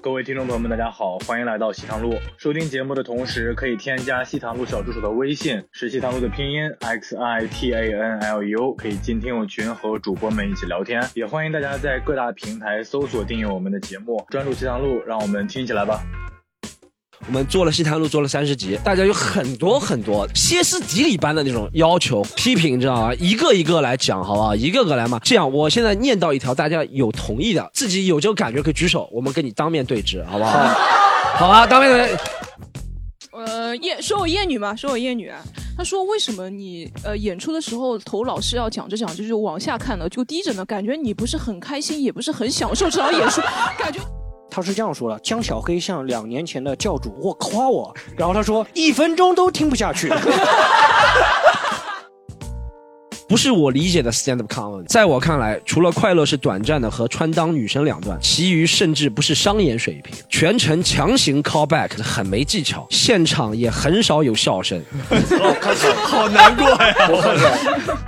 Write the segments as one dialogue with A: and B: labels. A: 各位听众朋友们，大家好，欢迎来到西塘路。收听节目的同时，可以添加西塘路小助手的微信，是西塘路的拼音 x i t a n l u，可以进听友群和主播们一起聊天。也欢迎大家在各大平台搜索订阅我们的节目，专注西塘路，让我们听起来吧。
B: 我们做了西塘路，做了三十集，大家有很多很多歇斯底里般的那种要求、批评，你知道吗？一个一个来讲，好不好？一个个来嘛。这样，我现在念到一条，大家有同意的，自己有这个感觉可以举手，我们跟你当面对质，好不好？好吧，当面对质。
C: 呃，厌说我厌女嘛，说我厌女、啊。他说为什么你呃演出的时候头老是要讲着讲着就往下看呢，就低着呢？感觉你不是很开心，也不是很享受这场演出，感觉
D: 他是这样说的：江小黑像两年前的教主，我夸我，然后他说一分钟都听不下 去。
B: 不是我理解的 stand up comedy。在我看来，除了快乐是短暂的和穿裆女生两段，其余甚至不是商演水平。全程强行 call back，很没技巧，现场也很少有笑声。
E: 好难过呀！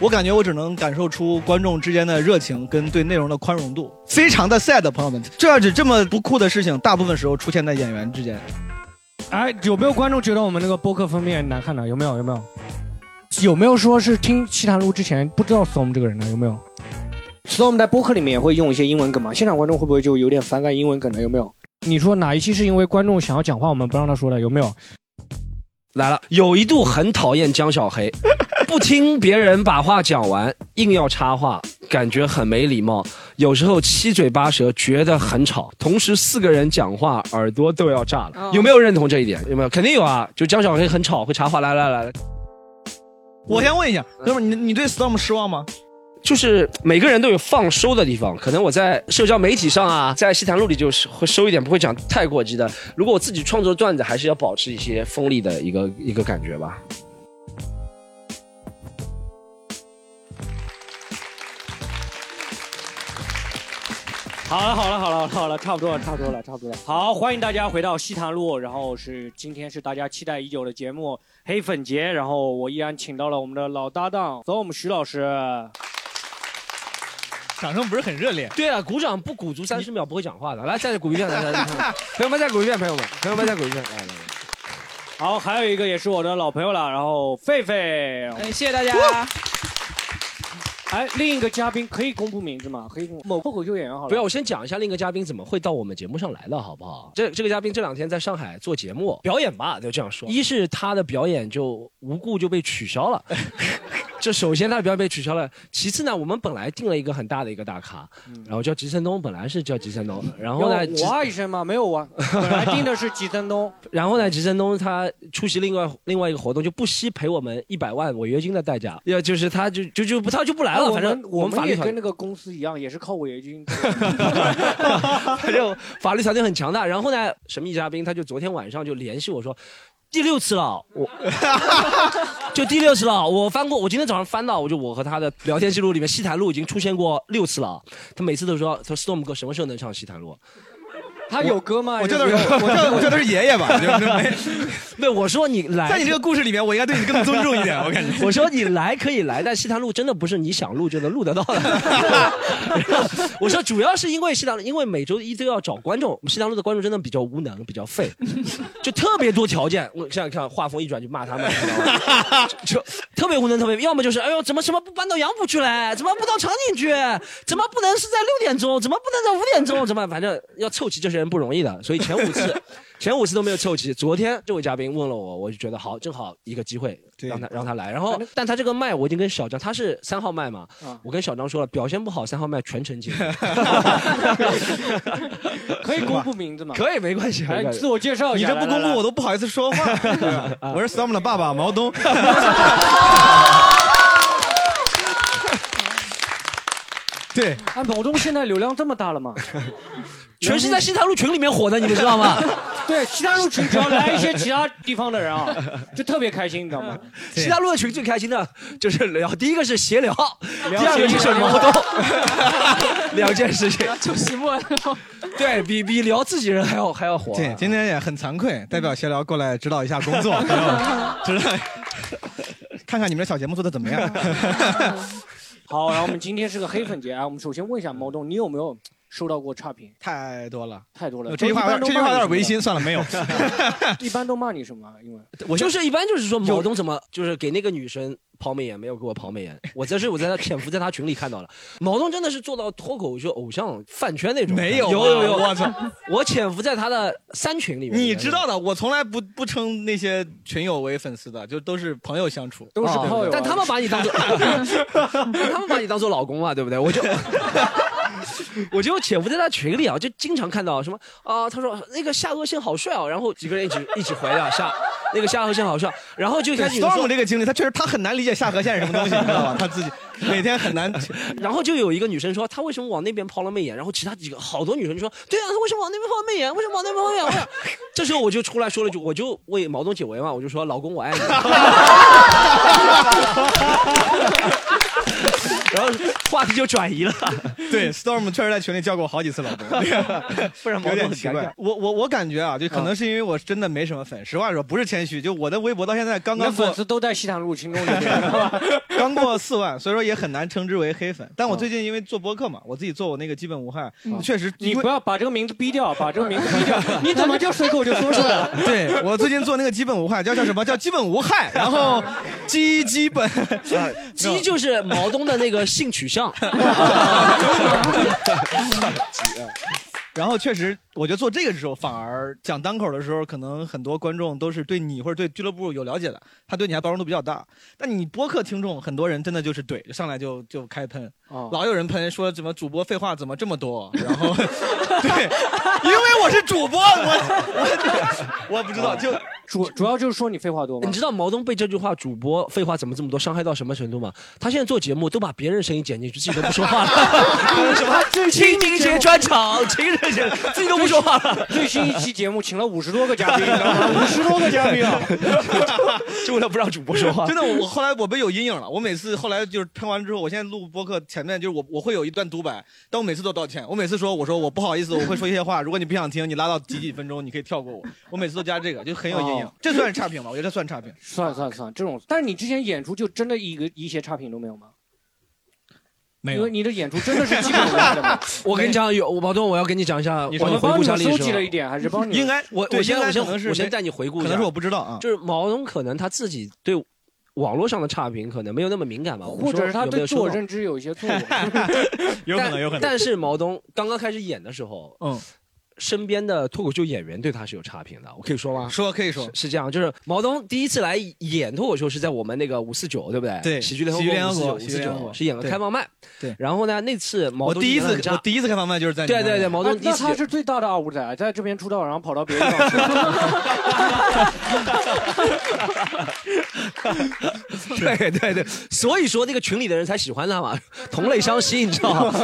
E: 我感觉我只能感受出观众之间的热情跟对内容的宽容度，非常的 sad，朋友们，这样子这么不酷的事情，大部分时候出现在演员之间。
F: 哎，有没有观众觉得我们那个 播客封面难看的？有没有？有没有？有没有说是听西谈录之前不知道 Storm 这个人的？有没有？
D: Storm 在播客里面也会用一些英文梗嘛，现场观众会不会就有点反感英文梗了？有没有？
F: 你说哪一期是因为观众想要讲话，我们不让他说的？有没有？
B: 来了，有一度很讨厌江小黑，不听别人把话讲完，硬要插话，感觉很没礼貌。有时候七嘴八舌，觉得很吵。同时四个人讲话，耳朵都要炸了。有没有认同这一点？有没有？肯定有啊！就江小黑很吵，会插话。来来来，
E: 我先问一下，哥们儿，你你对 Storm 失望吗？
B: 就是每个人都有放收的地方，可能我在社交媒体上啊，在西谈录里就是会收一点，不会讲太过激的。如果我自己创作段子，还是要保持一些锋利的一个一个感觉吧。
D: 好了好了好了好了，差不多了差不多了差不多了。好，欢迎大家回到西坛路，然后是今天是大家期待已久的节目《黑粉节》，然后我依然请到了我们的老搭档 Storm 徐老师。
E: 掌声不是很热烈。
B: 对啊，鼓掌不鼓足三十秒不会讲话的。来，再鼓一遍，来来来， 朋友们再鼓一遍，朋友们，朋友们再鼓一哎遍，来来来。
D: 好，还有一个也是我的老朋友了，然后狒狒。
C: 哎，谢谢大家。
D: 哎，另一个嘉宾可以公布名字吗？可以公布某脱口秀演员好了。
B: 不要，我先讲一下另一个嘉宾怎么会到我们节目上来了，好不好？这这个嘉宾这两天在上海做节目表演吧，就这样说。一是他的表演就无故就被取消了， 这首先他的表演被取消了。其次呢，我们本来定了一个很大的一个大咖，
E: 嗯
B: 然后叫吉森东，本来是叫吉森东，然后呢，
D: 有
B: 吉
D: 哇啊一声吗？没有 哇，本来定的是吉森东。
B: 然后呢，吉森东他出席另外另外一个活动，就不惜赔我们一百万违约金的代 价，要就是他就就就不他就不来了，
D: 我
B: 反
D: 们
B: 正
D: 我
B: 们法
D: 们
B: 律
D: 也
B: 团
D: 跟那个公司一样，也是靠违 约金。
B: 反正法律条件很强大。然后呢，神秘嘉宾他就昨天晚上就联系我说。第六次了，我 就第六次了。我翻过，我今天早上翻到，我就我和他的聊天记录里面，西坛路已经出现过六次了。他每次都说，他说 Storm 哥什么时候能上西坛路？
D: 他有歌吗？
E: 我这都是我这我这都 是爷 爷吧？就是没
B: 对，我说你来，
E: 在你这个故事里面，我应该对你更尊重一点，我感觉。
B: 我说你来可以来，但西塘路真的不是你想录就能录得 到的。我说主要是因为西塘路，因为每周一都要找观众，我们西塘路的观众真的比较无能，比较废，就特别多条件。我想想看，话锋一转就骂他们，你知道吗就就特别无能，特别要么就是哎呦怎么什么不搬到杨浦去嘞？怎么不到长景去？怎么不能是在六点钟？怎么不能在五点钟？怎么反正要凑齐这些人不容易的，所以前五次。前五次都没有凑齐。昨天这位嘉宾问了我，我就觉得好，正好一个机会，让他让他来。然后，但他这个麦我已经跟小张，他是三号麦嘛，我跟小张说了，表现不好三号麦全程结束。
D: 可以公布名字吗？
B: 可以，没关系。没
D: 哎，
B: 关系
D: 自我介绍一
E: 你
D: 下。
E: 这不公布，我都
D: 都
E: 不好意思说 话。我是 Storm 的爸爸毛东。 对，
D: 哎，毛东现在流量这么大了吗？
B: 全是在西塘路群里面火的，你们知道吗？
D: 对，其他入群只要来一些其他地方的人啊，就特别开心，你知 道吗？
B: 西塘路的群最开心的就是聊，第一个是闲聊，第
D: 聊
B: 二个就是毛东， 两件事情，
C: 主席莫，
B: 对比比聊自己人还要还要火。啊
E: 对，今天也很惭愧，代表闲聊过来指导一下 工作，知道看看你们的小节目做的怎么 样。
D: 好，然后我们今天是个黑粉节啊，我们首先问一下毛东，你有没有收到过差评？
E: 嗯太多了，
D: 太多了。
E: 这句话有点这句话有点违心，算了，没有。
D: 一般都骂你什么？啊 因为
B: 我就是一般就是说毛东怎么就是给那个女生抛媚眼，没有给我抛媚眼，我这是我在他潜伏在他群里看到了，毛东真的是做到脱口秀偶像饭圈那种，
E: 没有吧
B: 有有有，
E: 我操，
B: 我潜伏在他的三群里面，
E: 你知道的，我从来不不称那些群友为粉丝的，就都是朋友相处，哦
B: 都是朋友啊但他们把你 当做 他们把你当做老公嘛，对不对？ 我就我就潜伏在他群里啊，就经常看到什么啊、他说那个夏河仙好帅哦，然后几个人一起一起回啊夏那个夏河仙好帅，然后就开始有人说
E: storm 这个经历，他确实他很难理解下颌线是什么东西，你知道吧？他自己每天很难。
B: 然后就有一个女生说，她为什么往那边抛了媚眼？然后其他几个好多女生就说，对啊，她为什么往那边抛媚眼？为什么 往那边抛媚眼？我想，这时候我就出来说了一句，我就为毛东解围嘛，我就说老公我爱你。然后话题就转移了。
E: 对，Storm 确实在群里叫过我好几次老公，
B: 不然毛
E: 有
B: 东
E: 点
B: 很
E: 奇
B: 尴
E: 怪
B: 尬。嗯
E: 我我我感觉啊，就可能是因为我真的没什么粉，实话说不是谦虚，就我的微博到现在刚
D: 你的
E: 刚过
D: 粉丝都在西塘路群众里面。
E: 刚过四万，所以说也很难称之为黑粉。
B: 嗯
E: 但我最近因为做播客嘛，我自己做我那个基本无害，嗯
D: 啊
E: 确实
D: 你不要把这个名字逼掉，把这个名字逼掉，你怎么就随口就说出来了？
E: 对我最近做那个基本无害，叫叫什么叫基本无害，然后基基本
B: 鸡啊就是毛东的那个性取向，
E: 然后确实，我觉得做这个的时候，反而讲单口的时候，可能很多观众都是对你或者对俱乐部有了解的，他对你还包容度比较大。但你播客听众，很多人真的就是怼，就上来就就开喷，
D: 哦
E: 老有人喷说怎么主播废话怎么这么多，然后 对，因为我是主播，我 我我不知道，就
D: 主主要就是说你废话多吗
B: 你？知道毛东被这句话“主播废话怎么这么多”伤害到什么程度吗？他现在做节目都把别人声音剪进去，自己都不说话了。什么清明节专场、情人节，自己都不说话了。
D: 最新一期节目请了五十多个 嘉宾，五十多个嘉宾啊！
B: 就为了不让主 播说话。
E: 真的，我后来我被有阴影了。我每次后来就是喷完之后，我现在录播客前面就是我我会有一段独白，但我每次都道歉。我每次说我说我不好意思，我会说一些话，如果你不想听，你拉到几几分钟，你可以跳过我。我每次都加这个，就 很有阴
B: 啊
E: 影。
D: 哦
E: 这算是差评吗？我觉得这算差评。
D: 算算算，这种，但是你之前演出就真的一个一些差评都没有吗？
E: 没
D: 因为你的演出真的是基本无害 的吗
B: 我跟你讲，有我毛东，我要跟你讲一下，
E: 你
B: 我
E: 说
B: 们回
D: 帮
B: 顾一
D: 你
B: 下
D: 们
B: 历
D: 收
B: 史
D: 集
B: 啊
D: 了。一点，还是帮你
E: 应该我
B: 对
E: 我
B: 先
E: 现在
B: 我先
E: 可能是
B: 我先
E: 没
B: 带你回顾一
E: 可
B: 下，
E: 能是我不知道啊。
B: 就是毛东可能他自己对网络上的差评可能没有那么敏感吧，我不
D: 或者
B: 说
D: 是他
B: 有没
D: 对
B: 有
D: 自
B: 收
D: 我
B: 到
D: 认知有一些错误。
E: 有
B: 但但是毛东刚刚开始演的时候，
E: 嗯，
B: 身边的脱口秀演员对他是有差评的，我可以说吗？
E: 说可以说
B: 是，是这样，就是毛东第一次来演脱口秀是在我们那个五四九，对不对？
E: 对
B: 喜剧联
E: 喜剧联
B: 合
E: 合
B: 国
E: 国
B: 五
E: 喜
B: 四
E: 剧联合
B: 九
E: 国
B: 是演个
E: 对
B: 开放麦。
E: 对
B: 然后呢，那次毛
E: 我
B: 东
E: 第一次
B: 演得很
E: 我
B: 炸
E: 第一次开放麦就是在你
B: 对
E: 那
B: 对
E: 儿
B: 对，毛东第一
D: 那
B: 次
D: 他是最大的二五仔，在这边出道，然后跑到别的地方去了。
B: 对对对，所以说那个群里的人才喜欢他 嘛，同类相吸，你知道吗？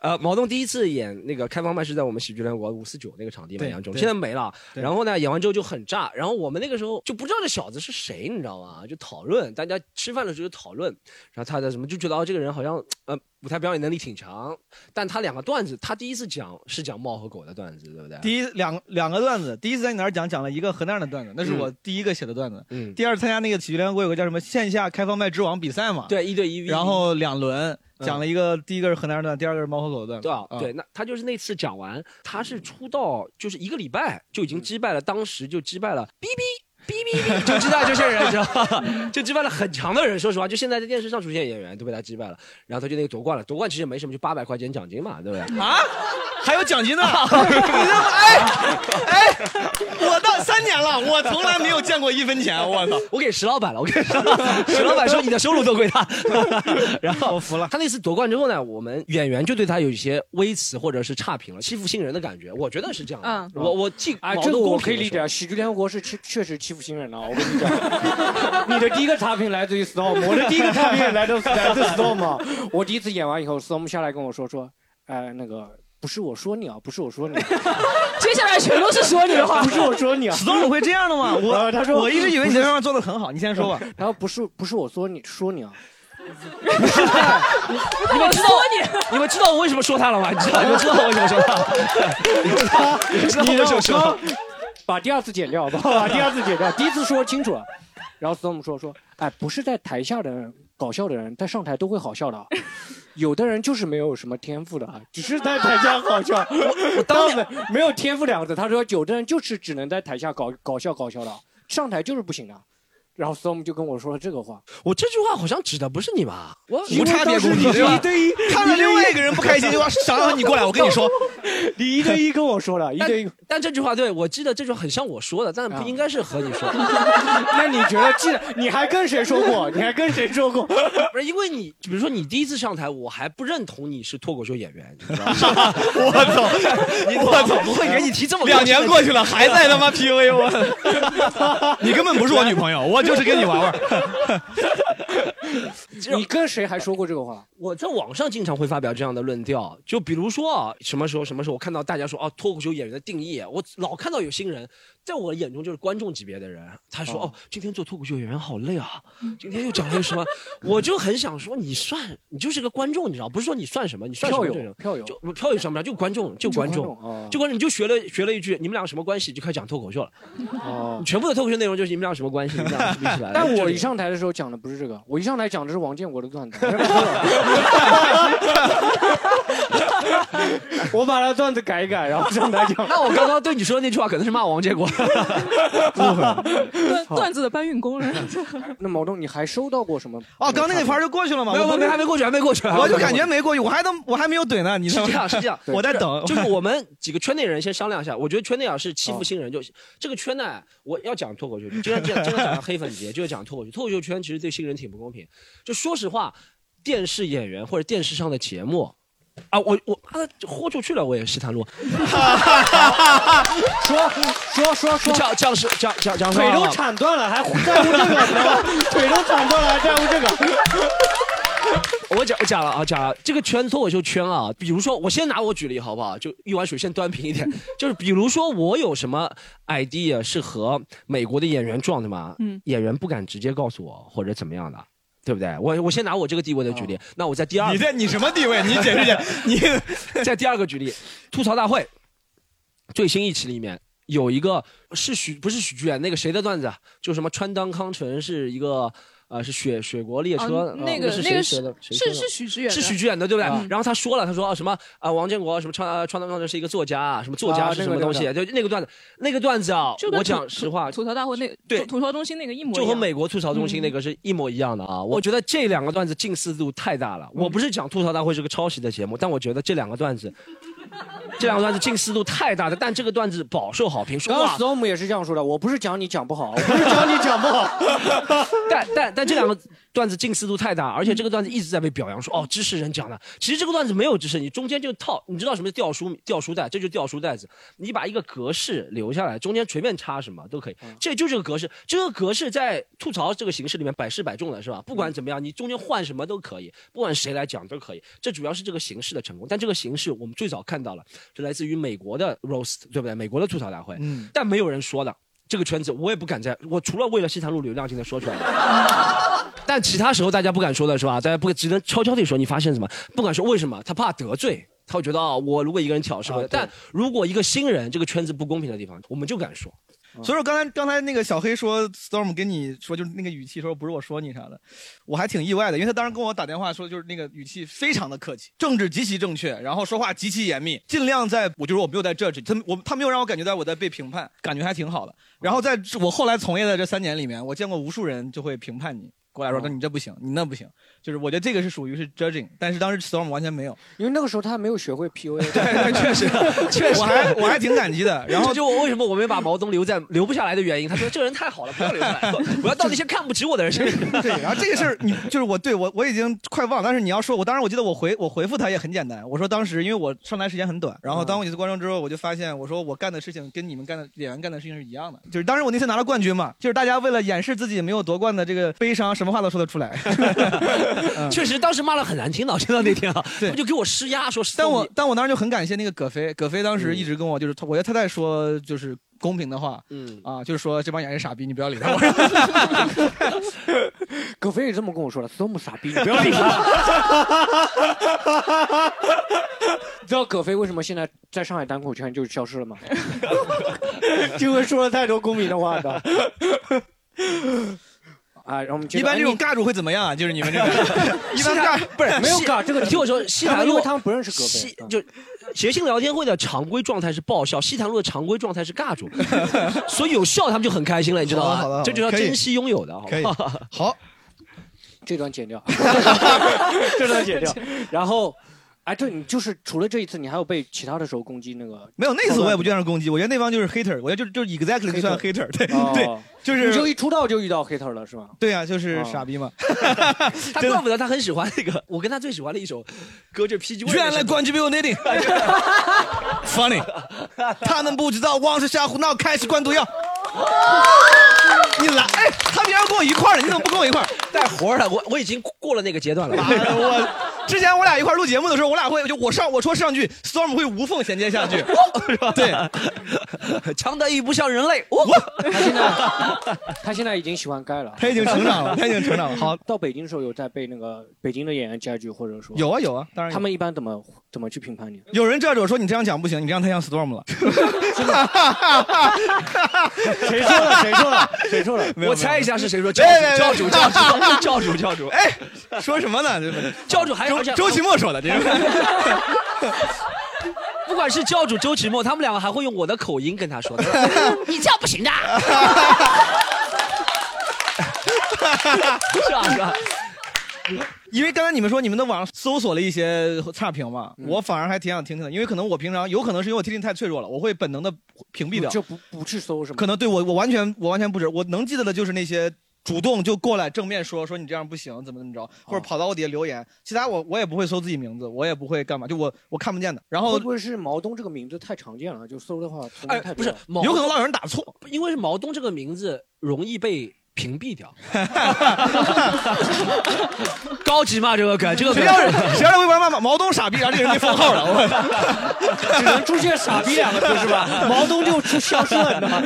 B: 呃，毛东第一次演那个开放麦是在我们喜剧联合国五四九那个场地嘛，
E: 对
B: 杨总，
E: 对
B: 现在没了。
E: 对
B: 然后呢，演完之后就很炸，然后我们那个时候就不知道这小子是谁，你知道吗？就讨论，大家吃饭的时候就讨论，然后他的什么就觉得哦，这个人好像呃舞台表演能力挺强，但他两个段子，他第一次讲是讲猫和狗的段子，对不对？
E: 第一两两个段子，第一次在你那儿讲讲了一个河南的段子，那是我第一个写的段子。
B: 嗯，
E: 第二次参加那个喜剧联合国有个叫什么线下开放麦之王比赛嘛，
B: 对一对一，
E: 然后两轮
B: 嗯
E: 讲了一个，第一个是河南段，第二个是猫和狗段。
B: 对啊，
E: 啊
B: 对，，那他就是那次讲完，他是出道就是一个礼拜就已
E: 嗯
B: 经击败了，当时就击 败了哔哔哔哔哔，就击败这些人，你知道吧？就击败了很强的人。说实话，就现在在电视上出现演员都被他击败了，然后他就那个夺冠了，夺冠其实也没什么，就八百块钱奖金嘛，对不对？
E: 啊， 还有奖金 呢！你这哎哎，我到三年了，我从来没有见过一分钱，我操！
B: 我给石老板了，我给石老板石老板说你的收入都归 他。然后
E: 我服了
B: 他那次夺冠之后呢，我们演员就对他有一些微词或者是差评了，欺负新人的感觉，我觉得是这样的。
G: 嗯
B: 我我既
D: 哎，
B: 毛
D: 这个
B: 都
D: 我
B: 公
D: 可以
B: 平地
D: 理
B: 说
D: 解，喜剧联合国是确确实欺负新人了。我跟你讲， 你的第一个差评来自于 Storm，我的第一个差评也 来自来自 Storm。我第一次演完以后，Storm 下来跟我说说，呃，那个不是我说你啊，不是我说你，
G: 接下来全都是说你的话
D: 不。是我说你啊。
E: 死总会这样的吗？我
D: 呃他说
E: 我一直以为你这方面做的很好，你先说 吧。
D: 然后不是不是我说你说你啊，
B: 你们知道你，们知道我为什么说他了吗？你知道你们知道我为什么说他了？你们知道你
D: 你
B: 们知道我为什
D: 让
B: 么
D: 我
B: 说他
D: 说，把第二次剪掉，好不好？把第二次剪掉，第一次说清楚了。然后 Storm 说说，哎，不是在台下的人搞笑的人，在上台都会好笑的啊。
H: 有的人就是没有什么天赋的啊，只是在台下搞笑。
B: 我
H: 当然没有天赋两个字，他说有的人就是只能在台下搞搞笑搞笑的，上台就是不行的。然后 Storm 就跟我说了这个话，
B: 我这句话好像指的不是你吧？ 我
H: 因为当时你一对一，
B: 说，
H: 你一对一跟我说了，一
B: 但
H: 对一。啊
B: 但这句话对我记得这句话很像我说的，但不应该是和你说。
H: 那你觉得记得？你还跟谁说过？ 你还跟谁说过？
B: 不是因为你，比如说你第一次上台，我还不认同你是脱口秀演员，你知道吗？
E: 我 操！我操！
B: 不会给你提这么
E: 两年过去了，还在他 妈 PUA 我， 你根本不是我女朋友，我就是跟你玩玩。
H: 你跟谁还说过这个话？
B: 我在网上经常会发表这样的论调，就比如说啊，什么时候什么时候我看到大家说啊，脱口秀演员的定义，我老看到有新人，在我眼中就是观众级别的人，他
H: 嗯
B: 说哦，今天做脱口秀演员好累啊，今天又讲了一个 什么，我就很想说你算你就是个观众，你知道，不是说你算什么，你算什么
H: 票友
B: 这种
H: 票友
B: 就不票友算不上，就观众，就观
H: 观
B: 众，
H: 众哦
B: 就观众，你就学了学了一句，你们俩什么关系，就开始讲脱口秀了，
H: 哦
B: 你全部的脱口秀内容就是你们俩什么关系，你们俩是不是一起来的，
H: 但
B: 就
H: 我
B: 是
H: 一上台的时候讲的不是这个，我一上台讲的是王建国的段子。 我把他段子改一改，然后上台讲。
B: 那我刚刚对你说的那句话可能是骂王建国。
C: 段段子的搬运工人。
H: 那毛东，你还收到过什么？
E: 哦，刚那个盘就过去了吗？
B: 没有
E: 我
B: 没有还没过去还没过去啊
E: 我就感觉没过去，我还都我还没有怼呢。你
B: 是
E: 知道
B: 这
E: 吗，
B: 样，是这样
E: 我在等，
B: 就是就是我 们几个圈内人先商量一下，我觉得圈内啊是欺负新人，就这个圈呢，我要讲脱口秀，就像这样，这样讲到黑粉节，就是讲脱口秀，脱口秀圈其实对新人挺不公平。就说实话，电视演员或者电视上的节目。啊，我我妈的豁出去了，我也是探路，
H: 说说说说，
B: 讲讲是讲讲讲
H: 腿都铲断了， 还在乎这个？你知道吗 腿都铲断了，还在乎这个？
B: 我讲我讲了啊，讲了这个圈脱口秀圈啊，比如说我先拿我举例好不好？就一碗水先端平一点，就是比如说我有什么 idea 是和美国的演员撞的嘛，
C: 嗯
B: 演员不敢直接告诉我或者怎么样的，对不对？我我先拿我这个地位的举例，那我在第二
E: 你在你什么地位？你解释 解释。你
B: 在第二个举例，吐槽大会最新一期里面有一个是许不是许剧演那个谁的段子啊，就什么川端康成是一个呃是雪雪国列
C: 啊
B: 车、呃
C: 那个
B: 是
C: 那个
B: 谁学的？谁
C: 是
B: 说的
C: 是许知远的，
B: 是许知远的，对不对？
H: 嗯
B: 然后他说了，他说啊什么啊，王建国什么川呃川端康成是一个作家啊，什么作家
H: 啊
B: 是什么东西？
H: 那
B: 就那个段子，那个段子啊
C: 就，跟
B: 我讲
C: 吐
B: 实话，
C: 吐槽大会那个
B: 对
C: 吐吐槽中心那个一模一样，嗯哦
B: 就和 美国吐槽中心那个是一模一样的啊。我觉得这两个段子近似度太大了。
C: 嗯
B: 我不是讲吐槽大会是个抄袭的节目，但我觉得这两个段子，这两个段子近似度太大的，但这个段子饱受好评，说
H: 刚刚
B: 哇
H: Storm 也是这样说的，我不是讲你讲不 好，我不是讲你讲不好。
B: 但但但这两个段子近似度太大，而且这个段子一直在被表扬说，哦，知识人讲的。其实这个段子没有知识，你中间就套，你知道什么是吊书吊书带，这就是吊书带子。你把一个格式留下来，中间随便插什么都可以，
H: 嗯
B: 这就是个格式。这个格式在吐槽这个形式里面百试百中了，是吧？不管怎么样，你中间换什么都可以，不管谁来讲都可以。这主要是这个形式的成功，但这个形式我们最早看到了，是来自于美国的 roast，对不对？美国的吐槽大会，
E: 嗯
B: 但没有人说的。这个圈子我也不敢在，我除了为了西塘路流量今天说出来， 但其他时候大家不敢说的是吧？大家不只能悄悄地说，你发现什么？不敢说，为什么？他怕得罪，他会觉得啊、我如果一个人挑事，我的。但如果一个新人，这个圈子不公平的地方，我们就敢说。
E: 所以说刚才 刚才那个小黑说 Storm 跟你说就是那个语气说不是我说你啥的，我还挺意外的，因为他当时跟我打电话说就是那个语气非常的客气，政治极其正确，然后说话极其严密，尽量在我就是我没有在这他我他没有让我感觉到我在被评判，感觉还挺好的。然后在我后来从业的这三年里面，我见过无数人就会评判你。过来说，那你这不行，你那不行，就是我觉得这个是属于是 judging，但是当时 Storm 完全没有，
H: 因为那个时候他还没有学会 PUA。
E: 对，确实，确实，我还我还挺感激的。然后
B: 这就我为什么我没把毛东留在留不下来的原因，他觉得这个人太好了，不要留下来，我要到那些看不起我的人身上。
E: 对，然后啊 这个事儿你就是我对我我已经快忘了，但是你要说，我当时我记得我回我回复他也很简单，我说当时因为我上台时间很短，然后当我几次观众之后，我就发现我说我干的事情跟你们干的演员干的事情是一样的，就是当时我那次拿了冠军嘛，就是大家为了掩饰自己没有夺冠的这个悲伤，什么话都说得出 来。嗯
B: 确实，当时骂了很难听的，我知道那天啊，
E: 对
B: 他就给我施压说，
E: 但我但我当时就很感谢那个葛飞，葛飞当时一直跟我就是，他我觉得他在说就是公平的话。
B: 嗯，
E: 啊，就是说这帮演员是傻逼，你不要 理 他。我说
H: 葛飞也这么跟我说的，Storm 傻逼，你不 要理他。你知道葛飞为什么现在在上海单口圈就消失了吗？ 就因为说了太多公民的话的。啊，然后我们接
E: 一
H: 着
E: 般这种
H: 哎你
E: 尬住会怎么样啊？就是你们这 种， 一般尬
B: 不是
H: 没有尬
B: 西
H: 这个
B: 你听我说，西
H: 他
B: 坛
H: 们因
B: 路
H: 为他们不认识葛飞
B: 西就谐星聊天会的常规状态是爆笑，西坛路的常规状态是 尬住，所以有笑他们就很开心了，你知道
E: 好的好的好
B: 吗？
E: 的
B: 这就要
E: 可以
B: 珍惜拥有的，好
E: 可以
B: 吧？
E: 好，
H: 这段剪掉， 这段剪掉，然后。哎，对，你就是除了这一次，你还有被其他的时候攻击那个？
E: 没有那次我也不觉得是攻击，我觉得那帮就是 hater，我觉得就就 exactly 就算 hater，对
H: 哦
E: 对，就
H: 你就是一出道就遇到 hater 了是吧？
E: 对啊，就是
H: 哦
E: 傻逼嘛。
B: 他怪不得他很喜欢那个，我跟他最喜欢的一首歌就是 PG One 的
E: 原来关机没有内 定，funny，他们不知道汪是瞎胡闹，开始灌毒药。你来，哎，他竟然跟我一块儿了，你怎么不跟我一块儿？
B: 带活儿的， 我我已经过了那个阶段了。
E: 妈的，我之前我俩一块儿录节目的时候，我俩会就我上我说上句，storm 会无缝衔接下去。对，
B: 强得一不像人类，我
H: 他现在他现在已经喜欢该了。
E: 他已经成长了，他已经成长了。好，
H: 到北京的时候有在被那个北京的演员 judge，或者说
E: 有啊有啊，当然有
H: 他们一般怎么怎么去评判你？
E: 有人站着我说你这样讲不行，你这样太像 storm 了。
H: 谁说的？谁说的？谁说的？
E: 没有
B: 我猜一下是谁说教
E: 没有
B: 主教 主教主教主教主
E: 哎，说什么呢？这不
B: 教主还有
E: 周周奇墨说的，这是。
B: 不管是教主周奇墨，他们两个还会用我的口音跟他说的， 你这样不行的，是吧？是吧？
E: 因为刚才你们说你们的网上搜索了一些差评嘛，
B: 嗯
E: 我反而还挺想听听的，因为可能我平常有可能是因为我听力太脆弱了，我会本能的屏蔽
B: 嗯
E: 掉。
H: 就不不去搜什么？
E: 可能对我我完全我完全不知，我能记得的就是那些主动就过来正面说说你这样不行，怎么怎么着，或者
B: 哦
E: 跑到我底下留言，其他我我也不会搜自己名字，我也不会干嘛，就我我看不见的。然后
H: 会不会是毛东这个名字太常见了？就搜的话，从来
B: 哎
H: 太，
B: 不
H: 多
B: 是
H: 了，
B: 毛
E: 有可能老有人打错，
B: 因为是毛东这个名字容易被屏 蔽掉，高级嘛这个梗，这个
E: 谁
B: 梗
E: 要是谁要是微博上骂毛东傻逼，然后这个人被封号了，我
H: 只能出现“傻逼”两个字是吧？毛东就出消失了，你知道吗？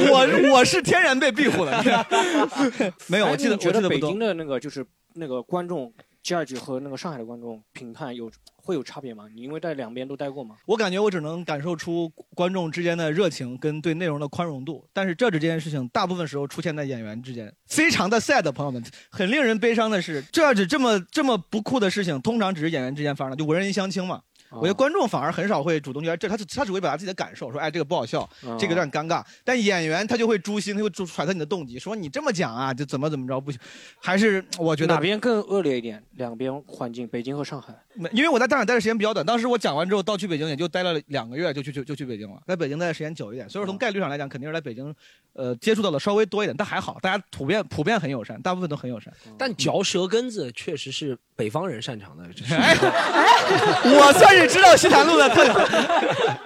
E: 我我是天然被庇护 的。 没有，
H: 哎
E: 我记
H: 那你
E: 得
H: 觉
E: 我记
H: 得
E: 得不
H: 北
E: 多
H: 京。的那个就是那个观众 judge 和那个上海的观众评判有会有差别吗？你因为在两边都待过吗？
E: 我感觉我只能感受出观众之间的热情跟对内容的宽容度，但是这这件事情大部分时候出现在演员之间，非常的 sad，朋友们，很令人悲伤的是，这这这么这么不酷的事情，通常只是演员之间发生的，就文人相轻嘛。我觉得观众反而很少会主动觉得这，他他只会表达自己的感受，说哎这个不好笑，这个有点尴尬。但演员他就会诛心，他会揣测你的动机，说你这么讲啊，就怎么怎么着不行。还是我觉得
H: 哪边更恶劣一点？两边环境，北京和上海。
E: 没因为我在大厂待的时间比较短，当时我讲完之后到去北京也就待了两个月，就去就就去北京了，在嗯北京待的时间久一点，所以说从概率上来讲，肯定是来北京，呃，接触到的稍微多一点，但还好，大家普遍普遍很友善，大部分都很友善。
C: 嗯
B: 但嚼舌根子确实是北方人擅长的，这是
E: 我算是知道西坛路的特点，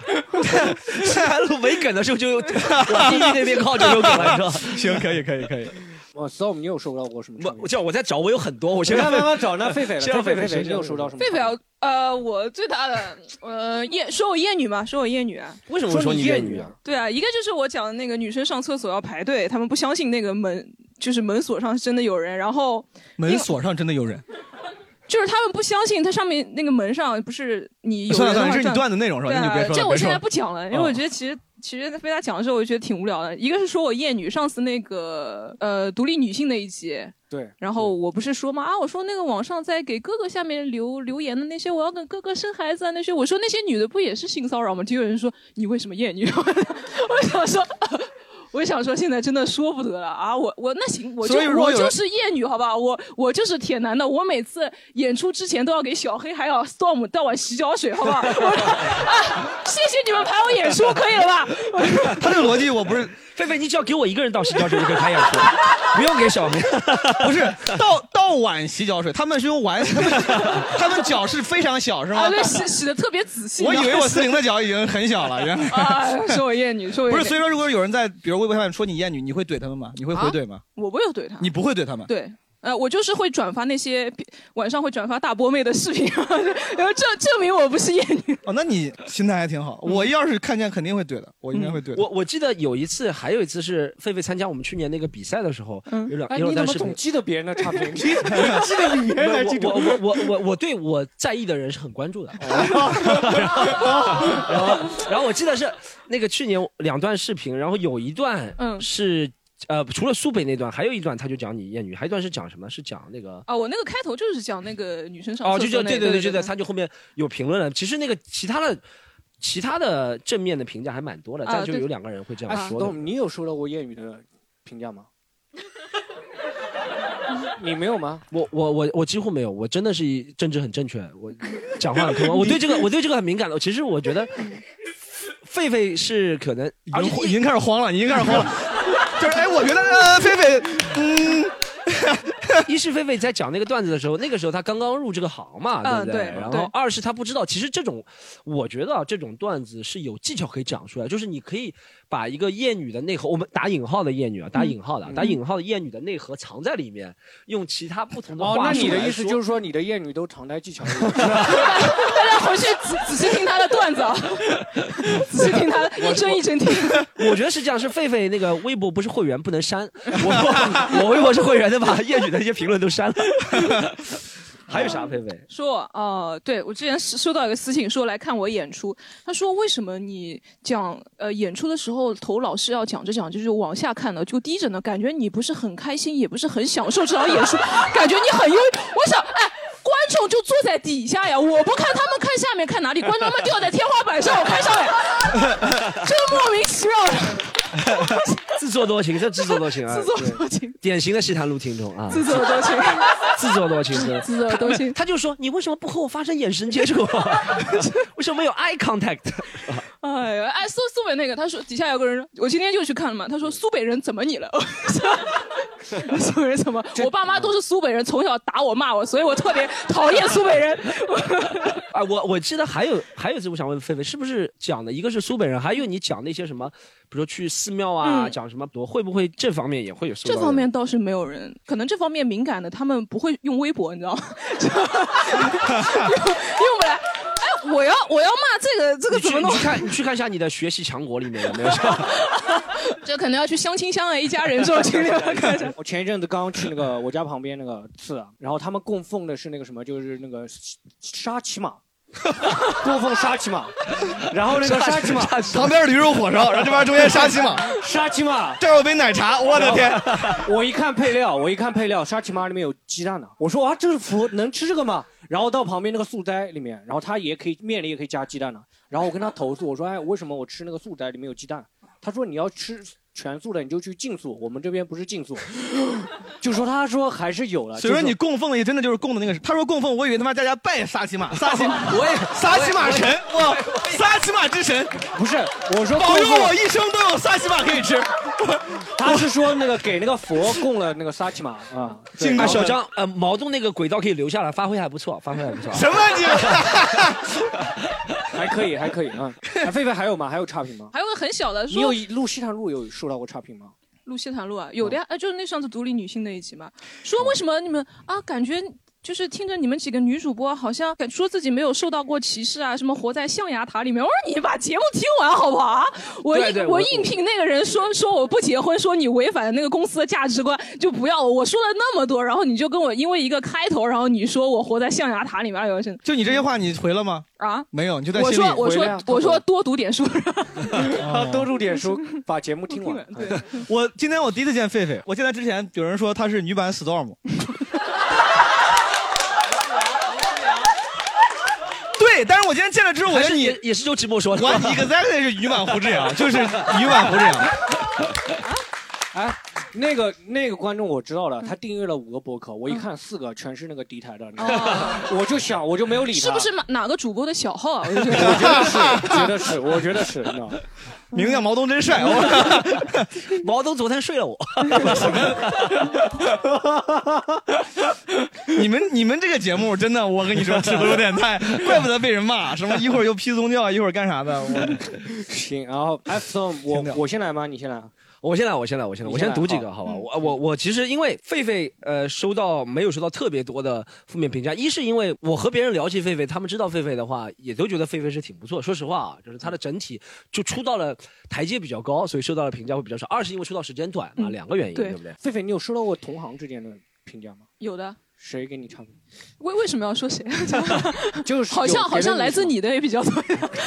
B: 西南路没梗的时候就往弟弟那边靠就有梗了，你知道吗？
E: 行，可以可以可以，
H: 我 storm，你有收到过什么差评？
B: 我我叫我在找，我有很多，我
H: 前
B: 现
H: 面
B: 在
H: 慢慢找那狒狒了，
B: 先让
H: 狒
B: 狒狒
H: 狒狒，
B: 先
H: 你有收到什么？
C: 狒狒啊，呃，我最大的呃厌，说我厌女嘛，说我厌女啊，
B: 为什
H: 说你
B: 厌
H: 厌
B: 女
H: 女
B: 啊？
C: 对啊，一个就是我讲的那个女生上厕所要排队，他们不相信那个门，就是门锁上真的有人，然后
E: 门锁上真的有 人，
C: 就是他们不相信它上面那个门上不是你有
E: 算了
C: 人
E: 算了，
C: 的话
E: 这是你
C: 站
E: 段子内容是吧？
C: 对
E: 那就别说
C: 啊，
E: 了，哦
C: 这我
E: 别
C: 现
E: 说
C: 在
E: 了。
C: 不讲了，因为我觉得其实。其实被他讲的时候，我觉得挺无聊的。一个是说我厌女，上次那个呃独立女性那一集，
H: 对，
C: 然后我不是说嘛啊，我说那个网上在给哥哥下面留留言的那些，我要给哥哥生孩子啊那些，我说那些女的不也是性骚扰吗？就有人说你为什么厌女？ 我想说。 我想说，现在真的说不得了啊！我我那行，我就
E: 所以如果
C: 我
E: 有人
C: 就是厌女，好吧，我我就是铁男的，我每次演出之前都要给小黑还有 Storm 倒碗洗脚水，好吧？我啊，谢谢你们排我演出，可以了吧？
E: 他这个逻辑我不是
B: 狒狒，你只要给我一个人倒洗脚水就可以开演出，哎不用给小明。
E: 不是倒倒碗洗脚水，他们是用碗洗，他 们他们脚是非常小是吗
C: 啊，？对，洗洗的特别仔细。
E: 我以为我 四零的脚已经很小了，原来。
C: 啊，说我厌女，说我
E: 不
C: 厌女
E: 是，所以说如果有人在比如微博下面说你厌女，你会怼他们吗？你会回
C: 啊
E: 怼吗？
C: 我不会怼他，
E: 你不会怼他们。
C: 啊对，呃，我就是会转发那些晚上会转发大波妹的视频， 然后证证明我不是艳女。
E: 哦，那你心态还挺好。我要是看见肯定会怼的，我应该会怼的。
B: 我我记得有一次，还有一次是狒狒参加我们去年那个比赛的时候，有两
H: 哎，
B: 有
H: 你怎
B: 两段
H: 么
B: 视频
H: 总。记得别人的差评？你记得比别人还记住？
B: 我我我我我对我在意的人是很关注的，然后然后然后我记得是那个去年两段视频，然后有一段
C: 嗯
B: 是呃，除了苏北那段，还有一段他就讲你艳女，还有一段是讲什么？是讲那个
C: 啊，我那个开头就是讲那个女生上
B: 哦，
C: 厕
B: 就
C: 所
B: 就
C: 那
B: 对
C: 对
B: 对，就在他就后面有评论了。其实那个其他的其他的正面的评价还蛮多的，
D: 啊
B: 但就
D: 对
B: 有两个人会这
D: 哎
B: 样说的。
D: 董你有收到过谚语的评价吗？ 你没有吗？
B: 我我我我几乎没有，我真的是一政治很正确， 我讲话很客观，我对这个我对这个很敏感的。其实我觉得狒狒是可能，而且
E: 已经开始慌了，已经开始慌了。 就是哎，我觉得呃，狒狒，嗯，
B: 一是狒狒在讲那个段子的时候，那个时候他刚刚入这个行嘛，对
C: 嗯
B: 不对？
C: 对
B: 然
C: 对
B: 后二是他不知道，其实这种，我觉得啊，这种段子是有技巧可以讲出来，就是你可以把一个厌女的内核，我们打引号的厌女啊，打引号的，打引号的厌女的内核藏在里面，用其他不同的话
D: 哦，
B: 术
D: 那
B: 来说。
D: 你的意思就是说你的谚语都常 态技巧？
C: 大家回去仔仔细听他的段子 啊，仔细听他的，一帧一帧听。
B: 我觉得是这样，是狒狒那个微博不是会员不 能删，我我微博是会员的，把谚语的一些评论都删了。还有啥狒狒？
C: 说哦、对我之前收收到一个私信说来看我演出，他说为什么你讲呃演出的时候头老是要讲着讲着就往下看呢，就低着呢？感觉你不是很开心， 也不是很享受这场演出，感觉你很忧郁。我想，哎，观众就坐在底下呀，我不看他们看下面看哪里，观众他妈掉在天花板上，我看上来， 这个莫名其妙的。
B: 自作多情，这自作多情啊！
C: 自作多情，
B: 典型的西坛路听众啊！
C: 自作多情
B: 自作多情，真 的
C: 自作多情
B: 他他就说：“你为什么不和我发生眼神接触啊？ 为什么没有 eye contact？”
C: 哎呀，哎，苏苏北那个，他说底下有个人，我今天就去看了嘛。他说
B: 嗯
C: 苏北人怎么你了？ 我说苏北人怎么？我爸妈都是苏北人，从小打我骂我，所以我特别讨厌苏北 人。
B: 啊，我我记得还有还有一次，我想问狒狒，是不是讲的一个是苏北人，还有你讲那些什么，比如说去寺庙啊，
C: 嗯
B: 讲什么，会不会这方面也会有受到
C: 这方面倒是没有人，可能这方面敏感的他们不会用微博，你知道吗？ 用不来。哎，我要我要骂这个这个
B: 你
C: 怎
B: 去
C: 么弄
B: 你？去看你去看一下你的学习强国里面有 没有这样
C: 这可能要去相亲相爱一家人这种 群里面看一下。
D: 我前一阵子刚去那个 我家旁边那个寺啊，然后他们供奉的是那个什么，就是那个沙琪玛， 供奉沙琪玛，然后那个沙琪玛
E: 旁边驴肉火烧，然后这边中间沙琪 玛，
D: 沙琪玛，
E: 这儿有杯 奶茶，啊我的天！
D: 我一看配料，我一看配料，沙琪玛里面有鸡蛋呢、我说啊，这是符合能吃这个吗？然后到旁边那个素斋里面，然后它也可以面里也可以加鸡蛋呢、然后我跟他投诉，我说哎，为什么我吃那个素斋里面有鸡蛋？他说你要吃全素的，你就去净素，我们这边不是净素。就说他说还是有了。
E: 所以说
D: 啊就
E: 你供奉的也真的就是供的那个神，他说供奉，我以为他妈大家拜沙琪玛，沙琪，
B: 我也
E: 沙琪玛神，
B: 我也
E: 哇
B: 我也，
E: 沙琪玛之神，
D: 不是我说
E: 保
D: 供
E: 佑
D: 奉
E: 我一生都有沙琪玛可以吃。
D: 他是说那个给那个佛供了那个沙琪玛啊，对
E: 进
B: 啊，
E: 贡
B: 小张，呃，毛洞那个轨道可以留下来，发挥还不错，发挥还不错。
E: 什么你？
D: 还可以还可以啊。哎狒狒还有吗？还有差评吗？
C: 还有个很小的
D: 你
C: 说
D: 有录西坦路有收到过差评吗？
C: 录西坦路啊，有的呀，哎，就是那上次独立女性那一集嘛，说为什么你们啊，感觉就是听着你们几个女主播好像敢说自己没有受到过歧视啊，什么活在象牙塔里面。我说你把节目听完好不好啊？我
B: 对
C: 应
B: 对
C: 我
B: 我
C: 应聘那个人说说我不结婚，说你违反了那个公司的价值观，就不要我。我说了那么多，然后你就跟我因为一个开头，然后你说我活在象牙塔里面，哎呦，真的
E: 就你这些话，你回了吗？
C: 啊！
E: 没有，你就在
C: 我
E: 心里
C: 说。我
D: 回来啊
C: 说我
D: 回
C: 说
D: 来
C: 多读点书，
D: 啊， 多录点书，把节目听完。哎
C: 对，
E: 哦我今天我第一次见狒狒，我见他之前有人说他是女版 Storm。对，但是我今天见了之后，我
B: 还
E: 觉
B: 是
E: 得你
B: 也也是周奇墨说的
E: 我 exactly 是女版胡志阳，就是女版胡志阳。
D: 哎，那个那个观众我知道了，他订阅了五个博客，我一看四个全是那个敌台的，你知道吗 我就想我就没有理他。
C: 哦是不是？哪哪个主播的小号啊？我就觉得。
D: 我 觉得是，觉得是，我觉得是，嗯你知道吗？
E: 名叫毛东真帅，我
B: 毛东昨天睡了我。
E: 你们你们这个节目真的，我跟你说尺度有点太，怪不得被人骂，什么一会儿又批宗教，一会儿干啥的，我
D: 行，然后 F 我我先来吗？你先来啊。
B: 我先来，我先来，我先来，
D: 你
B: 我
D: 先
B: 先
D: 来嗯
B: 读几
D: 好
B: 个，好吧？我啊我我其实因为狒狒，呃，收到没有收到特别多的负面评价，一是因为我和别人聊起狒狒，他们知道狒狒的话，也都觉得狒狒是挺不错。说实话啊，就是它的整体就出道了台阶比较高，所以受到的评价会比较少。二是因为出道时间短嘛，
C: 嗯
B: 两个原因，
C: 对
B: 对不对？
D: 狒狒，你有收到过同行之间的评价吗？
C: 有的，
D: 谁给你唱评？
C: 为为什么要说谁？
D: 就 是
C: 好像
D: 有别人
C: 好像来自
D: 说
C: 你的也比较多。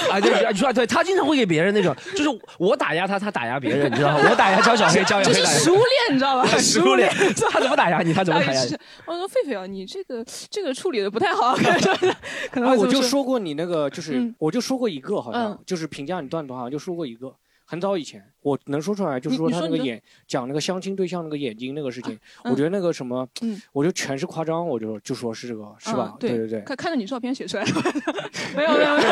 B: 啊，对，啊对，对他经常会给别人那种，就是我打压他，他打压别人，你知道吗？我打压张小黑，张小
C: 就
B: 黑
C: 是
B: 打压
C: 熟练，你知道吧？
B: 熟练，他怎么打压你，他怎么打 压
C: 哎
B: 你
C: 是？我说狒狒啊，你这个这个处理的不太好，可能可能
D: 啊，
C: 会这
D: 我
C: 么
D: 就说过你那个，就是、
C: 嗯
D: 我就说过一个，好像、
C: 嗯
D: 就是评价你段子，好像就说过一个，很早以前，我能说出来，就是
C: 你
D: 说
C: 你
D: 他
C: 说
D: 那个
C: 你的
D: 眼讲那个相亲对象那个眼睛那个事情，
C: 嗯
D: 我觉得那个什么，
C: 嗯
D: 我就全是夸张，我就就说是这个，是吧？
C: 嗯
D: 对
C: 对
D: 对 对。
C: 看看着你照片写出来的， 没有没有没有，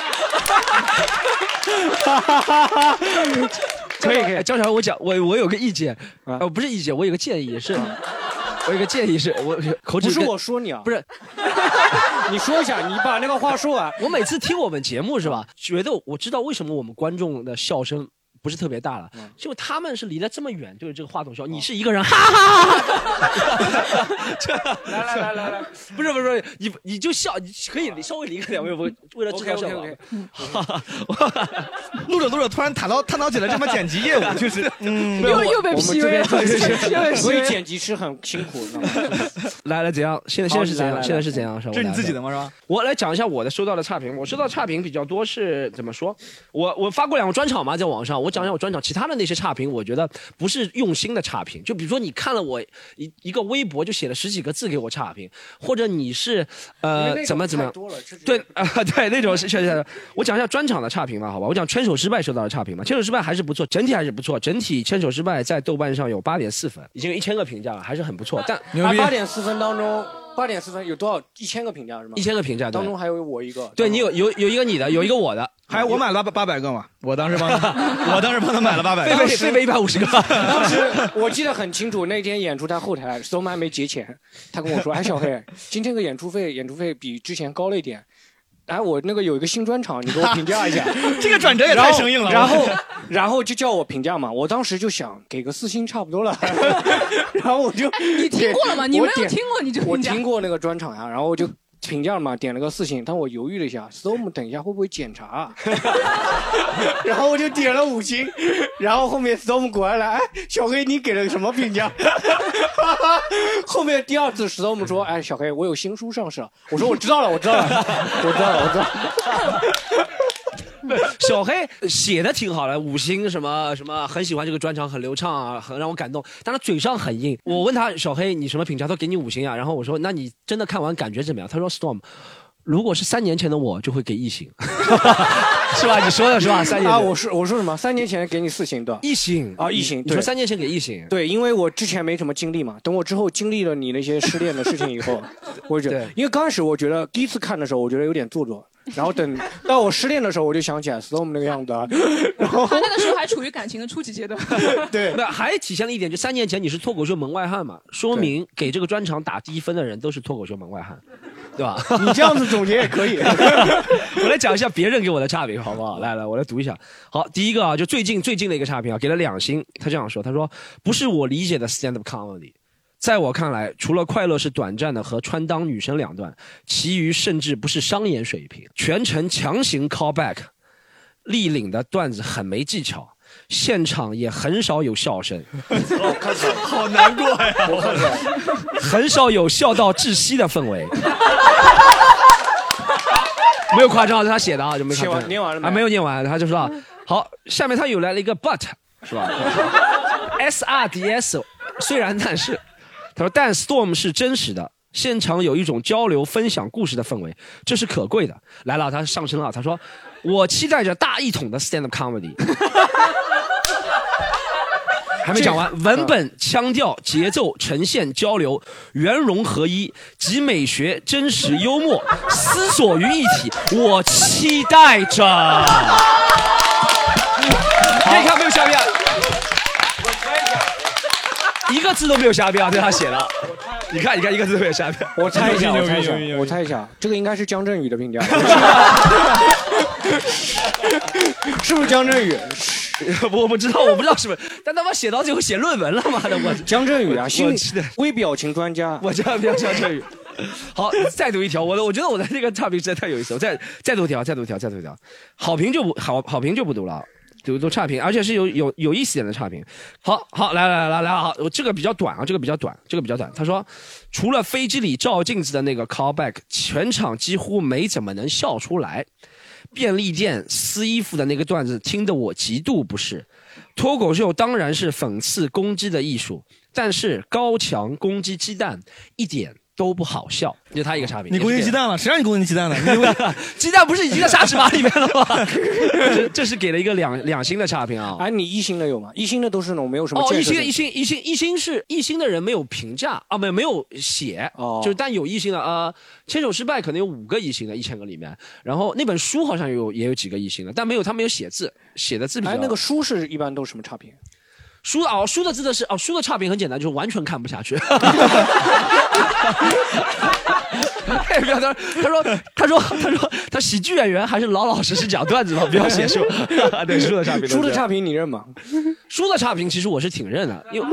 B: 可以可以，张小黑，我讲，我我有个意见，
D: 啊
B: 呃，不是意见，我有个建议是，我有个建议是，我口齿
D: 不是
B: 跟
D: 我说你啊，
B: 不是，
D: 你说一下，你把那个话说完。嗯
B: 我每次听我们节目是吧，觉得我知道为什么我们观众的笑声不是特别大了，
D: 嗯
B: 就他们是离得这么远对着这个话筒笑，你是一个人 哈哈哈 哈，这来来来来来，不是不是不是，你你就笑，你可以稍微离开点，为为为了制造
D: OK
B: 效
D: OK
B: 果
D: OK，。
E: 录着录着，突然探讨探讨起来他妈剪辑业务，就是嗯，
C: 又又被
D: 我们
C: PUA
D: 这边
C: 了，又被
D: 所以
C: PUA。
D: 剪辑师很辛苦，知道吗？
B: 来来怎样？现在现在是怎样？现在是怎样？
E: 这是你自己的吗？是吧？
B: 我来讲一下我的收到的差评。我收到差评比较多是怎么说？我我发过两个专场嘛，在网上，我讲一下我专场。其他的那些差评，我觉得不是用心的差评。就比如说你看了我一一个微博就写了十几个字给我差评，或者你是呃怎么怎么样？
D: 多了，这
B: 对 啊、对，那种是确实。我讲一下专场的差评吧，好吧？我讲牵手失败收到的差评吧，牵手失败还是不错，整体还是不错，整体牵手失败在豆瓣上有八点四分，已经有一千个评价了，还是很不错。但
E: 牛逼
D: 啊八点四分当中，八点四分有多少？一千个评价是吗？
B: 一千个评价，对
D: 当，中还有我一个。
B: 对你 有有有一个你的，有一个我的，
E: 还有我买了八八百个嘛，我当时帮 他，我当时帮他买了八百
B: 贝
E: 个
B: 贝，贝贝一百五十个。
D: 当时我记得很清楚，那天演出他后台手满没结钱，他跟我说：“哎，小黑，今天个演出费，演出费比之前高了一点。哎，我那个有一个新专场，你给我评价一下。
E: 这个转折也
D: 然后
E: 太生硬了。
D: 然后，然后就叫我评价嘛。我当时就想给个四星差不多了，然后我就
C: 哎你听过了吗？你没
D: 我
C: 有
D: 点
C: 听过你就
D: 我
C: 评价
D: 听过那个专场呀、然后我就评价了嘛，点了个四星，但我犹豫了一下，storm 等一下会不会检查啊、 然后我就点了五星，然后后面 storm 果然来，哎，小黑你给了什么评价？ 后面第二次 storm 说，哎，小黑我有新书上市了，我说我知道了，我知道了，我知道了，我知道了。
B: 小黑写的挺好的，五星什么什么，很喜欢这个专场，很流畅啊，很让我感动。但他嘴上很硬。我问他小黑你什么评价，他说给你五星啊。然后我说那你真的看完感觉怎么样？他说 Storm，如果是三年前的我就会给一星， 是吧？你说的是吧？三年
D: 啊，
B: 前
D: 我说我说什么？三年前给你四星的。
B: 一星
D: 啊一星
B: 你
D: 对
B: 你说三年前给一星，
D: 对，因为我之前没什么经历嘛，等我之后经历了你那些失恋的事情以 后，我就觉得
B: 对，
D: 因为刚开始我觉得第一次看的时候，我觉得有点做作，然后等到我失恋的时候，我就想起来 storm 那个样子啊，
C: 他那个时候还处于感情的初级阶段，
D: 对，
B: 那还体现了一点，就三年前你是脱口秀门外汉嘛，说明给这个专场打低分的人都是脱口秀门外汉，对吧？
D: 你这样子总结也可以。
B: 我来讲一下别人给我的差评，好不好？来来，我来读一下。好，第一个啊，就最近最近的一个差评啊，给了两星。他这样说，他说不是我理解的 stand up comedy，在我看来，除了快乐是短暂的和穿裆女生两段，其余甚至不是商演水平，全程强行 call back，立领的段子很没技巧。现场也很少有笑声，
E: 好难过呀！
B: 很少有笑到窒息的氛围， 没有夸张，这是他写的啊，就没夸
D: 写
B: 张。
D: 完念完了没
B: 啊？没有念完，他就说啊，好，下面他又来了一个 but 是吧 ？S R D S，虽然但是，他说但 storm 是真实的。现场有一种交流、分享故事的氛围，这是可贵的。来了，他上升了，他说：“我期待着大一统的 stand up comedy。”还没讲完，文本、腔调、节奏、呈现、交流，圆融合一，集美学、真实、幽默、 思索于一体。我期待着。可以看没有瞎编，一个字都没有瞎编，对他写的。你看，你看，一个字都没有瞎编。
D: 我猜一下，
E: 牛
D: 我
E: 逼
D: 猜
E: 牛逼牛
D: 一下，
E: 逼
D: 我猜一下，这个应该是江振宇的 评价，是不是江振宇？
B: 我 不知道，我不知道是不是，但他妈写到最后写论文了，妈的，我
D: 江振宇啊，心理
B: 记得
D: 微表情专家，
B: 我这样比较像 这语。好，再读一条，我的我觉得我的这个差评实在太有意思了。我再再读一条，再读一条，再读一条。好评就不好，好评就不读了。有做差评，而且是有有有意思点的差评。好好，来来来来，好，我这个比较短啊，这个比较短，这个比较短。他说，除了飞机里照镜子的那个 callback，全场几乎没怎么能笑出来。便利店撕衣服的那个段子，听得我极度不适。脱口秀当然是讽刺攻击的艺术，但是高墙攻击鸡蛋一点都不好笑。就他一个差评，
E: 你攻击鸡蛋了？谁让你攻击鸡蛋了？ 你
B: 鸡蛋不是已经在沙石马里面 了吗？这这是给了一个两两星的差评啊。
D: 哎，你一星的有吗？一星的都是那种没有什么
B: 哦，
D: 建
B: 一
D: 设
B: 星
D: 性
B: 一星一星一星是一星的人没有评价啊，没没有写，
D: 哦
B: 就是但有一星的啊，呃牵手失败可能有五个一星的，一千个里面，然后那本书好像有也有几个一星的，但没有他没有写字，写的字比较。
D: 哎，那个书是一般都是什么差评？
B: 书哦，书的真的是哦，书的差评很简单，就是完全看不下去。哎，不要他说，他说，他说，他说，他喜剧演员还是老老实实讲段子吧，不要写书。对，书的差评都是这样，
D: 书的差评你认吗？
B: 书的差评其实我是挺认的，因为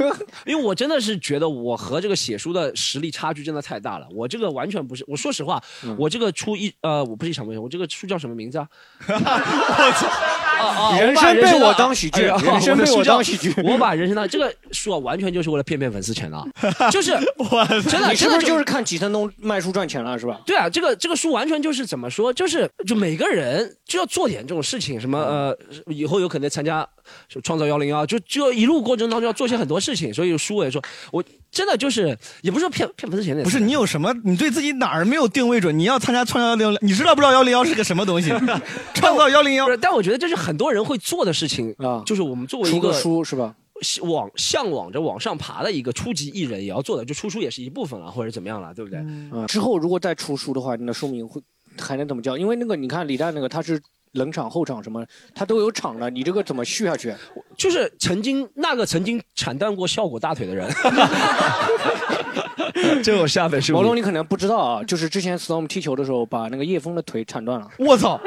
B: 因为我真的是觉得我和这个写书的实力差距真的太大了。我这个完全不是，我说实话，我这个出一呃，我不是一场梦想，我这个书叫什么名字啊？啊啊
D: 人
B: 我把
D: 生被
B: 当
D: 我当喜剧
B: 哎呀
D: 人生被
B: 的
D: 我
B: 书叫
D: 当喜剧
B: 我把人生当这个书啊，完全就是为了骗骗粉丝钱的啊， 就是真的
D: 你是
B: 真
D: 不
B: 的
D: 是就是看几分钟卖书赚钱了是吧？
B: 对啊，这个这个书完全就是怎么说，就是就每个人就要做点这种事情，什么呃，以后有可能参加什么创造幺零幺，就就一路过程当中要做些很多事情，所以书我也说，我真的就是也不是说骗骗粉丝钱 的，
E: 不是你有什么？你对自己哪儿没有定位准？你要参加创造幺零幺，你知道不知道幺零幺是个什么东西？ 创造幺零幺
B: 不，是，但我觉得这是很多人会做的事情
D: 啊
B: 就是我们作为一
D: 出
B: 个
D: 个书是吧？
B: 往向往着往上爬的一个初级艺人也要做的，就出书也是一部分了，或者怎么样了，对不对？
D: 嗯，之后如果再出书的话，你的书名会还能怎么叫？因为那个你看李诞那个他是冷场后场什么，他都有场了，你这个怎么续下去？
B: 就是曾经那个曾经惨淡过效果大腿的 人，这我下本书
D: 毛
B: 名
D: 龙你可能不知道啊，就是之前 Storm 踢球的时候把那个叶枫的腿铲断了。
E: 我 操！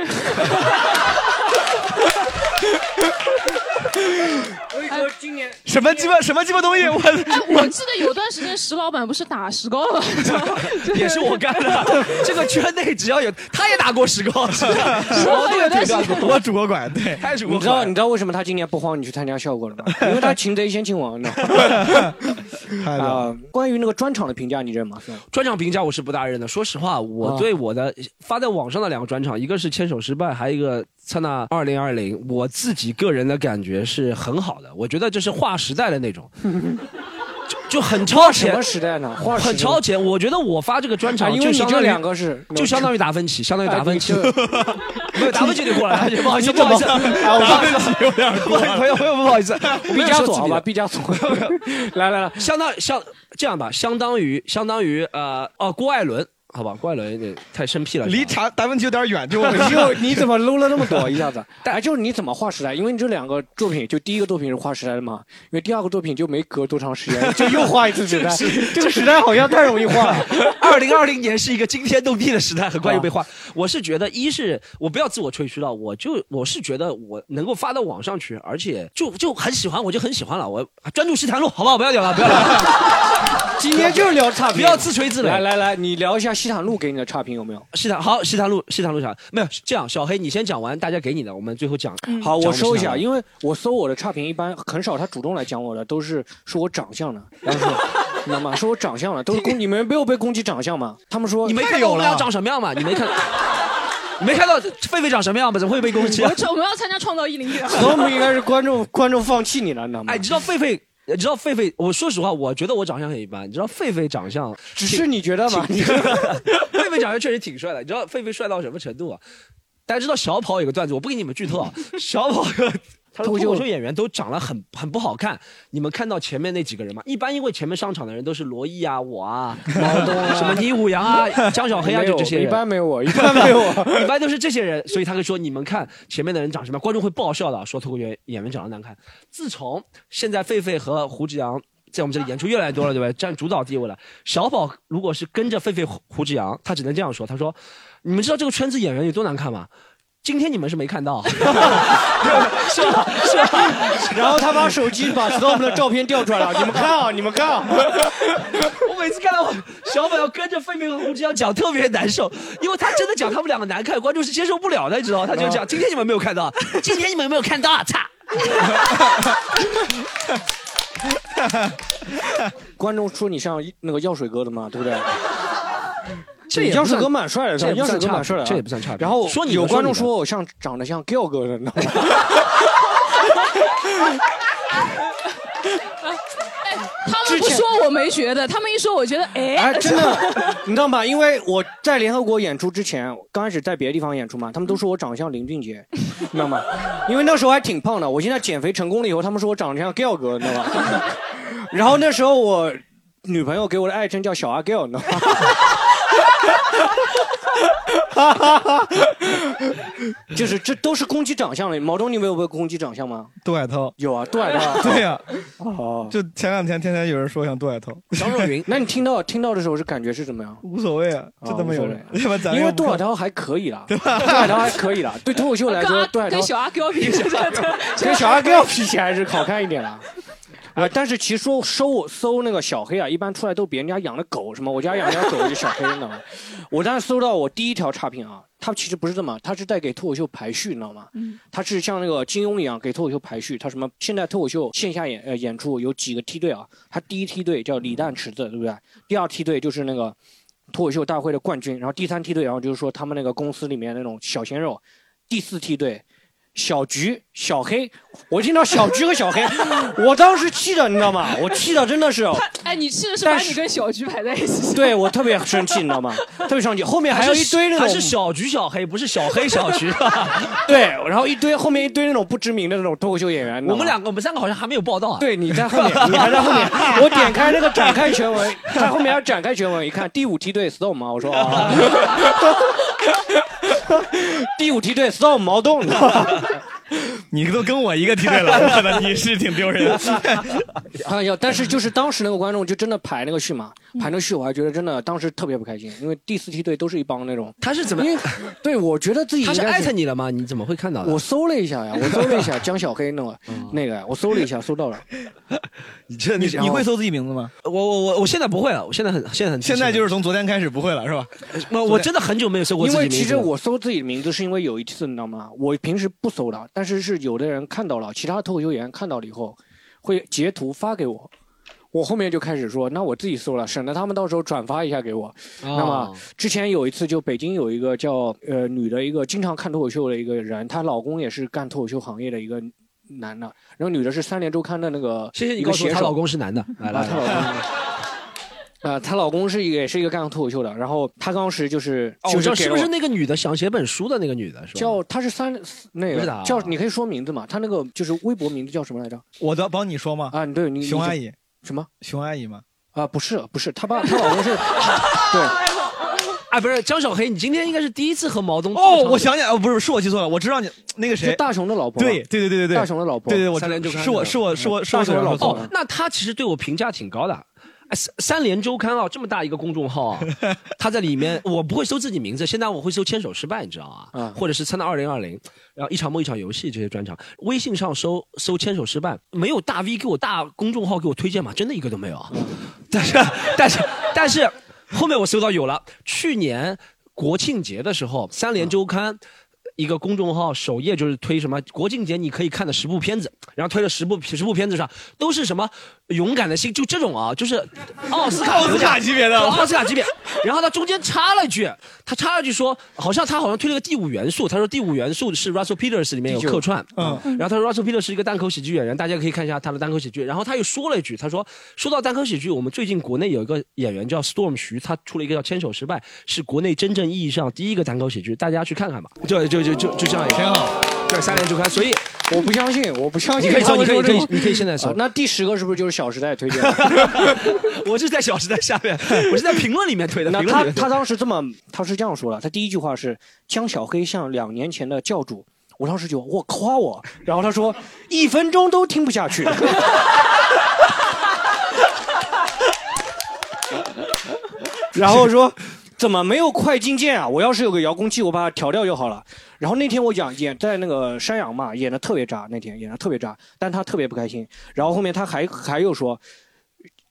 D: 今年
E: 什么鸡巴什么鸡巴东西？我
C: 哎，我记得有段时间石老板不是打石膏了吗？
B: 也是我干 的。这个圈内只要有，他也打过石膏，是不是我都有腿断过，
E: 我拄过拐，对，
B: 开始
D: 你
B: 过
D: 知道
B: 拐
D: 你。知道为什么他今年不慌你去参加效果 了吗？因为他擒贼先擒王，你知道吗？
E: 太
D: 啊、关于那个专场的评价，你认吗？
B: 专场评价我是不大认的，说实话，我
D: 啊
B: 对我的、发在网上的两个专场，一个是牵手失败，还有一个刹那二零二零，我自己个人的感觉是很好的，我觉得这是划时代的那种，就就很超
D: 什
B: 前
D: 么，时代呢？画
B: 很超前。我觉得我发这个专场
D: 因
B: 就
D: 为你
B: 相
D: 这
B: 当于
D: 两个是哎
B: 就相当于达芬 奇，相当于达芬奇， 没有达芬奇就过来了，不好意思，
D: 你哎
B: 不
D: 怎么
B: 好意思，
D: 啊我
B: 达芬奇有点朋友朋友不好意思， 我
D: 毕
B: 没有
D: 加
B: 说
D: 索
B: 自
D: 好
B: 己
D: 吧，
B: 的。
D: 毕加索， 来来来，
B: 相当相这样吧，相当于相当于呃哦郭艾伦，好吧，郭艾伦有点太生僻了，
E: 离
B: 是吧
E: 查达芬奇有点远，就我
D: 你 又你怎么搂了那么多一下子？哎，就是你怎么划时代？因为你这两个作品，就第一个作品是划时代的嘛，因为第二个作品就没隔多长时间，就 又画一次时代。 这个时代好像太容易画了。 啊
B: 二零二零年是一个惊天动地的时代，很快就被画。我是觉得，一是我不要自我吹嘘了，我就我是觉得我能够发到网上去，而且就就很喜欢，我就很喜欢了。我专注西谈路，好不好？不要聊了，不要聊了，
D: 今天就是聊差评，
B: 不要自吹自擂。
D: 来来来，你聊一下西坦路给你的差评有没有？
B: 西塘好，西塘路，西塘路啥？没有这样，小黑你先讲完，大家给你的，我们最后讲。
D: 好，
B: 讲
D: 我收一
B: 西塘
D: 下，
B: 路
D: 因为我搜我的差评一般很少，他主动来讲我的，都是说我长相的，然后说，你知道吗？说我长相的，都是攻，你们没有被攻击长相吗？他们说
B: 你没
E: 太
B: 看到我
E: 有
B: 们
E: 了
B: 要长什么样吗？你没看，你没看到狒狒长什么样吗？怎么会被攻击啊
C: 我？这我们要参加创造一零 一了。
D: 我们应该是观众观众放弃你了，你知道吗
B: 哎，？你知道狒狒？你知道狒狒？我说实话，我觉得我长相很一般。你知道狒狒长相，
D: 只是你觉得嘛，你
B: 狒狒长相确实挺帅的。你知道狒狒帅到什么程度啊？大家知道小跑有个段子，我不给你们剧透 啊。小跑有个他说脱口秀演员都长得很很不好看。你们看到前面那几个人吗？一般因为前面上场的人都是罗毅啊、我啊、毛东 啊、什么倪虎阳啊、江小黑啊，
D: 没
B: 就
D: 有
B: 这些人。
D: 一般没有我，一 般没有啊我。
B: 一般都是这些人，所以他会说你们看前面的人长什么样，观众会爆笑的，说脱口秀演员长得难看。自从现在狒狒和胡志阳在我们这里演出越来越多了，对不对？占主导地位了。小宝如果是跟着狒狒、胡胡志阳，他只能这样说，他说：“你们知道这个圈子演员有多难看吗？”今天你们是没看到，是吧？是吧？
D: 然后他把手机把 Storm 的照片调出来了，你们看啊，你们看 啊，
B: 我每次看到小宝要跟着狒狒和胡志阳讲，特别难受，因为他真
D: 啊
B: 的讲他们两个难看，观众是接受不了的，你知道吗？他就讲：“今天你们没有看到，今天你们没有看到，操！”
D: 观众说你像一那个药水哥的嘛，对不对？
B: 这也不
D: 药水
B: 算
D: 哥蛮帅的，
B: 这也不
D: 药水
B: 算
D: 哥
B: 差
D: 蛮帅的啊，
B: 评这也不算差评
D: 然后
B: 说你的
D: 有观
B: 说你
D: 众
B: 的
D: 说我像长得像 Giao 哥的，你知道吗？
C: 他们不
D: 之前
C: 说我没学的，他们一说我觉得哎，
D: 哎，真的，你知道吗？因为我在联合国演出之前，刚开始在别的地方演出嘛，他们都说我长得像林俊杰，你知道吗？因为那时候还挺胖的，我现在减肥成功了以后，他们说我长得像 Giao 哥，你知道吗？ 然后那时候我女朋友给我的爱称叫小阿 Giao，你知道吗？ 就是这都是攻击长相的。毛东，你们有被攻击长相吗？
E: 杜海涛，
D: 有啊，对 的。
E: 对呀、
D: 哦，
E: 就前两天天天有人说像杜海 涛，
B: 小 若云
D: 那你听到听到的时候是感觉是怎么样？
E: 无所谓啊，真他妈有人
D: 啊，无
E: 要不然咱
D: 因
E: 又
D: 为
E: 不
D: 杜海涛还可以啦，杜海涛还可以啦。 对脱口秀来
C: 跟
D: 说
C: 阿，
D: 杜海涛
C: 跟小阿 Q 比，
D: 跟小阿哥要比起来还是好看一点啦。 啊，但是其实说收搜那个小黑啊，一般出来都比人家养的狗什么，我家养条狗就小黑，你知道吗？我当时搜到我第一条差评啊，他其实不是这么，他是在给脱口秀排序，你知道吗？他是像那个金庸一样给脱口秀排序，他什么现在脱口秀线下演呃演出有几个梯队啊？他第一梯队叫李诞池子，对不对？第二梯队就是那个脱口秀大会的冠军，然后第三梯队，然后就是说他们那个公司里面那种小鲜肉，第四梯队小菊、小黑，我听到小菊和小黑， 我当时气的，你知道吗？我气的真的是，
C: 哎，你是不是
D: 但
C: 把
D: 是
C: 你跟小菊排在一起？
D: 对我特别生气，你知道吗？特别生气。后面还有一堆那
B: 还
D: 种
B: 是小菊小黑，不是小黑小 菊。
D: 对，然后一堆后面一堆那种不知名的那种脱口秀演员，你知道
B: 我
D: 吗
B: 们两个，我们三个好像还没有报道啊。
D: 对，你在 后面，你还在后面。我点开那个展开全文，在后面要展开全文，一看第五梯队 storm 啊，我说啊，第五梯队 storm 毛洞，
E: 你都跟我一个梯队了， 我觉得你是挺丢人的。
D: 哎呀，但是就是当时那个观众就真的排那个序嘛，排那个序，我还觉得真的当时特别不开心，因为第四梯队都是一帮那种，
B: 他是怎么？
D: 因为对我觉得自己
B: 他
D: 应
B: 是艾
D: 该
B: 特
D: 是。
B: 你了吗？你怎么会看到的？嗯
D: 我搜了一下呀，我搜了一下江小黑 那个那个，我搜了一下，搜到了。
B: 你这
E: 你你会搜自己名字吗？
B: 我我我我现在不会了，我现在很现在很
E: 现在
B: 就
E: 就是从昨天开始不会了，是吧？
B: 我我真的很久没有搜过自己
D: 因为
B: 名字了。
D: 其实我搜自己的名字是因为有一次你知道吗？我平时不搜的，但是是有的人看到了，其他脱口秀演员看到了以后，会截图发给我。我后面就开始说，那我自己搜了，省得他们到时候转发一下给我。
B: 哦
D: 那么之前有一次，就北京有一个叫呃女的一个经常看脱口秀的一个人，她老公也是干脱口秀行业的一个男的，然后女的是三联周刊的那个
B: 谢谢你
D: 一
B: 告
D: 个
B: 诉我，
D: 写
B: 她老
D: 手，
B: 公是男的。来
D: 啊，
B: 来
D: 她
B: 来，
D: 老公。 呃，她老公是一个也是一个干脱口秀的，然后她当时就是
B: 哦，
D: 就
B: 我知道
D: 给
B: 是不是
D: 我
B: 那个女的想写本书的那个女的是吧？
D: 叫她是三那
B: 不
D: 个
B: 是啊她
D: 叫你可以说名字嘛？她那个就是微博名字叫什么来着？
E: 我都帮你说吗？
D: 啊，你对，你
E: 熊阿
D: 姨
E: 姨，
D: 什么？
E: 熊阿姨吗？
D: 啊，不是不是，她爸她老公 是对。
B: 哎，不是江小黑，你今天应该是第一次和毛东
E: 哦，我想起来，哦，不是，是我记错了，我知道你那个
D: 是
E: 谁，
D: 大雄的老婆。
E: 对，对对对对对，
D: 大雄的老婆。
E: 对对，我
B: 三联周刊
E: 是我是我是我是我
D: 大雄的老
E: 说错
D: 婆
E: 了
B: 哦，那他其实对我评价挺高的。哎，三三联周刊啊，这么大一个公众号 啊，他在里面，我不会搜自己名字，现在我会搜牵手失败，你知道啊，
D: 嗯
B: 或者是参加二零二零，然后一场梦一场游戏这些专场，微信上搜搜牵手失败，没有大 V 给我大公众号给我推荐嘛，真的一个都没有啊。但是但是 但是后面我搜到有了，去年国庆节的时候，三联周
E: 嗯
B: 刊。一个公众号首页就是推什么国庆节你可以看的十部片子，然后推了十部十部片子上都是什么勇敢的心，就这种啊，就是奥斯卡
E: 奥斯卡级别的
B: 对奥斯卡级别。然后他中间插了一句，他插了一句说，好像他好像推了个第五元素，他说第五元素是 Russell Peters 里面有
D: 第九
B: 客串，
E: 嗯
B: 然后他说 Russell Peters 是一个单口喜剧演员，大家可以看一下他的单口喜剧。然后他又说了一句，他说说到单口喜剧，我们最近国内有一个演员叫 Storm 徐，他出了一个叫《牵手失败》，是国内真正意义上第一个单口喜剧，大家去看看吧。就就就就就这样一
E: 挺
B: 个，
E: 好。
B: 对三联周刊，所以
D: 我不相信，我不相
B: 你
D: 信。
B: 可以搜，你
D: 他们
B: 可以
D: 说
B: 可
D: 这
B: 以
D: 种
B: 你可以现在搜
D: 啊。那第十个是不是就是《小时代》推荐的？
B: 我是在小时代下面， 我是在评论里面推的。
D: 那
B: 评论里
D: 他
B: 面推
D: 他当时这么，他是这样说的，他第一句话是江小黑像两年前的教主。我当时就我夸我，然后他说 一分钟都听不下去。 然后说怎么没有快进键啊？我要是有个遥控器，我把它调掉就好了。然后那天我讲演在那个山羊嘛，演的特别渣，那天演的特别渣，但他特别不开心。然后后面他还还有说，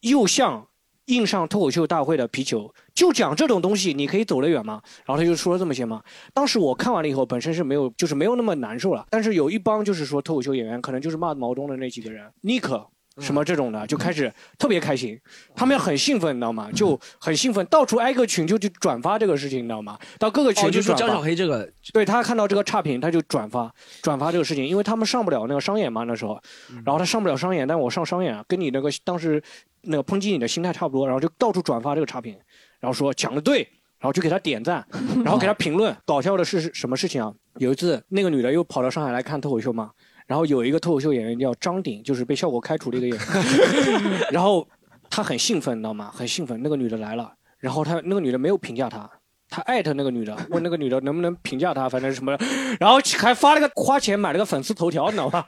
D: 又像硬上脱口秀大会的皮球，就讲这种东西，你可以走得远吗？然后他就说了这么些嘛。当时我看完了以后，本身是没有，就是没有那么难受了。但是有一帮就是说脱口秀演员，可能就是骂毛东的那几个人，尼克。什么这种的就开始特别开心，他们很兴奋，你知道吗？就很兴奋，到处挨个群就去转发这个事情，你知道吗？到各个群
B: 哦就说
D: 转
B: 张
D: 发
B: 小黑这个，
D: 对他看到这个差评，他就转发转发这个事情，因为他们上不了那个商演嘛那时候，然后他上不了商演，但我上商演啊，跟你那个当时那个抨击你的心态差不多，然后就到处转发这个差评，然后说讲的对，然后就给他点赞，然后给他评论。搞笑的是是什么事情啊？有一次那个女的又跑到上海来看脱口秀嘛，然后有一个脱口秀演员叫张鼎，就是被效果开除的一个演员， 然后他很兴奋，你知道吗？很兴奋，那个女的来了，然后他那个女的没有评价他。他艾特那个女的，问那个女的能不能评价他，反正什么的，然后还发了个花钱买了个粉丝头条，你知道吗？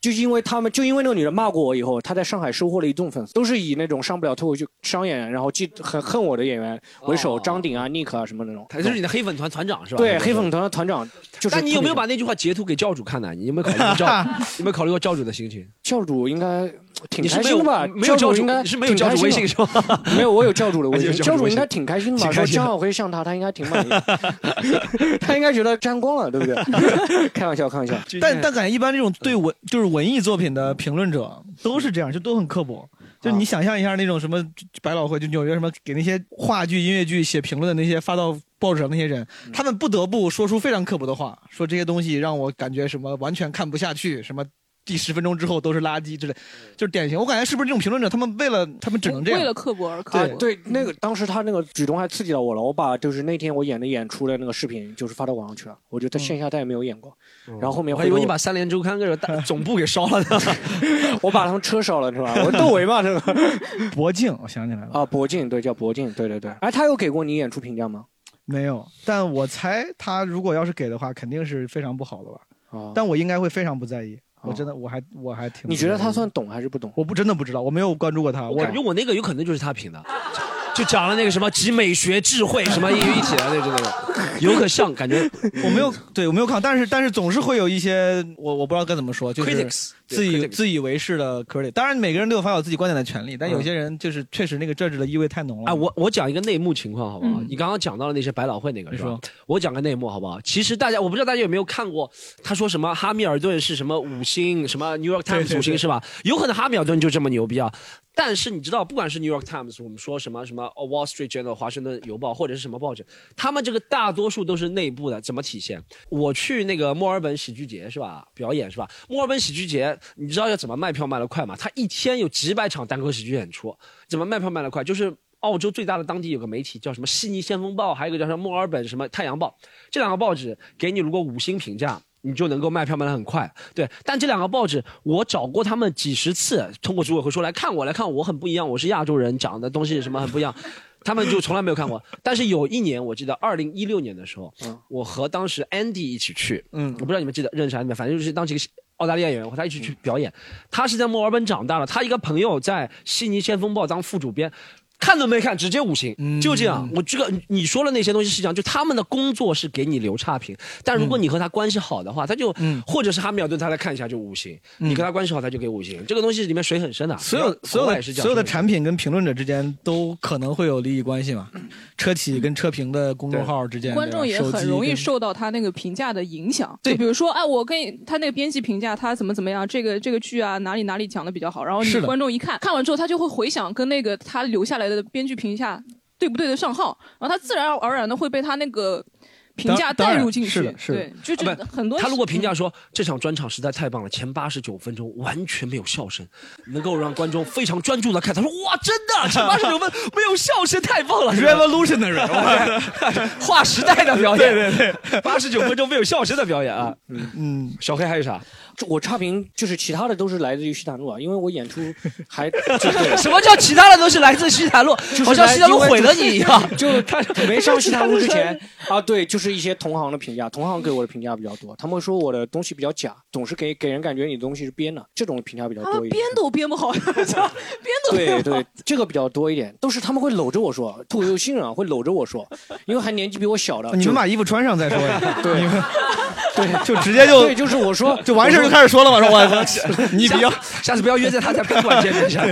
D: 就因为他们，就因为那个女的骂过我以后，她在上海收获了一众粉丝，都是以那种上不了脱口秀商演，然后记很恨我的演员为首，张鼎啊、Nick 啊什么那种。
B: 他就是你的黑粉团团长哦是吧？
D: 对黑粉团的团长，就是。
B: 但你有没有把那句话截图给教主看呢？你有没有考虑过教？有没有考虑过教主的心情？
D: 教主应该挺
B: 你是
D: 开
B: 没有
D: 心吧？
B: 没有教
D: 教
B: 主
D: 应该
B: 你是没有教主微信是
D: 吧？ 没有，我有教主的微
B: 还
D: 信。
B: 是有教主
D: 教
B: 微信
D: 主应该挺开心吧？
B: 挺开
D: 说
B: 心的
D: 张小辉上他，他应该挺满 意的，他应该觉得沾光了，对不 对？开玩笑，开玩笑。
E: 但但感觉一般这种对文就是文艺作品的评论者都是这样，就都很刻薄。就你想象一下那种什么百老汇，就纽约什么给那些话剧、音乐剧写评论的那些发到报纸上那些人，他们不得不说出非常刻薄的话，说这些东西让我感觉什么完全看不下去，什么第十分钟之后都是垃圾之类，就是典型。我感觉是不是这种评论者，他们为了他们只能这样，
C: 为了刻薄而刻
D: 啊
C: 薄。，
D: 对，那个当时他那个举动还刺激到我了，我把就是那天我演的演出的那个视频，就是发到网上去了。我觉得线下再也没有演过。然后后面
B: 哦我
D: 回
B: 还以
D: 头
B: 为你把三联周刊这个大总部给烧了呢。
D: 我把他们车烧了是吧？我窦 唯嘛，这个
E: 脖颈，我想起来了，
D: 啊，博静对，叫博静，对对对。哎，他有给过你演出评价吗？
E: 没有。但我猜他如果要是给的话，肯定是非常不好的吧。
D: 啊，
E: 但我应该会非常不在意。我
B: 啊
E: 真的，我还我还挺。
D: 你觉得他算懂还是不懂？
E: 我不真的不知道，我没有关注过他。
B: 我
E: 我
B: 感觉我那个有可能就是他评的，就讲了那个什么集美学、智慧什么一一起的那种那个，有可像，感觉
E: 我 没有对我没有看，但是但是总是会有一些我我不知道该怎么说，就是
B: Critics，对
E: 自以
B: critics
E: 自以为是的 critic。当然，每个人都有发表自己观点的权利，但有些人就是确实那个政治的意味太浓了。
B: 嗯啊，我我讲一个内幕情况好不好？你刚刚讲到了那些百老汇那个是吧
E: 说？
B: 我讲个内幕好不好？其实大家我不知道大家有没有看过，他说什么哈密尔顿是什么五星，什么 New York
E: 对
B: Times
E: 对
B: 五星
E: 对
B: 是吧？有可能哈密尔顿就这么牛逼啊！但是你知道，不管是 New York Times，我们说什么什么哦 Wall Street Journal 华盛顿邮报或者是什么报纸，他们这个大多数都是内部的，怎么体现？我去那个墨尔本喜剧节是吧？表演是吧？墨尔本喜剧节，你知道要怎么卖票卖得快吗？他一天有几百场单口喜剧演出，怎么卖票卖得快？就是澳洲最大的当地有个媒体叫什么悉尼先锋报，还有一个叫什么墨尔本什么太阳报，这两个报纸给你如果五星评价。你就能够卖票卖得很快，对。但这两个报纸，我找过他们几十次，通过组委会说来看我，来看我很不一样，我是亚洲人，讲的东西什么很不一样， 他们就从来没有看过。但是有一年，我记得二零一六年的时候，我和当时 Andy 一起去，
E: 嗯
B: 我不知道你们记得认识还是没有，反正就是当时一个澳大利亚演员，我和他一起去表演。他是在墨尔本长大的，他一个朋友在悉尼先锋报当副主编。看都没看，直接五星，就这样。我这个你你说的那些东西是这样，就他们的工作是给你留差评，但如
E: 嗯
B: 果你和他关系好的话，他就、或者是哈密尔顿，他来看一下就五星；你跟他关系好，他就给五星。这个东西里面水很深的、
E: 嗯所有所有
B: 国外
E: 的
B: 也是这样
E: 所有的
B: 说
E: 产品跟评论者之间都可能会有利益关系嘛，车
B: 嗯
E: 企跟车评的公众号之间，
C: 观众
E: 对吧
C: 也
E: 手
C: 很
E: 机
C: 容易
E: 跟
C: 受到他那个评价的影响。
E: 对
C: 就比如说，哎，我跟你他那个编辑评价他怎么怎么样，这个这个剧啊哪里哪里讲的比较好，然后你
E: 是的
C: 观众一看看完之后，他就会回想跟那个他留下来的编剧评价对不对得上号，然后他自然而然的会被他那个评价
E: 当当
C: 带
E: 然
C: 入进去。
E: 是的是的
C: 对，就这
B: 啊不
C: 很多。嗯
B: 他如果评价说这场专场实在太棒了，前八十九分钟完全没有笑声，能够让观众非常专注的看。他说哇，真的，啊前八十 九分没有笑声，太棒了
E: revolutionary，我
B: 划时代的表演，对对对，八十九分钟没有笑声的表演啊。
E: 嗯，
B: 小黑还有啥？
D: 这我差评就是其他的都是来自于西坦路啊，因为我演出 还就是
B: 什么叫其他的都 是来自西塔路？好像西塔路毁了你一 样。
D: 就他没上西塔 路之前啊，对，就是一些同行的评价，同行给我的评价比较多，他们说我的东西比较假，总是给给人感觉你的东西是编的，这种评价比较
C: 他
D: 多
C: 们
D: 一
C: 编
D: 点。
C: 都编不好，编都编
D: 对
C: 不好。
D: 对，这个比较多一点，都是他们会搂着我说，脱口秀新人啊会搂着我说，因为还年纪比我小的，
E: 哦你
D: 就
E: 们把衣服穿上再说呀。对， 对，就直接就，
D: 对，就是我说
E: 就完事儿就开始说了嘛， 说 我你不要
D: 下次不要约在他家宾馆见面 下。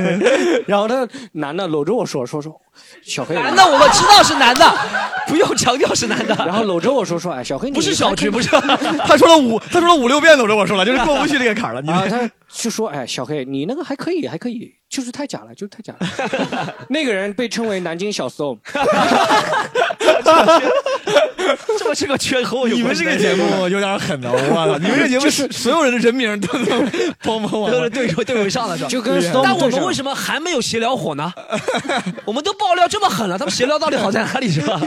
D: 然后那男的搂着我说说说，小黑，
B: 男的我们知道是男的，不用强调是男的。
D: 然后搂着我说说，哎，小黑你
B: 不是小菊，不是。
E: 他说了五，他说了五六遍都是我说了， 就是过不去这个坎儿了。你
D: 啊，他就说：“哎，小黑，你那个还可以，还可以，就是太假了，就是太假了。”那个人被称为南京小宋，
B: 这么这个圈和我有
E: 你们
B: 关
E: 这
B: 系
E: 个节目有点狠了， 我了，你们这个节目是所有人的人名都能 帮帮我。
B: 对对对对对上了是吧？
D: 就跟
E: 对
D: Storm
B: 但我
D: 对
B: 们
D: 上
B: 为什么还没有闲聊火呢？我们都爆料这么狠了，他们闲 聊到底好在哪里是吧？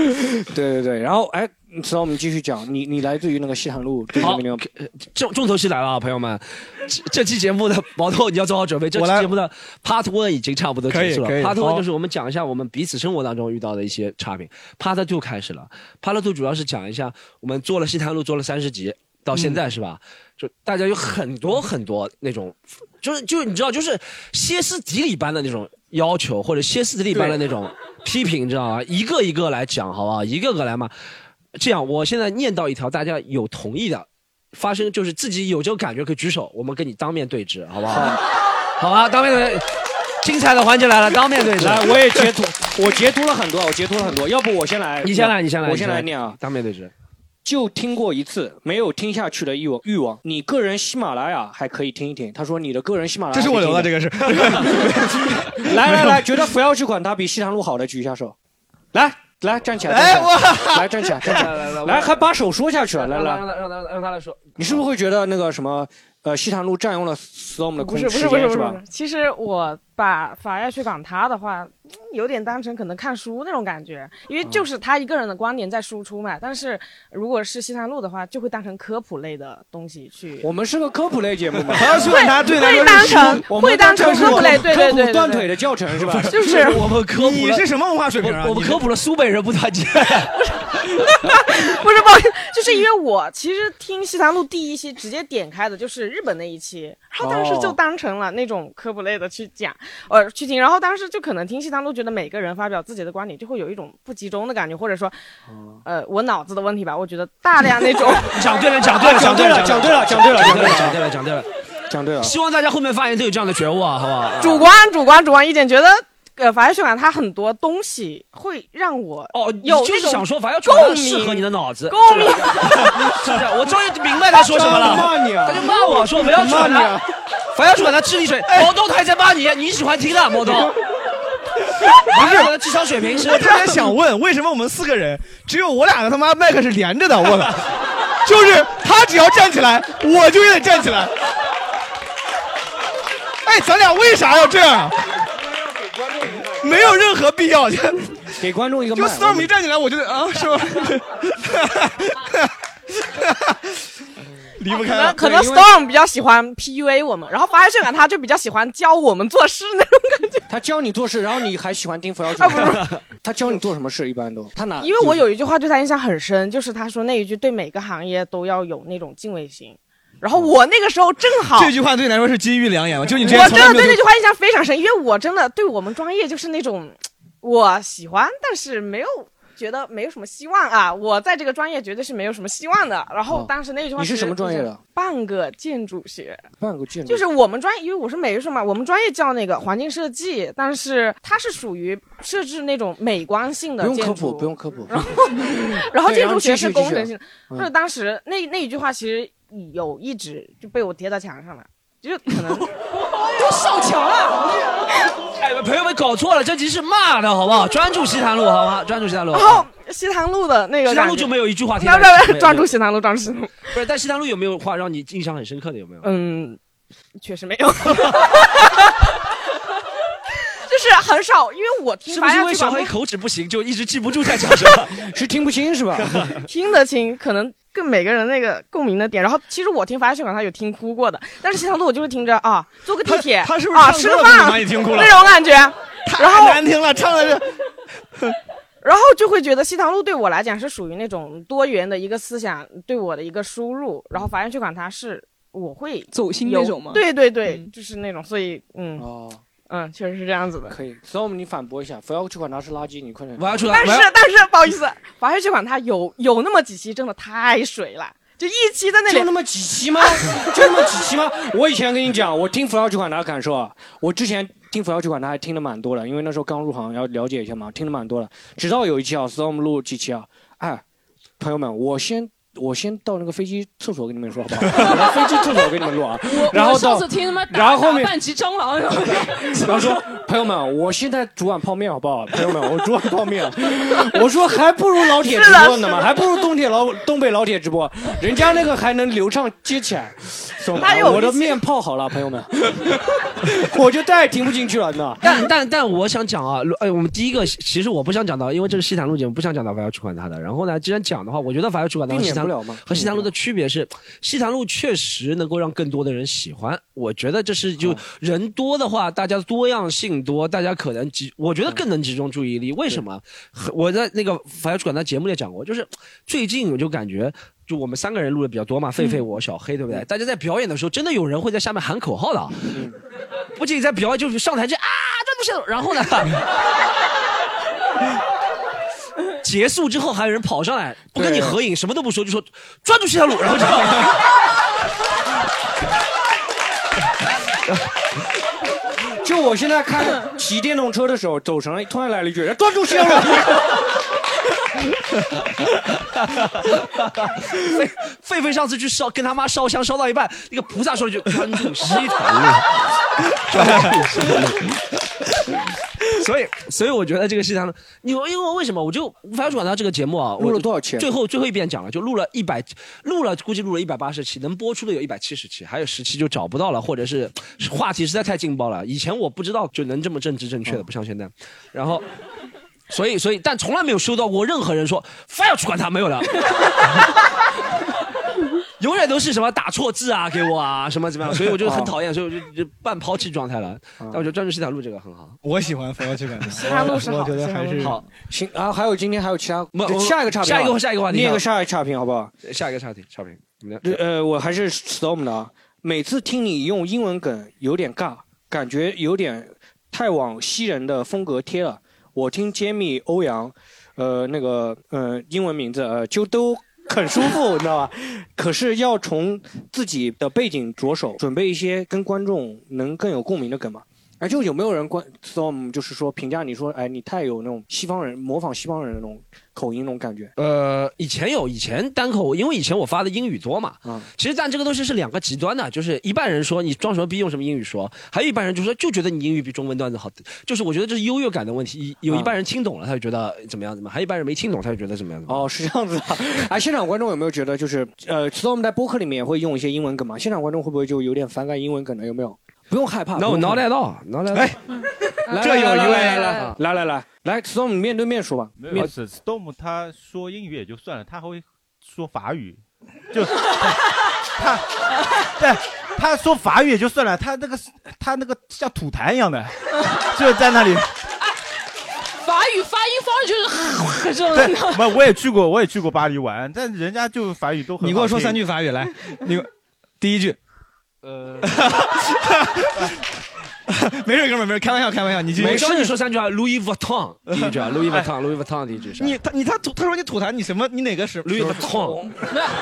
D: 对对对，然后哎，所以我们继续讲，你你来自于那个西坦路对
B: 好
D: 面那个
B: 重重头戏来了啊，朋友们，这这期节目的毛豆你要做好准备，这
E: 我
B: 期
E: 来
B: 节目的 Part One 已经差不多结束了。
E: 可以可以
B: Part
E: 好
B: One 就是我们讲一下我们彼此生活当中遇到的一些差评，Part Two 开始了，Part Two 主要是讲一下我们做了西坛路做了三十集，到现
E: 嗯
B: 在是吧？就大家有很多很多那种，就是就是你知道，就是歇斯底里般的那种要求，或者歇斯底里般的那种批评，你知道吗？一个一个来讲，好不好？一个个来骂。这样，我现在念到一条，大家有同意的，发生就是自己有这个感觉可以举手，我们跟你当面对质，好不好？好吧，当面对质，精彩的环节来了，当面对质。
D: 来，我也截图，我截图了很多，我截图了很多，要不我先来，
B: 你先来，你先来，
D: 我
B: 你
D: 先来念啊，
B: 当面对质。
D: 就听过一次，没有听下去的欲望欲望。你个人喜马拉雅还可以听一听，他说你的个人喜马拉
E: 这
D: 雅
E: 是我留的，这
D: 个。
E: 个是
D: 来来来，觉得不要去管它比西塘路好的举一下手，来来站起来，
E: 哎
D: 站起来来站起来，站起 来。
B: 来来
D: 来，还把手说下去了，来来，
B: 让他让他让他来说。
D: 你是不是会觉得那个什么，呃，西塘路占用了 storm 的
I: 不
D: 空
I: 是
D: 时
I: 不是不
D: 间
I: 是不是
D: 吧
I: 不？是，其实我把法要去管他的话，嗯有点当成可能看书那种感觉，因为
D: 嗯
I: 就是他一个人的观点在输出嘛。但是如果是西山路的话，就会当成科普类的东西 去。
D: 我们是个科普类节目嘛，
E: 还要去管他对来
I: 会
E: 说
I: 当
E: 是
I: 成
D: 我们
I: 会当成
D: 这是
I: 科普类，对对
D: 科
I: 对
D: 普断腿的教程是吧？
I: 对， 就是
B: 我们科普
E: 你
B: 了，
E: 是什么文化水平啊？
B: 我我们
E: 你
B: 科普了苏北人不团结。
I: 不是不好意思，就是因为我其实听西塘路第一期直接点开的就是日本那一期，然后当时
D: 哦
I: 就当成了那种科普类的去讲，呃，去听，然后当时就可能听西塘路觉得每个人发表自己的观点就会有一种不集中的感觉，或者说，呃，我脑子的问题吧，我觉得大量那 种
B: 讲对了，讲对了，
D: 讲嗯对
B: 对
D: 了，讲对了，讲对了，
B: 讲对
D: 讲对
B: 了，
D: 了，
B: 讲对了，讲对了。
D: 讲对了。
B: 希望大家后面发言都有这样的觉悟啊，好不好？
I: 主观主观主观意见，觉得呃，法律学馆它很多东西会让我
B: 哦，你
I: 有
B: 就是
I: 那种
B: 想说，反正
I: 共鸣
B: 啊适合你的脑子，
I: 共鸣，
B: 是不是？我 终于明白他说什么了。
D: 骂你啊
B: 他就骂我说不要去管他，反要去管他智力水。
I: 哎
B: 毛豆他还在骂你，你喜欢听的毛豆。 不是，的智商水平是
E: 我特别想问，为什么我们四个人只有我俩的他妈麦克是连着的？我操！就是他只要站起来，我就也得站起来。哎，咱俩为啥要这样？啊没有任何必要，就
D: 给观众一个
E: 就
D: 麦。
E: storm 一站起来，我就得啊，是吧？ 离不
I: 可
E: 开
I: 能
E: 了。
I: 可能
D: 对因为
I: storm 比较喜欢 PUA 我们，然后法律学馆他就比较喜欢教我们做事那种感觉。
D: 他教你做事，然后你还喜欢听佛教主
I: 啊不
D: 义。他教你做什么事？一般都他哪？
I: 因为我有一句话对他印象很深，就是他说那一句对每个行业都要有那种敬畏心。然后我那个时候正好，
E: 这句话对你来说是金玉良言吗？就你之前
I: 我
E: 从
I: 真
E: 来
I: 的
E: 没
I: 对
E: 有
I: 这句话印象非常深，因为我真的对我们专业就是那种我喜欢， 但是没有觉得没有什么希望啊。我在这个专业绝对是没有什么希望的。然后当时那句话、
D: 哦你是什么专业的？？
I: 半个建筑学。
D: 半个建筑
I: 就是我们专业，因为我是美术嘛，我们专业叫那个环境设计，但是它是属于设置那种美观性
D: 不
I: 的
D: 用
I: 建
D: 科
I: 筑，
D: 普， 不用科普。
I: 然后
D: 对
I: 建
D: 然后
I: 筑学
D: 继续
I: 是
D: 继
I: 工
D: 续
I: 程性的，
D: 嗯
I: 就是当时那那一句话其实有一直就被我贴到墙上了，就是可 能都上墙了。
B: 哎，朋友们搞错了，这集是骂的，好不好？专注西坛路，好吗？专注西坛 路。
I: 然后西塘路的那个
B: 西
I: 感
B: 坛
I: 觉
B: 路就没有一句话听
I: 不要
B: 到
I: 不
B: 你。
I: 要不要，专注西塘路，专注西塘路。
B: 不是，但西坛路有没有话让你印象很深刻的？有没有？
I: 嗯，确实没有。 就是很少，因为我听
B: 是不
I: 白
B: 是因
I: 牙
B: 为
I: 去
B: 小
I: 广
B: 黑
I: 播
B: 口齿不行，就一直记不住在讲什 么？
D: 是听不清是 吧？
I: 听得清，可能跟每个人那个共鸣的点。然后其实我听法学馆他有听哭过的，但是西塘路我就是听着啊，坐个地铁
E: 他他是不是
I: 啊，
E: 唱
I: 吃
E: 歌
I: 个
E: 的时候
I: 饭
E: 把你听哭了
I: 那种感觉，然
E: 太
I: 后
E: 难听了，唱的这
I: 然后就会觉得西塘路对我来讲是属于那种多元的一个思想对我的一个输入，然后法院去管它是我会
C: 走心
I: 有
C: 那种吗？，
I: 对对对，
C: 嗯
I: 就是那种，所以嗯
D: 哦，
I: 嗯，确实是这样子的。
D: 可以。所以我们你反驳一下，不要去管他是垃圾，你快点
B: 我。要出来
I: 但，是
B: 我要
I: 但是不好意思，法院去管它有有那么几期真的太水了，就一期在那里
D: 就那么几 期吗？ 就那么几期吗？我以前跟你讲，我听《扶摇去管他》的感受啊，我之前听《扶摇去管他》还听的蛮多的，因为那时候刚入行，要了解一下嘛，听的蛮多的。直到有一期啊，我们录几期啊，哎，朋友们，我先。我先到那个飞机厕所跟你们说好不好？我到飞机厕所跟你们录啊
C: 我，
D: 然后
C: 我上
D: 到
C: 次听他妈打
D: 然后后面
C: 打半集蟑螂，然后
D: 然后说：“朋友们，我现在煮碗泡面好不好？朋友们，我煮碗泡面。” 我说：“还不如老铁直播呢嘛，还不如东铁老东北老铁直播，人家那个还能流畅接起来。懂吗
B: 他有
D: 我的面泡好了，朋友们， 我就再也听不进去了呢。
B: 但但但我想讲啊，呃，我们第一个其实我不想讲到，因为这是西坦路节目，不想讲到法要去管他的。然后呢，既然讲的话，我觉得法要去管他和西坦路
D: 避免不了嘛
B: 和西坦路的区别是，西坦路确实能够让更多的人喜欢。我觉得这是就
D: 哦
B: 人多的话，大家多样性多，大家可能集，我觉得更能集中注意力。为什么？和我在那个法要去管他节目里也讲过，就是最近我就感觉。就我们三个人录的比较多嘛，狒狒、我、小黑，
D: 嗯
B: 对不对？大家在表演的时候，真的有人会在下面喊口号的啊，不仅在表演，就是上台就啊，这不是，然后呢，结束之后还有人跑上来不跟你合影，什么都不说，就说抓住这条路，然后就。
D: 就我现在开骑电动车的时候，走神了，突然来了一句：‘抓住线了。’
B: 狒狒狒上次去烧跟他妈烧香，烧到一半，那个菩萨说了一句：“专注西坛路，专注西坛路。”所以，所以我觉得这个西坛路，你因为为什么我就无法转到这个节目啊？我
D: 录了多少期啊
B: 最后最后一遍讲了，就录了一百，录了估计录了一百八十期，能播出的有一百七十期，还有十期就找不到了，或者是话题实在太劲爆了。以前我不知道就能这么政治正确的，不像现在。然后。所以，所以，但从来没有收到过任何人说非要去管他，没有的。 永远都是什么打错字啊，给我啊，什么怎么样， 所以我就很
D: 哦
B: 讨厌，所以我就就半抛弃状态了。但我觉得专注西塔路这个很好。
E: 我喜欢冯小去感觉，西我觉得还是
D: 好。行，然后还有今天还有其他
B: 不我
D: 下一个差评啊，
B: 下一个下一个话题
D: 念一个
B: 下
D: 下一个差评好不好？
B: 下一个差评，差评，你们
D: 呃，我还是 storm 的啊。每次听你用英文梗有点尬，感觉有点太往西人的风格贴了。我听揭秘欧阳，呃，那个呃英文名字呃就都很舒服，你知道吧？可是要从自己的背景着手，准备一些跟观众能更有共鸣的梗嘛。哎，就有没有人关 storm 就是说评价你说，哎，你太有那种西方人模仿西方人的那种口音那种感觉？
B: 呃，以前有，以前单口，因为以前我发的英语多嘛，其实但这个东西是两个极端的，就是一半人说你装什么逼用什么英语说，还有一半人就说就觉得你英语比中文段子好，就是我觉得这是优越感的问题，有一半人听懂了他就觉 得呃怎么样怎么样，还有一半人没听懂他就觉得怎么样怎么样。
D: 哦，是这样子的。 哎，现场观众有没有觉得就是呃，其实我们在播客里面也会用一些英文梗嘛？现场观众会不会就有点反感英文梗呢？有没有？不用害怕。
B: No,
D: 不用
B: not
D: 害怕
B: at all, not at all.
D: 来
B: 哎这
D: 来
B: 有
D: 来
B: 一位
D: 来来来来来来，Storm 面对面说吧。
J: 没
D: 面
J: 有是 Storm 他说英语也就算了，他还会说法语，就他对他说法语也就算了，他那个他那个像吐痰一样的，就在那里。
C: 法语发音方式就是 这种
J: 对，没有我也去过，我也去过巴黎玩，但人家就法语都很好听。
E: 你给我说三句法语来，你第一句，
J: 呃，
E: 没事哥们儿，没事，开玩笑开玩笑，你继续。
B: 没事，你说三句啊，Louis Vuitton 第一句 啊，Louis Vuitton，Louis Vuitton 第一句是吧。
E: 你他你他吐他说你
D: 哎
E: 吐痰，你什么你哪个是
B: Louis Vuitton，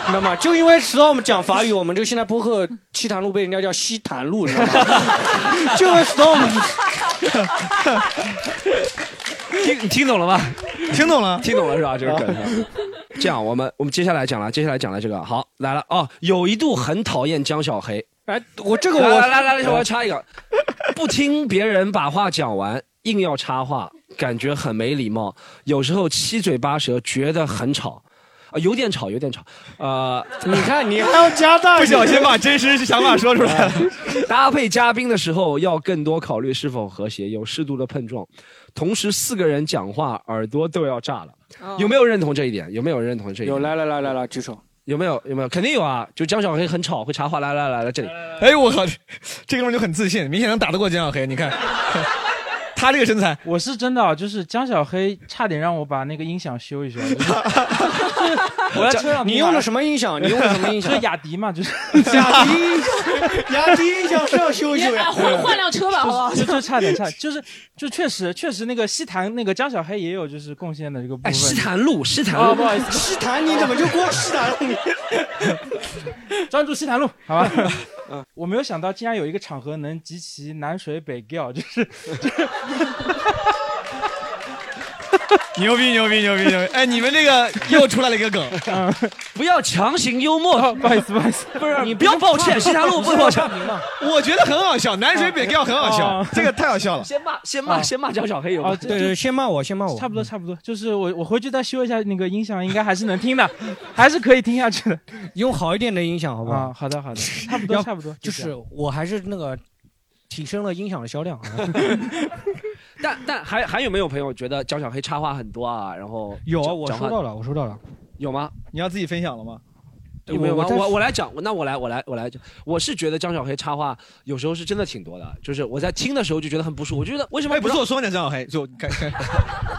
D: 知道吗？就因为 Storm 讲法语，我们就现在播客西坛路被人家叫西坛路，你知道 吗？就因为 Storm
B: 听你听懂了吗？
E: 听懂了？
B: 听懂了是吧？这个梗。这样，我们我们接下来讲了，接下来讲了这个，好来了哦。有一度很讨厌江小黑，
D: 哎，我这个
B: 来
D: 我
B: 来来来来，我要插一个，不听别人把话讲完，硬要插话，感觉很没礼貌，有时候七嘴八舌，觉得很吵。啊，有点吵，有点吵，呃，
D: 你看你还要加大，
E: 不小心把真实想法说出来了。
B: 搭配嘉宾的时候要更多考虑是否和谐，有适度的碰撞。同时，四个人讲话耳朵都要炸了，有没有认同这一点？有没有人认同这一点？
D: 有来来来来来举手。
B: 有没有？有没有？肯定有啊！就江小黑很吵，会插话。来来来来，这里
E: 哎呦我靠，这哥们儿就很自信，明显能打得过江小黑。你看，他这个身材，
K: 我是真的啊，就是江小黑差点让我把那个音响修一 修。 就是我在车上，
H: 你用了什么音响你用了什么音响
K: 就雅迪嘛，就是
H: 雅 迪雅迪音响是要修一修呀
C: 换换辆车吧好不好
K: 就就就 差点差，就是就确实确实那个西坛那个江小黑也有就是贡献的这个部分。
B: 哎西坛路，西坛
K: 啊
B: 路，
K: 不好意思，
B: 西
H: 坛你怎么就过
K: 西坛路？ 专注西坛路，好吧？ 我没有想到，竟然有一个场合能集齐南水北调，就是
E: 牛逼牛逼牛逼牛 逼！哎，你们这个又出来了一个梗，哦
B: 不要强行幽默，
K: 不好意思不好意思，
B: 不是你不要抱歉，西坛路不抱歉。
E: 我觉得很好笑，南水北调很好笑
K: 哦，
E: 这个太好笑了。
B: 先骂先骂先骂江小黑有
K: 哦
B: 吗？
K: 这
D: 对对，先骂我，先骂我。
K: 差不多差不多，就是我我回去再修一下那个音响，应该还是能听的，还是可以听下去的
D: 用好一点的音响，好不好？
K: 啊。好的 好的，差不多
D: 要
K: 差不多，
D: 就
K: 这
D: 是
K: 样
D: 我还是那个提升了音响的销 量。啊
B: 但但还还有没有朋友觉得江小黑插话很多啊？然后
D: 有啊，
B: 讲
D: 我
B: 讲
D: 收
B: 话
D: 到了，我收到了。
B: 有吗？
E: 你要自己分享了吗？
B: 有没有吗？
D: 在
B: 我我来讲，那我来我来我来讲，我是觉得江小黑插话有时候是真的挺多的，就是我在听的时候就觉得很不舒服。我觉得为什么
E: 哎，不
B: 让啊
E: 是我说你啊，张小黑，就你开 开，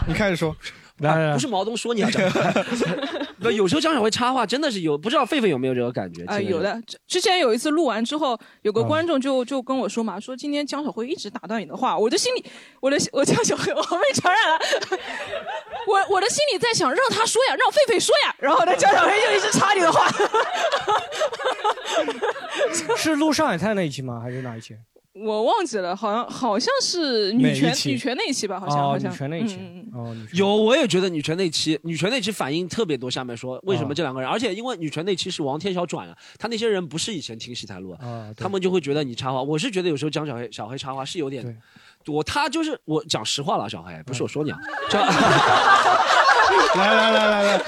E: 你开始说。
D: 来来
B: 不
D: 来，
B: 是毛东说你要讲， 不，有时候江小辉插话真的是有，不知道狒狒有没有这个感觉？
C: 啊、
B: 听着
C: 有的。之之前有一次录完之后，有个观众就就跟我说嘛，说今天江小辉一直打断你的话，我的心里，我的我江小辉，我被传染了， 我我的心里在想，让他说呀，让狒狒说呀，然后呢，江小辉就一直插你的话。
D: 是录上海滩那一期吗？还是哪一期？
C: 我忘记了，好像好像是女
E: 哪
C: 权
E: 一期
C: 女权那一期吧，好像、
D: 哦
C: 好，
D: 女
C: 像
D: 权那一期
C: 嗯嗯嗯。
D: 哦，女权。
B: 有，我也觉得女权那期，女权那期反应特别多。下面说为什么这两个人，而且因为女权那期是王天晓转了，他那些人不是以前听西台路啊，
D: 啊，对
B: 他们就会觉得你插话。我是觉得有时候江小黑小黑插话是有点
D: 对，
B: 我他就是我讲实话了，小黑不是我说你啊，
E: 来来来来来，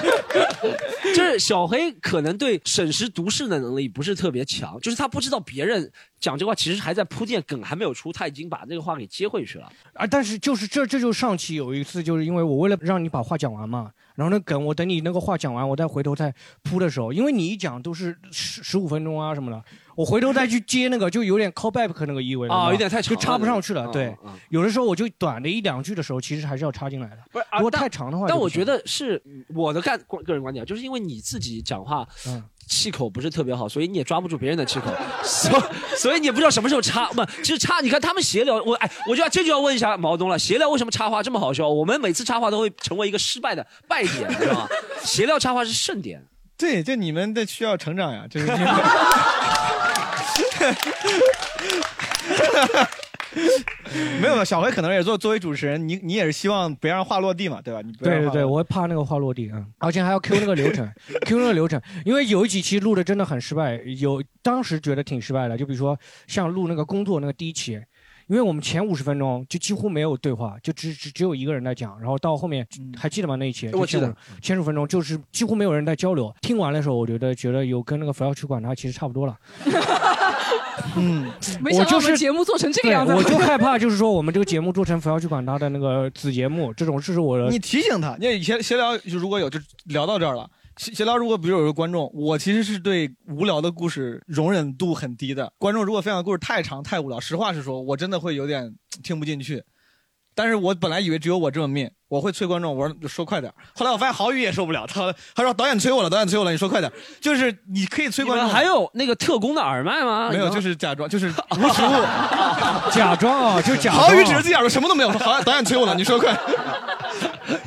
B: 就是小黑可能对审时度势的能力不是特别强，就是他不知道别人讲这话其实还在铺垫，梗还没有出，他已经把这个话给接回去了。
D: 啊，但是就是这这就上期有一次，就是因为我为了让你把话讲完嘛，然后那梗我等你那个话讲完，我再回头再铺的时候，因为你一讲都是十十五分钟啊什么的，我回头再去接那个就有点 callback 那个意味了
B: 啊
D: 嘛
B: 有点太长
D: 就插不上去了。
B: 了
D: 对
B: 嗯嗯嗯，
D: 有的时候我就短的一两句的时候，其实还是啊要插进来的。
B: 不是
D: 如果太长的话就不行，
B: 但我觉得是嗯我的干个人观点，啊就是因为你自己讲话
D: 嗯
B: 气口不是特别好，所以你也抓不住别人的气口， 所所以你也不知道什么时候插。不，其实插，你看他们闲聊，我哎，我就要这就要问一下毛东了，闲聊为什么插话这么好笑？我们每次插话都会成为一个失败的败点，你知 道吗？闲聊插话是盛典。
E: 对，就你们的需要成长呀，就是你 们。 没有，小黑可能也做作为主持人，你你也是希望不要让话落地嘛，对吧？你不要
D: 对
E: 让
D: 对
E: 话
D: 对，
E: 落
D: 我会怕那个话落地啊、嗯，而且还要 Q 那个流 程，Q 那个流程，因为有几期录的真的很失败，有当时觉得挺失败的，就比如说像录那个工作那个第一期，因为我们前五十分钟就几乎没有对话，就只只只有一个人在讲，然后到后面还记得吗？那一期
B: 我记得
D: 前五分钟就是几乎没有人在交流，听完的时候我觉得觉得有跟那个佛要去管他其实差不多了，嗯
C: 没想到
D: 我
C: 我
D: 就是
C: 们节目做成这个
D: 对，
C: 样子，
D: 我就害怕就是说我们这个节目做成佛要去管他的那个子节目，这种这是我的
E: 你提醒他，你闲闲聊就如果有就聊到这儿了。闲闲聊如果比如有个观众，我其实是对无聊的故事容忍度很低的。观众如果分享的故事太长太无聊，实话实说，我真的会有点听不进去。但是我本来以为只有我这么命，我会催观众，我说说快点儿。后来我发现郝宇也受不了，他他说导演催我了，导演催我了，你说快点儿。就是你可以催
B: 你
E: 观
B: 们
E: 众，
B: 还有那个特工的耳麦吗？
E: 没有
B: 你们
E: 就是假装 就是无实物。
D: 假装啊，就假装、
E: 郝宇只是自己耳朵什么都没有，说好导演催我了，你说快。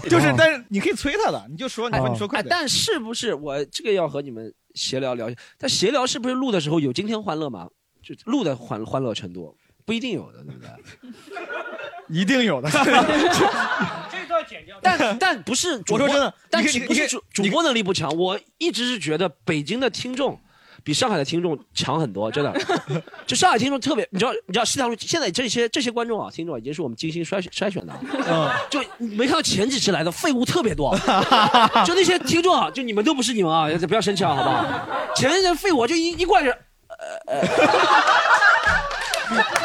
E: 就是，但是你可以催他的，你就说你说你说快
B: 哎，
E: 点儿。
B: 但是不是我这个要和你们闲聊聊一下？但闲聊是不是录的时候有今天欢乐吗？就录的欢欢乐程度不一定有的，对不 对？
E: 一定 有的。
H: 这段剪掉。
B: 但但不是主播，
E: 我说真的
B: 但
E: 你
B: 是
E: 可以
B: 不
E: 你可以
B: 是主
E: 你可
B: 主
E: 以
B: 播能力不强？我一直是觉得北京的听众。比上海的听众强很多，真的。就上海听众特别，你知道，你知道西塘路现在这些这些观众啊，听众啊已经是我们精心筛选筛选的啊。 就你没看到前几期来的废物特别多，就那些听众啊，就你们都不是你们啊，不要生气啊，好不好？前些人废物啊就一一过来就。呃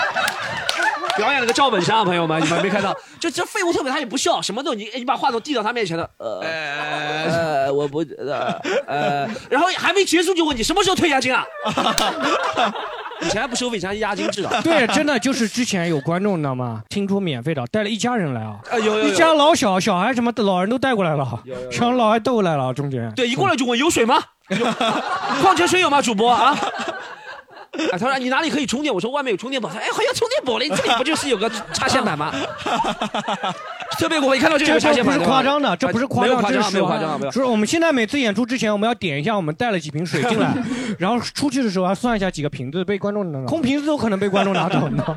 B: 表演了个赵本山啊，朋友们，你们没看到？就这废物特别，他也不笑，什么都你你把话筒递到他面前的，
E: 哎
B: 呃呃，我 不呃呃，然后还没结束就问你什么时候退押金啊？以前还不收费，以前还是押金制啊的。
D: 对，真的就是之前有观众，你知道吗？听说免费的，带了一家人来啊，
B: 啊有有有
D: 一家老小小孩什么的，老人都带过来了，小老孩带过来了，中间。
B: 对，一过来就问有水吗？ 有矿泉水有吗？主播啊？哎，他说你哪里可以充电？我说外面有充电宝。他说哎，好像充电宝嘞，这里不就是有个插线板吗？特别过分，一看到这个有
D: 这
B: 插
D: 这
B: 线
D: 不是
B: 板，
D: 夸张的，这不是夸张，
B: 哎没
D: 这
B: 有夸张，啊没
D: 是实
B: 有
D: 话
B: 夸张，没有。
D: 就是我们现在每次演出之前，我们要点一下我们带了几瓶水 进来，然后出去的时候要算一下几个瓶子被观众拿走，空瓶子都可能被观众拿走，你知道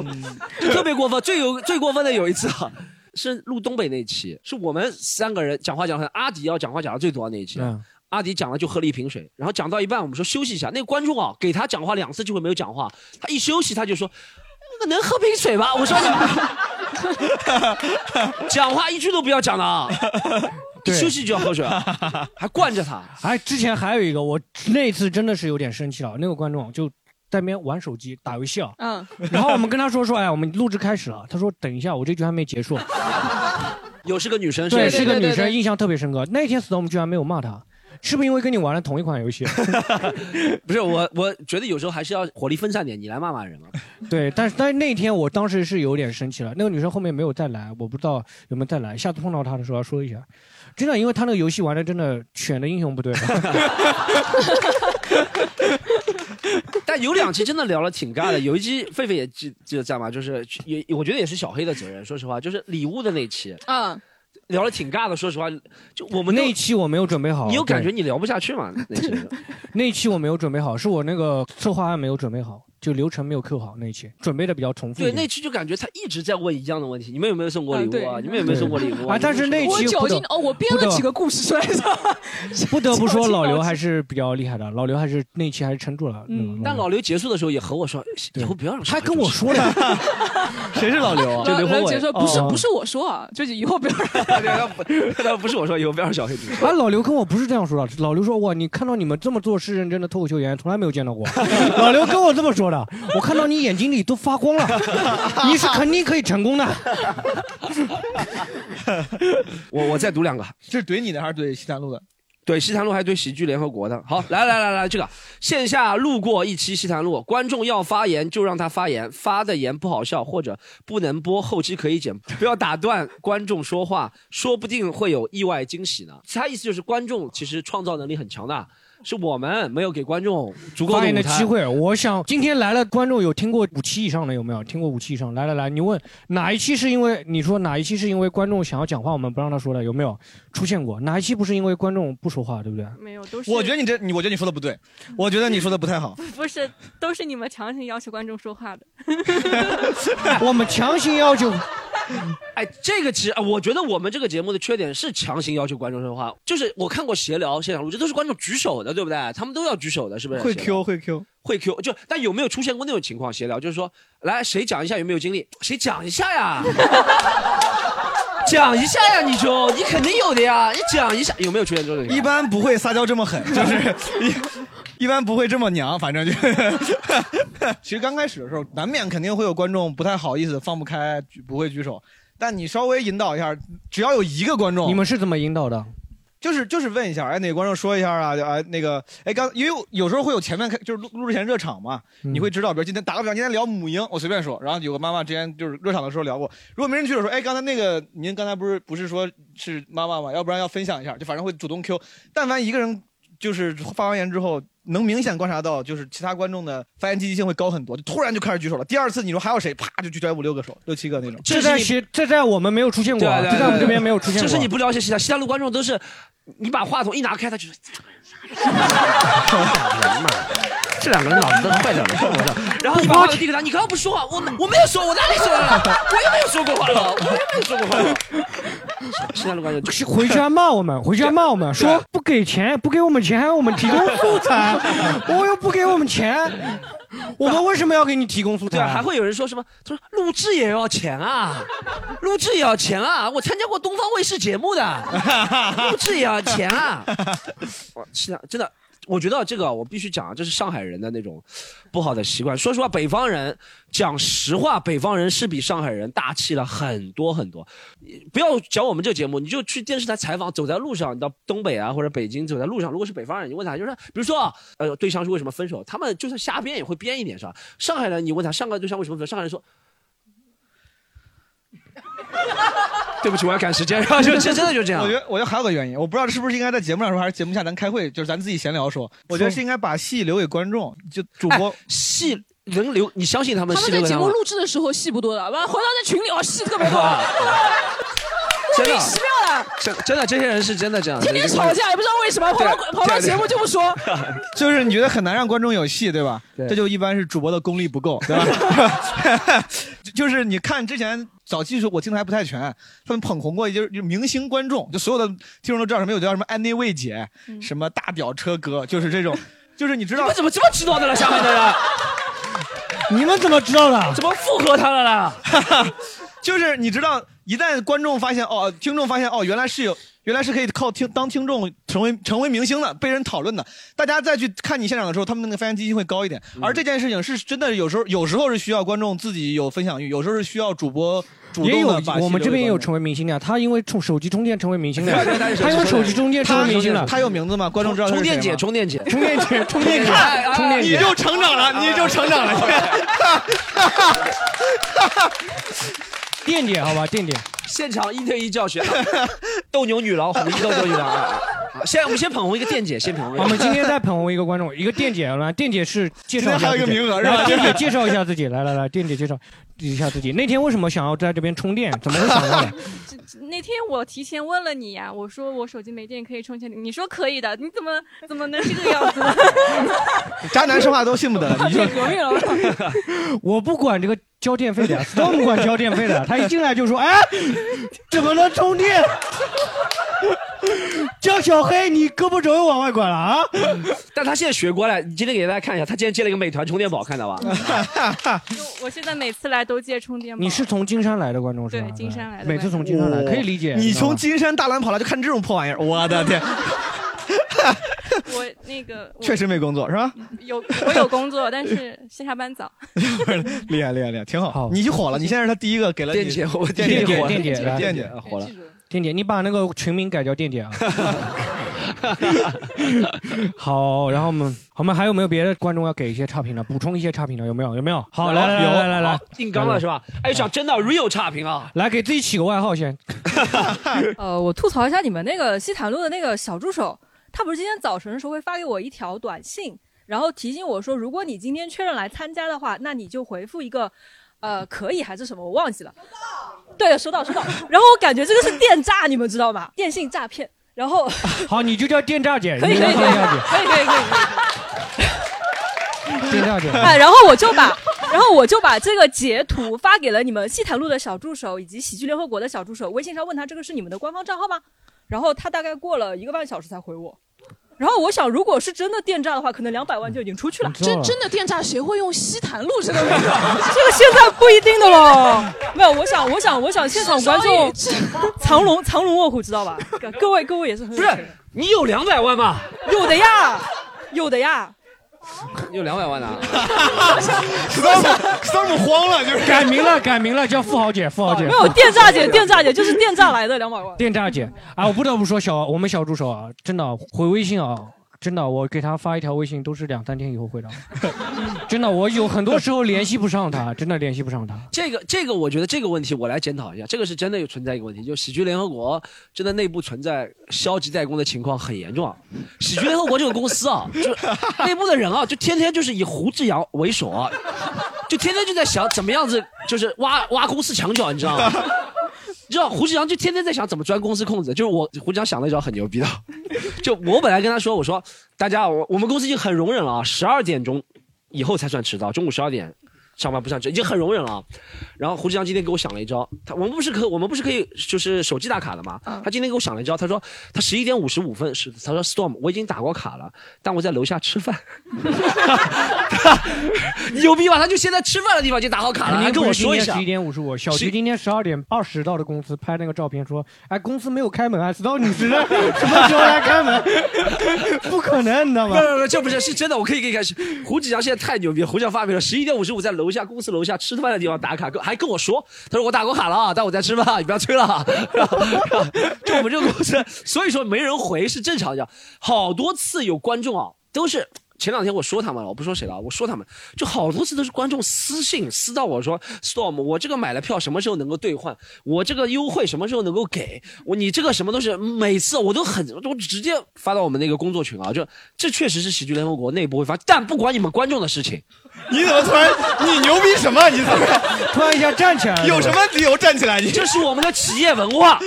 D: 吗？
B: 特别过分。最有最过分的有一次 啊，是录东北那期，是我们三个人讲话讲的，阿迪要讲话讲的最多的那一期。啊
D: 嗯
B: 阿迪讲了就喝了一瓶水，然后讲到一半，我们说休息一下。那个观众啊，给他讲话两次机会没有讲话，他一休息他就说：“能喝瓶水吗？”我说 你讲话一句都不要讲了 啊，一休息就要喝水啊，还惯着他。
D: 哎，之前还有一个，我那次真的是有点生气了，那个观众就在那边玩手机打游戏啊，
C: 嗯，
D: 然后我们跟他说说，哎，我们录制开始了，他说等一下，我这局还没 结束。
B: 有是个女生，
D: 对，
B: 吧
D: 是个女生，印象特别深刻。那天 storm 居然没有骂他，是不是因为跟你玩了同一款 游戏？
B: 不是我，我觉得有时候还是要火力分散点，你来骂骂人嘛。
D: 对，但是但是那天我当时是有点生气了。那个女生后面没有再来，我不知道有没有再来。下次碰到她的时候要说一下，真的，因为她那个游戏玩的真的选的英雄 不对。
B: 但有两期真的聊了挺尬的，有一期狒狒也记记得在吗？就是也我觉得也是小黑的责任，说实话，就是礼物的那期
C: 嗯，
B: 聊了挺尬的。说实话，
D: 哦
B: 就我们
D: 那
B: 那
D: 一期我没有准备好，
B: 你有感觉
D: 对
B: 你聊不下去吗？那期
D: 那一期我没有准备好，是我那个策划案没有准备好，就流程没有 Q 好那一期，准备的比较重复一
B: 对
D: 点。
B: 那期就感觉他一直在问一样的问题，你们有没有送过礼物啊？
D: 啊对
B: 你们有没有送过礼物
D: 啊但是那一期不得
C: 哦
D: 不嗯得
C: 故事出来的。
D: 不得 不说，老刘还是比较厉害的，老刘还是那期还是撑住了。嗯，
B: 但老刘结束的时候也和我说，哎以后不要让他跟
D: 我说了，
B: 谁是老刘啊就
C: 然
B: 刘
C: 后
B: 宏
C: 就
B: 伟，
C: 说不
D: 哦
C: 是 不是我说啊，就是以后不要让
B: 是不是 我说，以后不要让小黑主持。
D: 啊，老刘跟我不是这样说的。老刘说：“哇，你看到你们这么做是认真的脱口秀演员，从来没有见 到过。”老刘跟我这么说的，我看到你眼睛里都发 光了，你是肯定可以成功的。
B: 我我再读两个，
E: 这是怼你的还是怼西南路的？
B: 对，西坛路还对喜剧联合国的。好，来来来来，这个线下路过一期西坛路，观众要发言就让他发言，发的言不好笑或者不能播，后期可以剪，不要打断观众说话，说不定会有意外惊喜呢。他意思就是观众其实创造能力很强的，是我们没有给观众足够
D: 发
B: 的
D: 言
B: 舞
D: 的
B: 台
D: 机。会，我想今天来了观众有听过五期以上的有没有？听过五期以上？来来来，你问哪一期是因为你说哪一期是因为观众想要讲话，我们不让他说的有没有出现过？哪一期不是因为观众不说话，对不对？
L: 没有，都是
E: 我觉得你这，你我觉得你说的不对，我觉得你说的不太好。
L: 不是都是你们强行要求观众说话的。
D: 我们强行要求。
B: 哎，这个其实，啊我觉得我们这个节目的缺点是强行要求观众说话。就是我看过闲聊、现场录，这都是观众举手的，对不对？他们都要举手的，是不是？
E: 会
B: 闲聊
E: Q 会 Q，
B: 会 Q 就，但有没有出现过那种情况？闲聊就是说，来谁讲一下有没有经历？谁讲一下呀？ 讲一下呀，你就你肯定有的呀，你讲一下有没有出现这种情
E: 一
B: 况？
E: 般不会撒娇这么狠，就是一一般不会这么娘，反正就。 其实刚开始的时候，难免肯定会有观众不太好意思放不开，举不会举手。但你稍微引导一下，只要有一个观众，
D: 你们是怎么引导的？
E: 就是就是问一下，哎，哪个观众说一下啊？就哎，那个，哎，刚因为有有时候会有前面开，就是录录之前热场嘛，你会知道，比如今天打个比方，今天聊母婴，我随便说，然后有个妈妈之前就是热场的时候聊过，如果没人去的时候，哎，刚才那个您刚才不是不是说是妈妈吗？要不然要分享一下，就反正会主动 Q，但凡一个人就是发完言之后，能明显观察到就是其他观众的发言积极性会高很多，就突然就开始举手了，第二次你说还有谁，啪就举出来五六个手，六七个那种，
D: 这在谁？这在我们没有出现
B: 对
D: 过啊，
B: 啊对啊
D: 这在我们这边没有出现过。
B: 这是你不了解西藏，西藏的观众都是，你把话筒一拿开，他就是。这两个人脑子都坏掉了，我操！然后你把话筒递给他，你刚刚不说话，我没我没有说，我哪里说了？我又没有说过话了，我又没有说过话了。西藏的观众就是
D: 回去还骂我们，回去还骂我们，说不给钱，不给我们钱，还要我们提供素 材，我又不给我们钱，我们为什么要给你提供素材？
B: 对啊，还会有人说什么？他说录制也要钱啊，录制也要钱啊！我参加过东方卫视节目的，录制也要钱啊！我是的，真的。我觉得这个我必须讲，这是上海人的那种不好的习惯。说实话，北方人讲实话，北方人是比上海人大气了很多很多。不要讲我们这个节目，你就去电视台采访，走在路上，你到东北啊或者北京，走在路上，如果是北方人，你问他就是，比如说呃对象是为什么分手，他们就算瞎编也会编一点啥。上海人你问他上个对象为什么分手，上海人说 对不起，我要赶时间，然后 就真真的就这样。
E: 我觉得，我觉得还有个原因，我不知道是不是应该在节目上说，还是节目下咱开会，就是咱自己闲聊说。我觉得是应该把戏留给观众，就主播、
B: 啊戏能留，你相信他
C: 他们在节目录制的时候戏不多的，完了回到在群里哦戏特别多，
B: 啊
C: 莫
B: 真
C: 名
B: 的
C: 其妙的。
B: 真真的，这些人是真的啊这样，
C: 天天吵架也不知道为什么跑到跑到节目就不说。
E: 就是你觉得很难让观众有戏，对吧？这就一般是主播的功力不够，对吧？ 就就是你看之前早期的时候，我听的还不太全，他们捧红过，就是就是明星观众，就所有的听众都知道什么，有叫什么安内卫姐，什么大屌车哥，就是这种，就是你知道
B: 嗯你们怎么这么知道的了？下面的人，
E: 你们怎么知道的？
B: 怎么附和他了啦？
E: 就是你知道，一旦观众发现哦，听众发现哦，原来是有，原来是可以靠听当听众成为成为明星的，被人讨论的。大家再去看你现场的时候，他们那个发言积极性会高一点。而这件事情是真的，有时候有时候是需要观众自己有分享欲，有时候是需要主播主
D: 也
E: 动
D: 有
E: 的把。
D: 我们这边 也有。成为明星的呀，他因为充手机充电成为明星的呀，他因为手机充电成为明星了。
E: 他有名字吗？观众知道
D: 充
E: 他是谁
D: 电姐
E: 吗
D: 充
B: 电姐
D: 充电姐充电姐
E: 看
D: 充电姐
E: 你就成长了，你就成长了。
D: 电姐好吧，电姐。
B: 现场一对一教学，啊 斗牛女郎红一斗牛女郎。啊啊现在我们先捧红一个电姐，先捧红一个。
D: 我们今 天再捧红一个观众，一个店姐来，店姐是介绍一下
B: 今天还有
D: 自己
B: 一个名额是吧
D: 来店姐介绍一下自己，来来来，店姐介绍一下自己。那天为什么想要在这边充电？怎么会想到的？
L: 那天我提前问了你呀，我说我手机没电可以充钱，你说可以的，你怎么怎么能这 个样子呢？
E: 渣男说话都信 不得，你就
L: 革命了。
D: 我不管这个交电费的呀，Storm 管交电费的。他一进来就说：“哎，怎么能充电？ 叫小黑，你胳膊肘又往外拐了啊！”
B: 但他现在学乖了，你今天给大家看一下，他今天接了一个美团充电宝，看到 吧？
L: 我现在每次来都借充电宝。
D: 你是 从金山来的观众是吧？
L: 对金山来的
D: 每次从金山来，
E: 哦
D: 可以理解。
E: 你
D: 知道
E: 从
D: 吗
E: 金山大蓝跑来就看这种破玩意儿，我的天，
L: 我那个我
E: 确实没工作 是吧？
L: 有我有工作，但是先下班早。
E: 厉害厉害厉害，挺好。你就火了，你现在是他第一个给了你
D: 电姐
B: 我
E: 电
D: 电
E: 姐
D: 姐
E: 火了，
D: 电姐来
E: 电姐
B: 火了。
D: 店姐，你把那个群名改叫店姐啊。 好，然后我们我们还有没有别的观众要给一些差评的，补充一些差评的有没有？有没有？好，来来来来来来
B: 好，硬啊刚了是吧？哎，想真的 real 差评啊！
D: 来给自己起个外号先。
M: 呃，我吐槽一下你们那个西坦路的那个小助手，他不是今天早晨的时候会发给我一条短信，然后提醒我说，如果你今天确认来参加的话，那你就回复一个，呃，可以还是什么，我忘记了。对，收到收到。然后我感觉这个是电诈，你们知道吗？电信诈骗。然后
D: 好，你就叫电炸姐，
M: 可以
D: 你
M: 可
D: 就
M: 以
D: 叫
M: 可
D: 电
M: 以
D: 炸姐，
M: 可以可以可以。
D: 电炸姐。
M: 哎，然后我就把，然后我就把这个截图发给了你们西坦路的小助手以及喜剧联合国的小助手，微信上问他这个是你们的官方账号吗？然后他大概过了一个半小时才回我。然后我想，如果是真的电诈的话，可能两百万就已经出去了。
C: 真真的电诈谁会用西坛路这个名字？
M: 这个现在不一定的喽。 没有，我想，我想，我想现场观众
C: 智
M: 藏龙藏龙卧虎，知道吧？各各位各位也是很不是
B: 你有两百万吗？
M: 有的呀，有的呀。
B: 你有两百万呢？
D: 啊
E: Storm 慌了，就是
D: 改名了，改名了，叫富豪姐，富豪姐。
M: 没有电诈姐，电诈姐就是电诈来的两百万。
D: 店炸姐啊！我不得不说小，我们小助手啊，真的回微信啊，真的，我给他发一条微信都是两三天以后回的， 真的，我有很多时候联系不上他，真的联系不上他。
B: 这个这个，我觉得这个问题我来检讨一下，这个是真的有存在一个问题，就喜剧联合国真的内部存在消极怠工的情况很严重啊。喜剧联合国这个公司啊，就内部的人啊，就天天就是以胡志阳为首啊，就天天就在想怎么样子，就是挖挖公司墙角，你知道吗？你知道胡志阳就天天在想怎么钻公司空子，就是我胡志阳想了一招很牛逼的，就我本来跟他说，我说大家我我们公司已经很容忍了啊，十二点钟以后才算迟到，中午十二点上班不上车，已经很容忍了啊。然后胡志强今天给我想了一招，他我们不是可我们不是可以就是手机打卡的嘛？他今天给我想了一招，他说他十一点五十五分是他说 Storm 我已经打过卡了，但我在楼下吃饭。 牛逼吧？他就现在吃饭的地方就打好卡了，还跟我说一下
D: 十一。点五十五，小菊今天十二点二十到的公司拍那个照片，说，哎，公司没有开门啊，知道你 是什么时候来开门？不可能，你知道吗
B: 不？不不，这不是是真的，我可以给你看。是胡志强现在太牛逼了，胡志强发明了十一点五十五在楼下公司楼下吃饭的地方打卡，跟还跟我说，他说我打过卡了啊，但我在吃饭，你不要催了啊。然后然后就我 们这个公司，所以说没人回是正常的。好多次有观众啊，都是。前两天我说他们了，我不说谁了，我说他们，就好多次都是观众私信私到我说，Storm，我这个买了票什么时候能够兑换？我这个优惠什么时候能够给？我你这个什么都是，每次我都很，我直接发到我们那个工作群啊，就这确实是喜剧联合国内部会发，但不管你们观众的事情。
J: 你怎么突然，你牛逼什么？你怎么
D: 突然一下站起来
J: 了有什么理由站起来你
B: 这是我们的企业文化。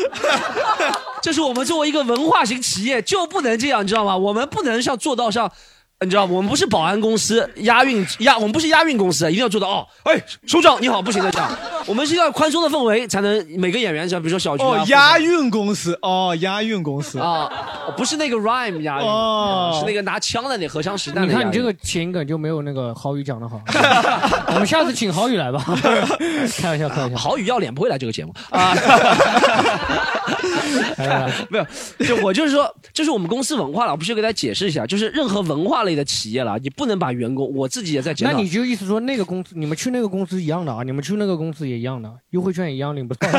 B: 这是我们作为一个文化型企业就不能这样，你知道吗？我们不能像做到像，你知道吗，我们不是保安公司押运押，我们不是押运公司，一定要做到哦。哎，首长你好，不行的这样，我们是要宽松的氛围才能每个演员像比如说小菊啊
E: 哦，，押运公司哦，押运公司
B: 啊，不是那个 rhyme 押运，
D: 哦
B: 是那个拿枪的那荷枪实弹
D: 你
B: 的押
D: 看
B: 韵。
D: 你这个情梗就没有那个郝宇 讲的好，我们下次请郝宇来吧。开玩笑，开玩笑。
B: 郝宇要脸不会来这个 节目啊。 哎没有，就我就是说，这是我们公司文化了。我必须给大家解释一下，就是任何文化类的企业了，你不能把员工，我自己也在检
D: 那
B: 讨。
D: 你就意思说，那个公司你们去那个公司一样的啊，你们去那个公司也一样的，优惠券也一 样领不到。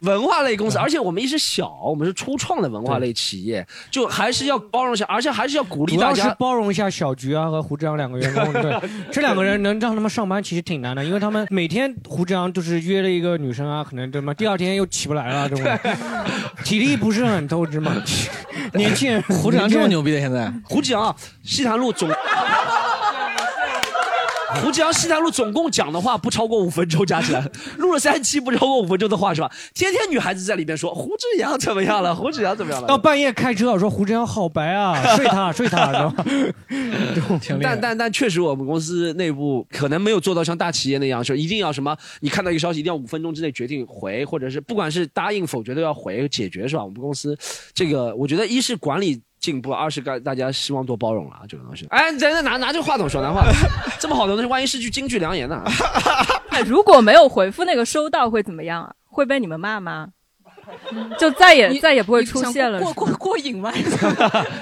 B: 文化类公司，而且我们一是小，我们是初创的文化类企业，就还是要包容一下，而且还是要鼓励
D: 主
B: 大
D: 要是
B: 家。
D: 包容一下小菊啊和胡志阳两个员工，对， 这两个人能让他们上班其实挺难的，因为他们每天胡志阳就是约了一个女生啊，可能怎么第二天又起不来了，这种体力不是很透 支嘛。年轻人，
E: 胡志阳这么牛逼的现在，
B: 胡志阳啊，西坛路总， 胡志阳西坛路总共讲的话不超过五分钟，加起来 录了三期不超过五分钟的话是吧？天天女孩子在里边说胡志阳怎么样了，胡志阳怎么样了
D: 到。半夜开车，我说胡志阳好白啊， 睡他睡他，知道吗？挺厉害
B: 但但但确实，我们公司内部可能没有做到像大企业那样，说一定要什么，你看到一个消息一定要五分钟之内决定回，或者是不管是答应否决都要回解决，是吧？我们公司这个，我觉得一是管理进步，二是大大家希望多包容了啊，这个东西。哎，等等，拿拿这个话筒说，拿话 筒，这么好的东西，万一是句金句良言呢？
M: 哎如果没有回复那个收到会怎么样啊？会被你们骂吗？就再也
C: 你
M: 再也不会
C: 你
M: 出
C: 想
M: 现了。
C: 过过过瘾吗？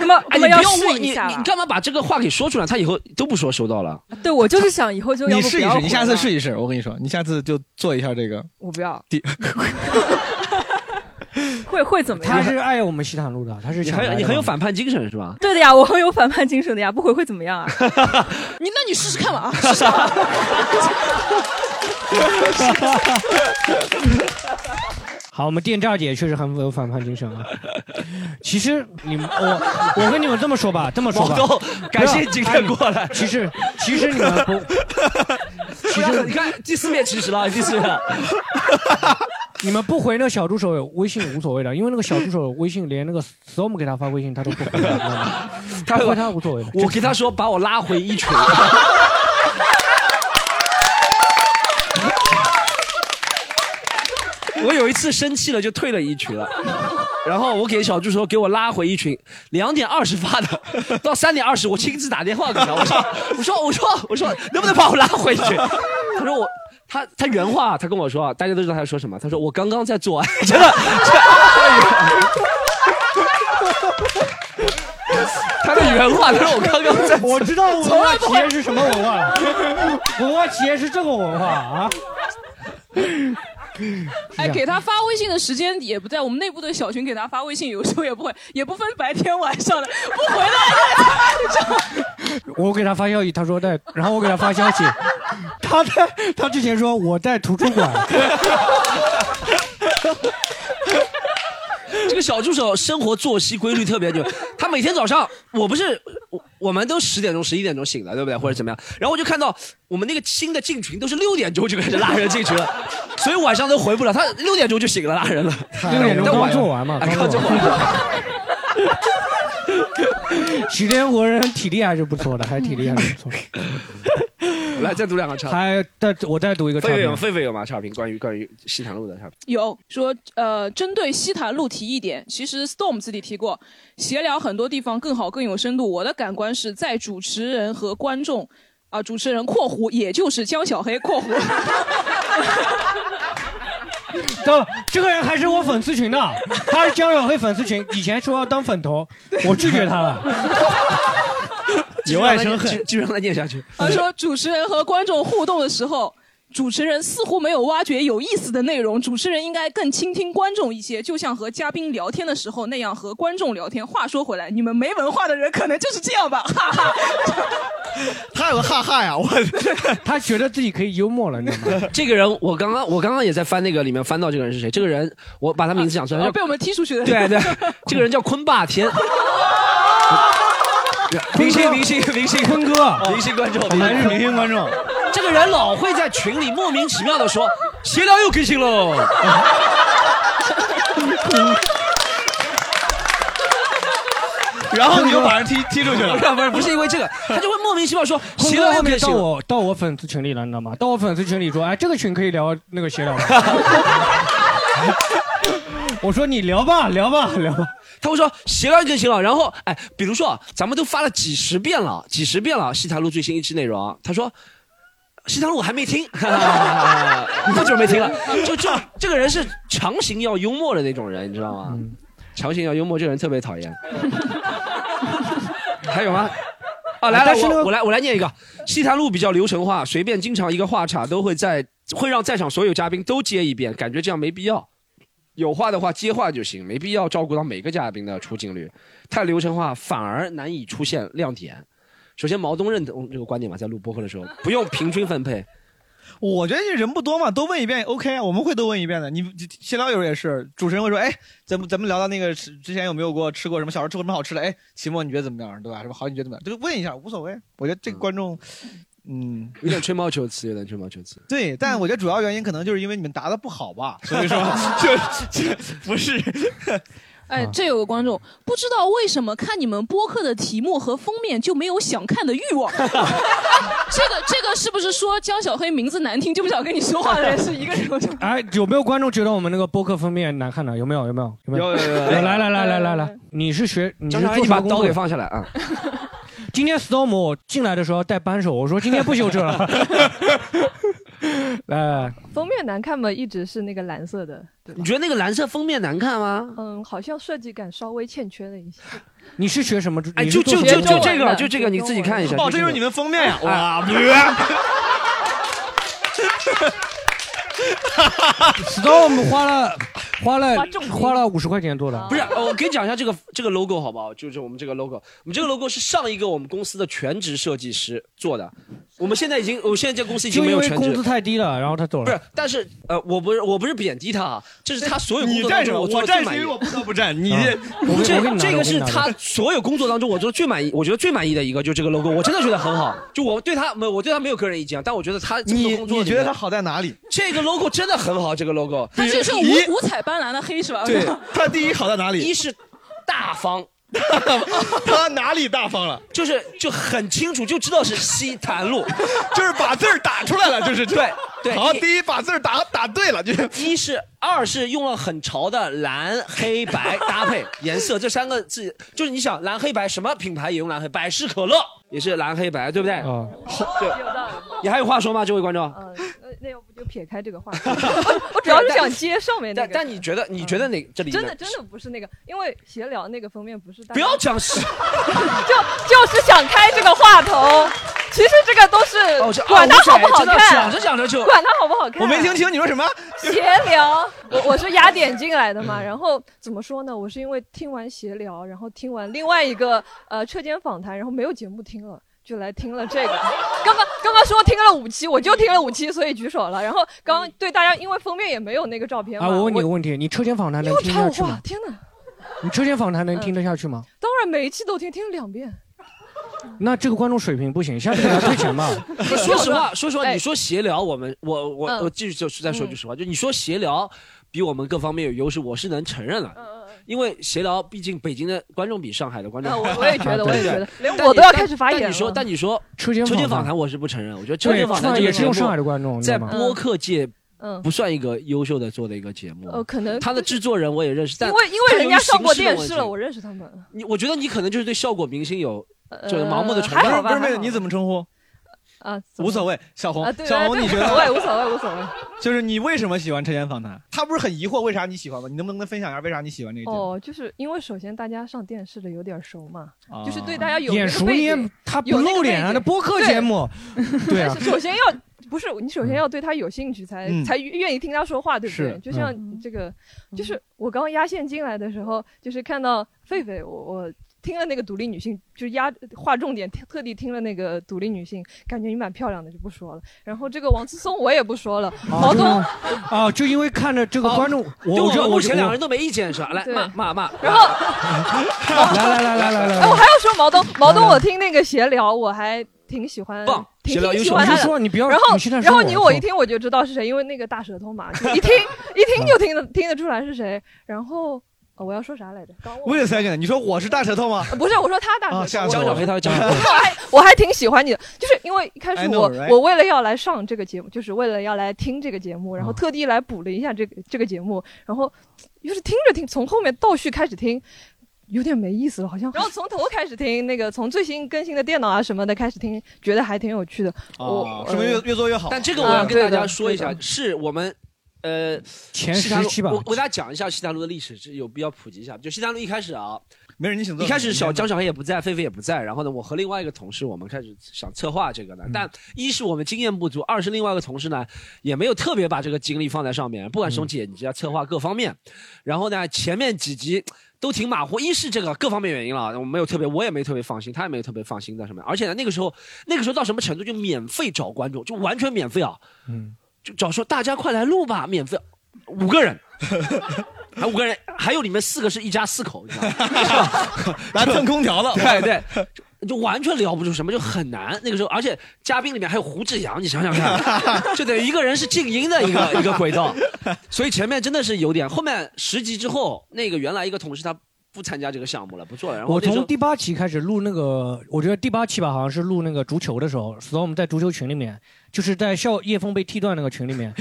M: 那么
B: 哎，
M: 那么
B: 你不
M: 要
B: 要
M: 试
B: 问你，
M: 一
B: 你
M: 下啊吧。
B: 干嘛把这个话给说出来？他以后都不说收到了。
M: 对，我就是想以后就要
E: 你
M: 不
E: 试
M: 不
E: 一
M: 要
E: 试，你下
M: 回
E: 次
M: 了
E: 试一试，我跟你说，你下次就做一下这个。
M: 我不要，
E: 第
M: 会会怎么样？
D: 他是爱我们西坦路的，他是
B: 你
D: 想
B: 很有
D: 来的
B: 你很有反叛精神是吧？
M: 对的呀，我很有反叛精神的呀，不回会怎么样啊？
C: 你那你试试 看嘛啊，试试看。
D: 好，我们电诈姐确实很有反叛精神 啊。其实你们，我我跟你们这么说吧，这么说吧
B: 毛豆，感谢今天过来
D: 哎 其实其实你们 不，
B: 其实你看第四遍其实了，第四遍了。
D: 你们不回那个小助手微信无所谓的，因为那个小助手微信连那个 storm 给他发微信他都不回，你 知道吗他回他无所谓的。
B: 哎我给他说把我拉回一群。我有一次生气了，就退了一群了，然后我给小助手给我拉回一群，两点二十发的，到三点二十我亲自打电话给他，我说我说我说我说能不能把我拉回去？他说我他他原话他跟我说，啊大家都知道他说什么，他说我刚刚在做爱，真的，真的 他的原话，他说我刚刚在，
D: 我知道文
B: 从
D: 化
B: 来不
D: 企
B: 会
D: 业是什么文化了，文化企业是这个文化啊。
C: 哎，给他发微信的时间也不在我们内部的小群，给他发微信有时候也不回，也不分白天晚上的，不回来。
D: 我给他发消息，他说在，然后我给他发消息， 他在他之前说我在图书 馆，
B: 这个小助手生活作息规律特别牛，他每天早上，我不是我我们都十点钟、十一点钟醒的，对不对？或者怎么样？然后我就看到我们那个新的进群都是六点钟就开始拉人进群了，所以晚上都回不了。他六点钟就醒了拉人了，
D: 六点钟
B: 但晚
D: 刚做完嘛
B: 哎
D: 刚
B: 刚
D: 做
B: 做
D: 完
B: 完。
D: 许天国人体力还是不错的，还是体力还是不错。
B: 来再读两个差评。
D: 还再我再读一个差
B: 狒狒有
D: 评，
B: 狒狒有吗？差评关于关于西坦路的差评。
C: 有说，呃，针对西坛路提一点，其实 Storm 自己提过，闲聊很多地方更好更有深度。我的感官是在主持人和观众，啊、主持人（括弧也就是江小黑）（括弧
D: 到了，这个人还是我粉丝群的，他是江小黑粉丝群，以前说要当粉头，我拒绝他 了。
B: 继续让他 念继继续让他念下去）。
C: 他说，主持人和观众互动的时候。主持人似乎没有挖掘有意思的内容，主持人应该更倾听观众一些，就像和嘉宾聊天的时候那样和观众聊天。话说回来，你们没文化的人可能就是这样吧，哈哈。
D: 他有个哈 哈呀，我 他觉得自己可以幽默了，你知道 吗？
B: 这个人，我刚刚我刚刚也在翻那个里面翻到这个人是谁。这个人，我把他名字讲出来，
C: 啊被我们踢出去的
B: 对对，这个人叫坤霸 天。明星明星明星
D: 坤 哥，
B: 明星观众，
N: 还是明星观众。
B: 哦这个人老会在群里莫名其妙 的说，闲聊又更新喽。
N: 然后你就把人踢踢出去了
B: 不是不是不是因为这个，他就会莫名其妙说
D: 坤
B: 闲
D: 哥
B: 聊
D: 后
B: 又更
D: 面到
B: 新了。
D: 我到我粉丝群里了，你知道吗？到我粉丝群里说，哎，这个群可以聊那个闲聊吗？ 我说你聊吧，聊吧，聊吧。
B: 他会说啊闲聊又更新了，然后哎，比如说啊咱们都发了几十遍了，几十遍了，西塔路最新一期内容啊，他说。西塘路我还没听， 不准备听了。就就这个人是强行要幽默的那种人，你知道吗？强行要幽默，这个人特别讨 厌。还有吗？啊，来来，
D: 但是呢
B: 我我来我来念一个。西坛路比较流程化，随便经常一个话茬都会在会让在场所有嘉宾都接一遍，感觉这样没必要。有话的话接话就行，没必要照顾到每个嘉宾的出镜率。太流程化反而难以出现亮点。首先，毛东认同这个观点嘛，在录播客的时候不用平均分配。
E: 我觉得这人不多嘛，多问一遍也 OK 啊，我们会多问一遍的。你闲聊有时候也是，主持人会说，哎，咱们咱们聊到那个吃之前有没有过吃过什么小时候吃过什么好吃的？哎，期末你觉得怎么样，对吧？什么好你觉得怎么样？就是问一下，无所谓。我觉得这个观众，嗯，
B: 有点吹毛求疵，有点吹毛求疵。
E: 对，但我觉得主要原因可能就是因为你们答的不好吧，所以 说就就不 是。
C: 哎，这有个观众不知道为什么看你们播客的题目和封面就没有想看的欲 望。这个这个是不是说江小黑名字难听就不想跟你说话的人是一个人？
D: 哎，有没有观众觉得我们那个播客封面难看的？有没有？有没有？有没有？来来来来来来，你是学你
B: 张
D: 是
B: 小
D: 做
B: 黑，你
D: 什么
B: 把
D: 工作
B: 刀
D: 的
B: 给放下来啊！
D: 今天 Storm 我进来的时候带扳手，我说今天不修这了。 来来来，
O: 封面难看嘛，一直是那个蓝色的，对吧？
B: 你觉得那个蓝色封面难看吗？
O: 嗯，好像设计感稍微欠缺了一些。
D: 你是学什么？
B: 哎，
D: 你是
B: 就
D: 做
B: 就
D: 什
B: 就
D: 么
B: 就
D: 工作
B: 这个，
D: 的
B: 就这个，哎你自己看一下。
D: 哦这就是
E: 你们封面呀哇
D: ，Storm 花了花了
B: 花重金
D: 花了五十块钱做的，
B: 不是，呃我给你讲一下这个这个 logo 好不好？就是我们这个 logo，我们这个 logo 是上一个我们公司的全职设计师做的。我们现在已经，我现在这个公司已经
D: 就
B: 没
D: 因
B: 有
D: 为
B: 全
D: 工
B: 职
D: 资。太低了，然后他
B: 不
D: 走了
B: 是。，但是呃，我不是我不是贬低他啊，这是他所有工作当中我做的最满意。 嗯
E: 不得不站。
B: 你这
D: 我给我给你拿着
B: 这个
D: 我给你
B: 是
D: 拿着
B: 他所有工作当中我做的最满意，我觉得最满意的一个，就这个 logo，我真的觉得很好。就我对他没，我对他没有个人意见，但我觉得他这么多
E: 你
B: 工作
E: 你
B: 里
E: 觉得
B: 面
E: 它好在哪里？
B: 这个 logo 真的很好，这个 logo，
C: 他就是
B: 一
C: 五五彩斑斓的黑是吧？
B: 对
E: 它第一好在哪里？
B: 啊一是大方，
E: 他哪里大方了？
B: 就是就很清楚，就知道是西坛路，
E: 就是把字儿打出来了，就是
B: 对对。
E: 好第一把字儿打打对了，就是
B: 一是二是用了很潮的蓝黑白 搭配颜色，这三个字就是你想蓝黑白什么品牌也用蓝黑，百事可乐也是蓝黑白，对不对？
E: 哦
D: 啊，
B: 对。你还有话说吗，这位观众？
O: 呃，那要不就撇开这个 话题，我主要是想接上面那
B: 但
O: 个。
B: 但你觉得你觉得哪这里
O: 真
B: 哪
O: 的真的不是那个，因为闲聊那个封面不是大家。
B: 不要讲是
O: 就就是想开这个话头。其实这个都是
B: 哦
O: 管它
B: 我
O: 好不好
B: 知道
O: 看，
B: 讲着讲着就
O: 管它好不好看。
B: 我没听清你说什么
O: 闲聊，我我是雅典进来的嘛，
B: 嗯
O: 然后怎么说呢？我是因为听完闲聊，然后听完另外一个呃车间访谈，然后没有节目听了。就来听了这个， 刚刚刚刚说听了五期，我就听了五期，所以举手了。然后刚刚对大家，因为封面也没有那个照片嘛，
D: 啊，我问你个问题，你车间访谈能
O: 又
D: 听
O: 插
D: 下
O: 我
D: 去
O: 话
D: 吗，？
O: 天哪！
D: 你车间访谈能听得下去吗？
O: 当然每一期都听，听了两遍。
D: 那这个观众水平不行，下次给他退钱吧。
B: 不 是说 实话，说实话，你说闲聊，我们我我
O: 哎嗯嗯
B: 我继续就是再说句实话，就你说闲聊比我们各方面有优势，我是能承认的。因为闲聊，毕竟北京的观众比上海的观众
O: 啊
B: 多，
O: 我我也觉得
B: 对
O: 我也觉得
B: 对
O: 连
B: 但
O: 我
B: 你
O: 都要
B: 但
O: 开始发言
B: 但你说，
O: 了
B: 但你说
D: 车间
B: 车间访
D: 访谈
B: 谈，我是不承认，我觉得车
D: 对
B: 间访
D: 上
B: 谈这
D: 也
B: 个
D: 是
B: 节
D: 用上
B: 目
D: 海的观众你知
B: 在
D: 道吗
B: 播客界
O: 嗯
B: 不算一个优秀的做的一个节目。
O: 呃，可能
B: 他的制作人我也认识，但
O: 因为因
B: 但
O: 为人
B: 由于
O: 家上过
B: 形式的
O: 电视
B: 问
O: 了，
B: 题
O: 我认识他们。
B: 你我觉得你可能就是对效果明星有
O: 呃
B: 就是盲目的崇
O: 还
B: 拜。
O: 好吧不是不是还好吧
B: 你
E: 怎么称呼？
O: 啊，
E: 无所谓，小红
O: 啊，，对，
E: 小
O: 对
E: 红，
O: 对
E: 你觉
O: 无所谓，无
E: 得
O: 所谓，无所谓。
E: 就是你为什么喜欢车间访谈？他不是很疑惑为啥你喜欢吗？你能不能分享一下为啥你喜欢这个节目？
O: 哦，就是因为首先大家上电视了有点熟嘛，
E: 啊
O: 就是对大家有
D: 眼
O: 那个
D: 熟
O: 背
D: 你也
O: 景
D: 他不
O: 有那个
D: 露脸啊，
O: 背
D: 那
O: 景
D: 播客
O: 对
D: 节 目，对啊
O: 但是，首先要不是你首先要对他有兴趣才、
D: 嗯
O: 才愿意听他说话，对不对？
D: 是嗯
O: 就像这个，
B: 嗯
O: 就是我刚压线进来的时候，就是看到狒狒，我我。听了那个独立女性，就是压划重点，特特地听了那个独立女性，感觉你蛮漂亮的，就不说了。然后这个王思聪我也不说了，
D: 哦
O: 毛东
D: 啊，就因为看着这个观众，
B: 对
D: 我
B: 我
D: 这
B: 们目
D: 我
B: 前两个人
D: 都
B: 都没意见是吧？来
O: 对
B: 骂骂骂，
O: 然后
D: 来来来来来来，
O: 哎，我还要说毛东，毛
D: 嗯
O: 东，我听那个闲聊，我还挺喜欢，
D: 棒
O: 挺
D: 闲聊
O: 挺
D: 优
O: 喜
D: 秀
O: 欢他
D: 你就
O: 的。
D: 说你不要
O: 然后
D: 你现在，说
O: 然后
D: 我
O: 你
D: 说
O: 我一听我就知道是谁，因为那个大舌头嘛， 就一听一听就听得听得出来是谁。然后呃我要说啥来着？刚忘了
E: Wait a second，你说我是大舌头吗？
O: 不是，我说他大
E: 啊，
O: 舌
E: 吓
O: 头。
E: 死我了
B: 江小黑他会讲
O: 我还我还挺喜欢你的，就是因为一开
E: I
O: 始
E: know,
O: 我
E: right?
O: 我为了要来上这个节目，就是为了要来听这个节目，
E: 啊
O: 然后特地来补了一下这个这个节目，然后就是听着听，从后面倒叙开始听。有点没意思了，好像。然后从头开始听，那个从最新更新的电脑啊什么的开始听，觉得还挺有趣的。我
E: 说明越越做越好
B: 但这个我要
O: 啊
B: 跟大家
O: 对的
B: 说一下
O: 对，的
B: 是我们呃
D: 前
B: 西塘路
D: 17吧
B: 我我给大家讲一下西塘路的历史，是有必要普及一下。就西塘路一开始啊，
E: 没人你请坐
B: 一开始小
E: 你先
B: 江小黑也不在，狒狒也不在，然后呢，我和另外一个同事我们开始想策划这
E: 嗯
B: 个呢，但一是我们经验不足，二是另外一个同事呢也没有特别把这个精力放在上面，不管是
E: 嗯
B: 从剪辑啊、策划各方面，然后呢前面几集。都挺马虎，一是这个各方面原因了，我没有特别，我也没特别放心，他也没有特别放心在上面。而且呢，那个时候，那个时候到什么程度，就免费找观众，就完全免费啊，
D: 嗯，
B: 就找说大家快来录吧，免费，五 个人，还五个人，还有你们四个是一家四口，你知道吗？
E: 来蹭空调了
B: 对对。就就完全聊不出什么，就很难。那个时候，而且嘉宾里面还有胡志阳，你想 想看，就等于一个人是静音的一个一个轨道，所以前面真的是有点。后面十集之后，那个原来一个同事他不参加这个项目了，不做了。然后
D: 我
B: 那时候
D: 从第八期开始录那个，我觉得第八期吧，好像是录那个足球的时候，Storm 在足球群里面，就是在笑叶枫被踢断那个群 里面，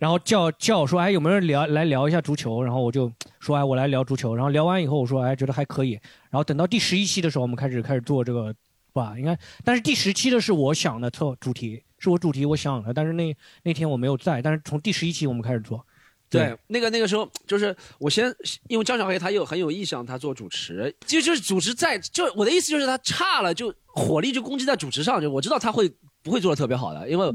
D: 然后叫叫我说，哎，有没有人聊来聊一下足球？然后我就说，哎，我来聊足球。然后聊完以后，我说，哎，觉得还可以。然后等到第十一期的时候，我们开始开始做这个吧，应该，但是第十期的是我想的特主题，是我主题我想的，但是那那天我没有在，但是从第十一期我们开始做。
B: 对，那个那个时候就是我先，因为张小黑他有很有意向，他做主持，就就是主持在，就我的意思就是他差了，就火力就攻击在主持上，就我知道他会不会做的特别好的，因为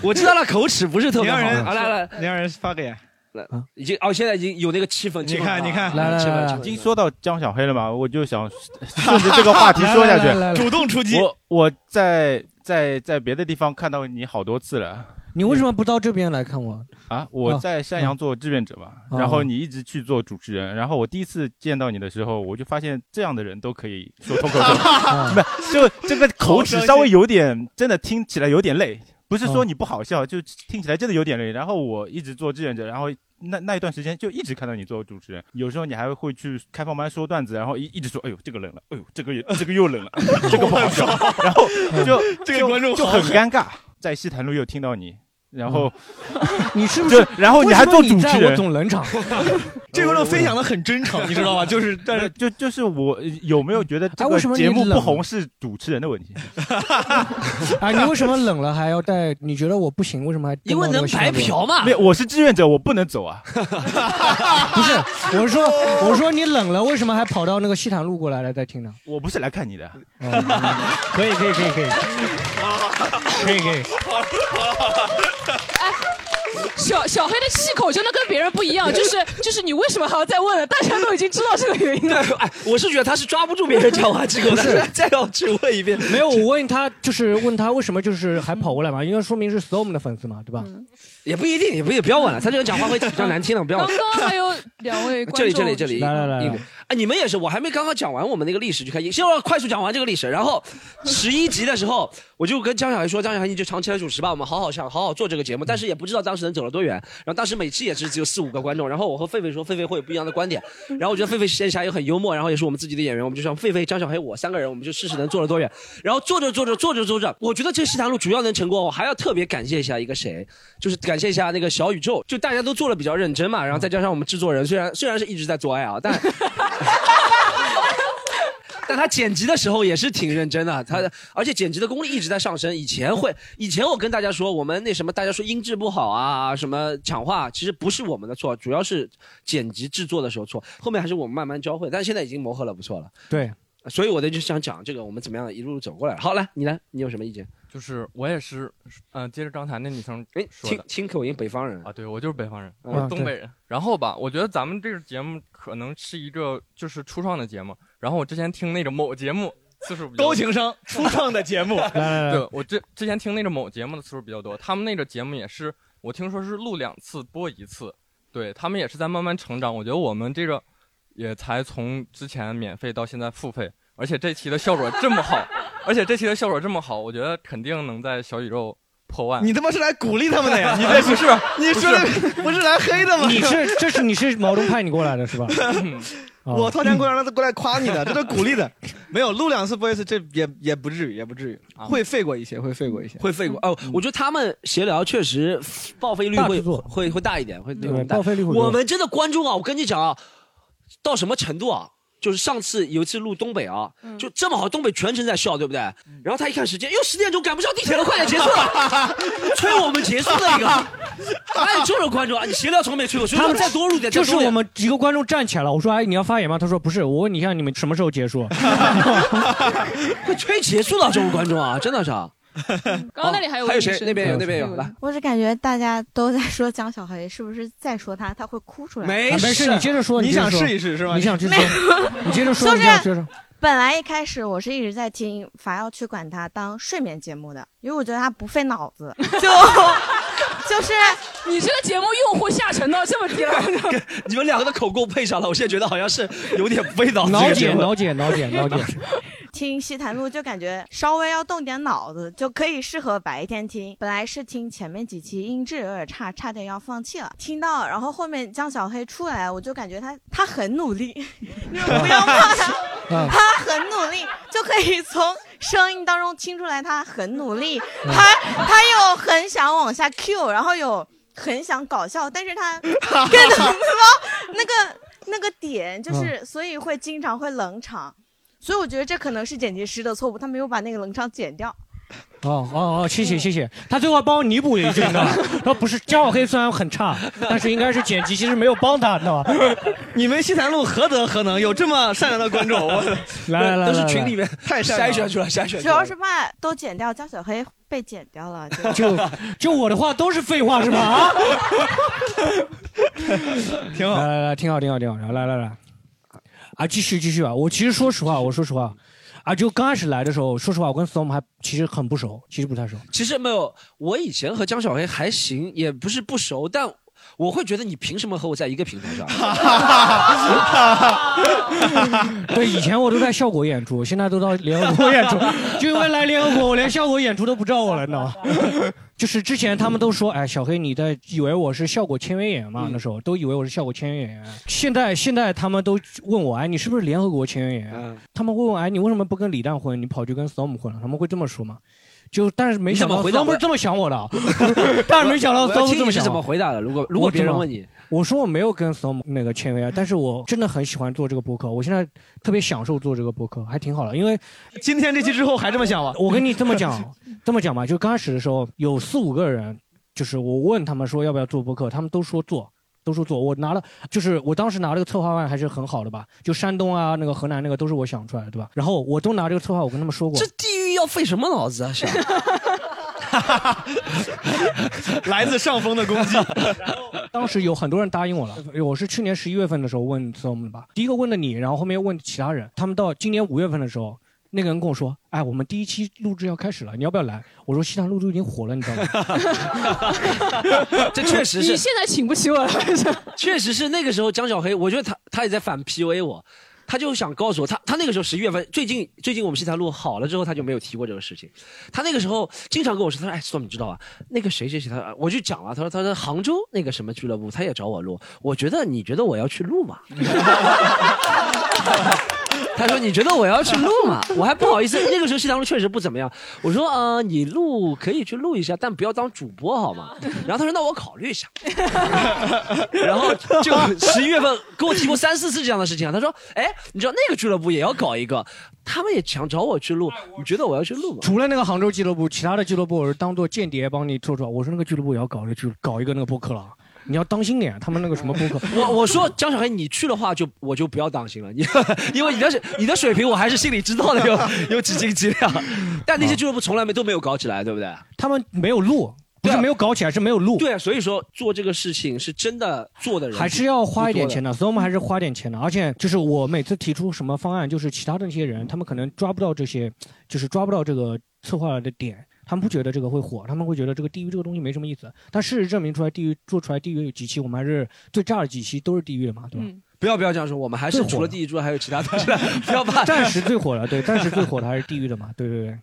B: 我知道他口齿不是特别好
E: 你让人
B: 的。好来来，
E: 你让人发给。
B: 来，已经哦，现在已经有那个气氛， 啊
J: 你看，你看，
B: 气氛了
J: 已经说到江小黑了嘛，我 就想顺着这个话题说
E: 来
J: 下
E: 来来来
J: 去，
E: 主动出击
J: 我我在在在别的地方看到你好多次了
D: 你为什么不到这边来看我？
J: 啊，
E: 嗯
J: 我在山羊做志愿者嘛，
D: 哦
J: 然后你一直去做主持人，然后我第一次见到你的时候，我就发现这样的人都可以说脱口秀， 不是就这个口齿稍微有点，真的听起来有点累，不是说
E: 嗯
J: 你不好笑，就听起来真的有点累。然后我一直做志愿者，然后。那那一段时间就一直看到你做主持人，有时候你还会去开放班说段子，然后一一直说，哎呦这个冷了，哎呦这个也这个又冷了，这个不好笑，然后就
E: 这个
J: 就
E: 观众
J: 就
E: 好
J: 很
E: 狠
J: 尴尬，在西坛路又听到你，然后
D: 你是不是
J: 就？然嗯后你还做主
D: 为什么
J: 持
D: 你在
J: 人，
D: 我总冷场。
E: 这观众分享的很真诚，你知道吗？ 就是但是
J: 就就是我有没有觉得这
D: 哎为什
J: 个
D: 么你
J: 节目不
D: 冷
J: 红是主持人的问题？
D: 啊，你为什么冷了还要带？你觉得我不行，为什么还？
J: 因为能白嫖
B: 嘛
J: 没有，我是志愿者，我不能走啊。
D: 不是，我是说，我是说你冷了，为什么还跑到那个西坦路过来了再听呢？哦
J: 我不是来看你的，
D: 可以，可以，可以，可以，可以，可以。
C: 小小黑的气口真的跟别人不一样，就是就是你为什么还要再问了？大家都已经知道这个原因了。
B: 哎， 我是觉得他是抓不住别人讲话这个，
D: 不
B: 但
D: 是
B: 是再要去问一遍，
D: 没有，我问他就是问他为什么就是还跑过来嘛，因为说明是 Storm 的粉丝嘛，对吧？
B: 也不一定，也不也不要问了，他这个讲话会比较难听的，不要问。
C: 刚刚还有两位观
B: 这
C: 众，
B: 里这里这里，
D: 来来来
B: 一个，哎，你们也是，我还没刚刚讲完我们那个历史就开始，先要快速讲完这个历史，然后十一集的时候，我就跟江小黑说，江小黑你就长期来主持吧，我们好好想好好做这个节目，但是也不知道当当时能走了多远。然后当时每期也是只有四五个观众，然后我和狒狒说，狒狒会有不一样的观点。然后我觉得狒狒线下也很幽默，然后也是我们自己的演员，我们就像狒狒、张小黑我三个人，我们就试试能做了多远。然后做着做着做着做着，我觉得这个西塘路主要能成功，我还要特别感谢一下一个谁，就是感谢一下那个小宇宙，就大家都做的比较认真嘛，然后再加上我们制作人，虽然虽然是一直在做爱啊，但。但他剪辑的时候也是挺认真的，他而且剪辑的功力一直在上升。以前会，以前我跟大家说，我们那什么，大家说音质不好啊，什么抢话，其实不是我们的错，主要是剪辑制作的时候错，后面还是我们慢慢教会，但是现在已经磨合了不错了。
D: 对，
B: 所以我的就想讲这个，我们怎么样一路走过来。好，来你来，你有什么意见？
P: 就是我也是，嗯、接着刚才那女生说
B: 听
P: 的
B: 听口音，北方人
P: 啊，对我就是北方人，
B: 嗯
P: 我是东北
B: 对
P: 人。然后吧，我觉得咱们这个节目可能是一个就是初创的节目。然后我之前听那个某节目次数比较
E: 高情 商初创的节 目来来来
P: 对我之之前听那个某节目的次数比较多，他们那个节目也是我听说是录两次播一次，对他们也是在慢慢成长。我觉得我们这个也才从之前免费到现在付费，而且这期的效果这 么好，而且这期的效果这么好，我觉得肯定能在小宇宙破 万。
E: 你他妈是来鼓励他们的 呀？你
P: 不
E: 这
P: 是
E: 你说的不是来黑的吗？
D: 你是这是你是毛东派你过来的是 吧？哦
E: 我掏钱过来让他过来夸你的，这都是鼓励的。没有录两次播一次，这也也不至于，也不至于，会废过一些，会废过一些。
B: 会废过哦，
E: 嗯
B: 我觉得他们闲聊确实报废率
E: 大
B: 会
E: 制作
B: 会会大一点，会
E: 对
B: 我们大
E: 报废率会多
B: 我们真的观众啊，我跟你讲啊，到什么程度啊？就是上次有一次录东北啊，就这么好，东北全程在笑，对不对？然后他一看时间，哟，十点钟赶不上地铁了，快点结束了，催我们结束的一个。哎，这种观众啊，你闲聊从没催我，所以
D: 他
B: 我
D: 们
B: 们再多录点，再
D: 就
B: 多
D: 是
B: 录点
D: 我们几个观众站起来了，我说：“哎，你要发言吗？”他说：“不是。”我问你一下，你们什么时候 结束？
B: 会催结束了，这种观众啊，真的是啊。
Q: 刚刚那里还有
B: 哦还
Q: 问
B: 有
Q: 题
B: 谁？
Q: 是嗯
B: 那边有，那边有，来。
Q: 我只感觉大家都在说江小黑，是不是再说他他会哭出来？
D: 啊没事，你接着说，
E: 你
D: 接着
E: 想
D: 说
E: 试一试是吧
D: 你想去说，你接着说，
Q: 就
D: 你接着
Q: 是
D: 说。
Q: 本来一开始我是一直在听凡要去管他当睡眠节目的，因为我觉得他不费脑子，就就是
C: 你这个节目用户下沉到这么低了，
B: 你们两个的口供配上了，我现在觉得好像是有点味道。
D: 脑
B: 这个节
D: 姐，
B: 目
D: 脑姐，脑姐，脑姐，
Q: 听西坛路就感觉稍微要动点脑子，就可以适合白天听。本来是听前面几期音质有点差，差点要放弃了，听到然后后面江小黑出来，我就感觉他他很努力，你们不要骂他，
D: 嗯
Q: 他很努力，就可以从声音当中听出来他很努力，他他又很想往下 Q，然后有很想搞笑，但是他跟他们那个那个点就是，所以会经常会冷场。所以我觉得这可能是剪辑师的错误，他没有把那个冷场剪掉。
D: 哦哦哦，谢谢谢谢，他最后还帮我弥补了一句，你知道吗？他不是江小黑虽然很差，但是应该是剪辑其实没有帮他，你知道吧？
E: 你们西坛 路何德何能，有这么善良的观众？我
D: 来来来
E: 都是
D: 来
E: 群
D: 来
E: 里面太善良
B: 筛选出来，筛选
Q: 主
B: 出来
Q: 要。是怕都剪掉，江小黑被剪掉了。 就
D: 就就我的话都是废话是吧？ 啊，
E: 挺好，
D: 来来来，挺好，挺好，挺好，来来来，啊，继续继续啊！我其实说实话，我说实话，啊，就刚开始来的时候，说实话，我跟 Storm 还其实很不熟，其实不太熟。
B: 其实没有，我以前和江小黑还行，也不是不熟，但我会觉得你凭什么和我在一个平台 上？
D: 对，以前我都在效果 演出，现在都到联合国演出， 就因为来联合国，我连效果演出都不找我了，你知道吗？ 就是之前他们都说，哎，小黑你在以为我是效果签约演员嘛？
B: 嗯
D: 那时候都以为我是效果签约演员。现在现在他们都问我，哎，你是不是联合国签约演员？
B: 嗯
D: 他们问我，哎，你为什么不跟李诞混，你跑去跟 Storm 混了？他们会这么说吗？就但是没想
B: 你怎么
D: 到
B: 回答
D: Storm 是这么想我的，啊 但是没想到
B: 我要
D: Storm
B: 听
D: 这
B: 你
D: 么
B: 是
D: 想
B: 怎么
D: 我。
B: 回答的。如果如果
D: 我
B: 别
D: 怎
B: 人
D: 么
B: 问你，，
D: 我说我没有跟 Storm 那个签约啊，但是我真的很喜欢做这个播客，我现在特别享受做这个播客，还挺好的。因为
E: 今天这期之后还这么想吗？
D: 我跟你这么 讲，这么讲吧，就刚开始的时候有四五个人，就是我问他们说要不要做播客，他们都说做。都说做，我拿了，就是我当时拿了个策划案还是很好的吧，就山东啊，那个河南那个都是我想出来的，对吧？然后我都拿这个策划，我跟他们说过，
B: 地狱要费什么脑子啊？想
E: 来自上峰的攻 击。
D: 当时有很多人答应我了，哎我是去年十一月份的时候问 Storm 的吧，第一个问的你，然后后面又问其他人，他们到今年五月份的时候，那个人跟我说，哎，我们第一期录制要开始了，你要不要来？我说西塘录制已经火了，你知道吗？
B: 这确实是。
C: 你现在请不起我了，
B: 确实是那个时候江小黑，我觉得他他也在反 PUA 我。他就想告诉我，他他那个时候十一月份，最近最近我们西坛路好了之后，他就没有提过这个事情。他那个时候经常跟我说，他说：“哎，Storm，你知道吧？那个谁谁谁，他我就讲了，他说他说杭州那个什么俱乐部，他也找我录。我觉得你觉得我要去录吗？”他说：“你觉得我要去录吗？”我还不好意思，那个时候西塘路确实不怎么样。我说：“呃，你录可以去录一下，但不要当主播好吗？”然后他说：“那我考虑 一下。”然后 就十一月份跟我提过三四次这样的事情啊。他说：“哎，你知道那个俱乐部也要搞一个， 他们也想找我去录，你觉得我要去录吗？”。
D: 除了那个杭州俱乐部，其他的俱乐部我是当做间谍帮你做出来。我说那个俱乐部也要搞一个俱搞一个那个播客了，啊你要当心点，他们那个什么播客
B: 我我说江小黑，你去的话就我就不要当心了，你 因为你的水你的水平我还是心里知道的，有有 几斤几 两。但那些俱乐部从来没都没有搞起来，对不对？
D: 哦他们没有录，不是没有搞起来，是没有录。
B: 对啊，所以说做这个事情是真的做的人
D: 还是要花一点钱
B: 的。
D: 的，所以我们还是花点钱的。而且就是我每次提出什么方案，就是其他的那些人，他们可能抓不到这些，就是抓不到这个策划的点，他们不觉得这个会火，他们会觉得这个地狱这个东西没什么意思。但事实证明出来，地狱做出来地狱有几期，我们还是最炸的几期都是地狱的嘛，对吧？
B: 不要不要这样说，我们还是
D: 最火
B: 除了第一桌还有其他 东西，不要怕。
D: 暂时最火了，对，暂时最火的还是地狱的嘛，对对对。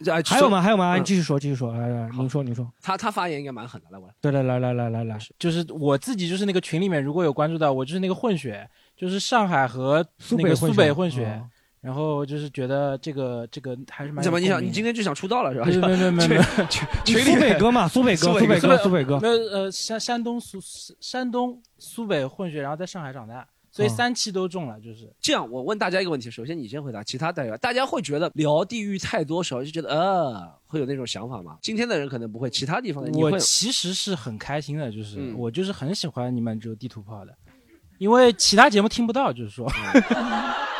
B: 对，哎
D: 还有吗？
B: 说
D: 还有吗？啊
B: 嗯
D: 你继续说，继续说，来来，您说，您说。
B: 他他发言应该蛮狠的，来我来。
D: 对对，来来来来来，
K: 就是我自己就是那个群里面如果有关注到我，就是那个混血，就是上海和
D: 苏
K: 那个
D: 北
K: 苏
D: 混血
K: 北混血。
D: 哦
K: 然后就是觉得这个这个还是蛮有
B: 怎么你
K: 共
B: 想
K: 鸣
B: 你今天就想出道了是吧？
K: 对对对对对对
B: 群
K: 你
B: 群群里
K: 苏北
B: 面
D: 哥嘛苏北哥苏北哥苏北哥
K: 没有呃，山山东苏山东苏北混血，然后在上海长大，所以
D: 哦
B: 嗯
K: 三期都中了，就是
B: 这样，我问大家一个问题，首先你先回答，其他代表大家会觉得聊地域太多时候就觉得呃会有那种想法吗？今天的人可能不会，其他地方的你会
K: 我其实是很开心的，就是、
B: 嗯
K: 我就是很喜欢你们这个地图炮的，因为其他节目听不到，就是说，
B: 嗯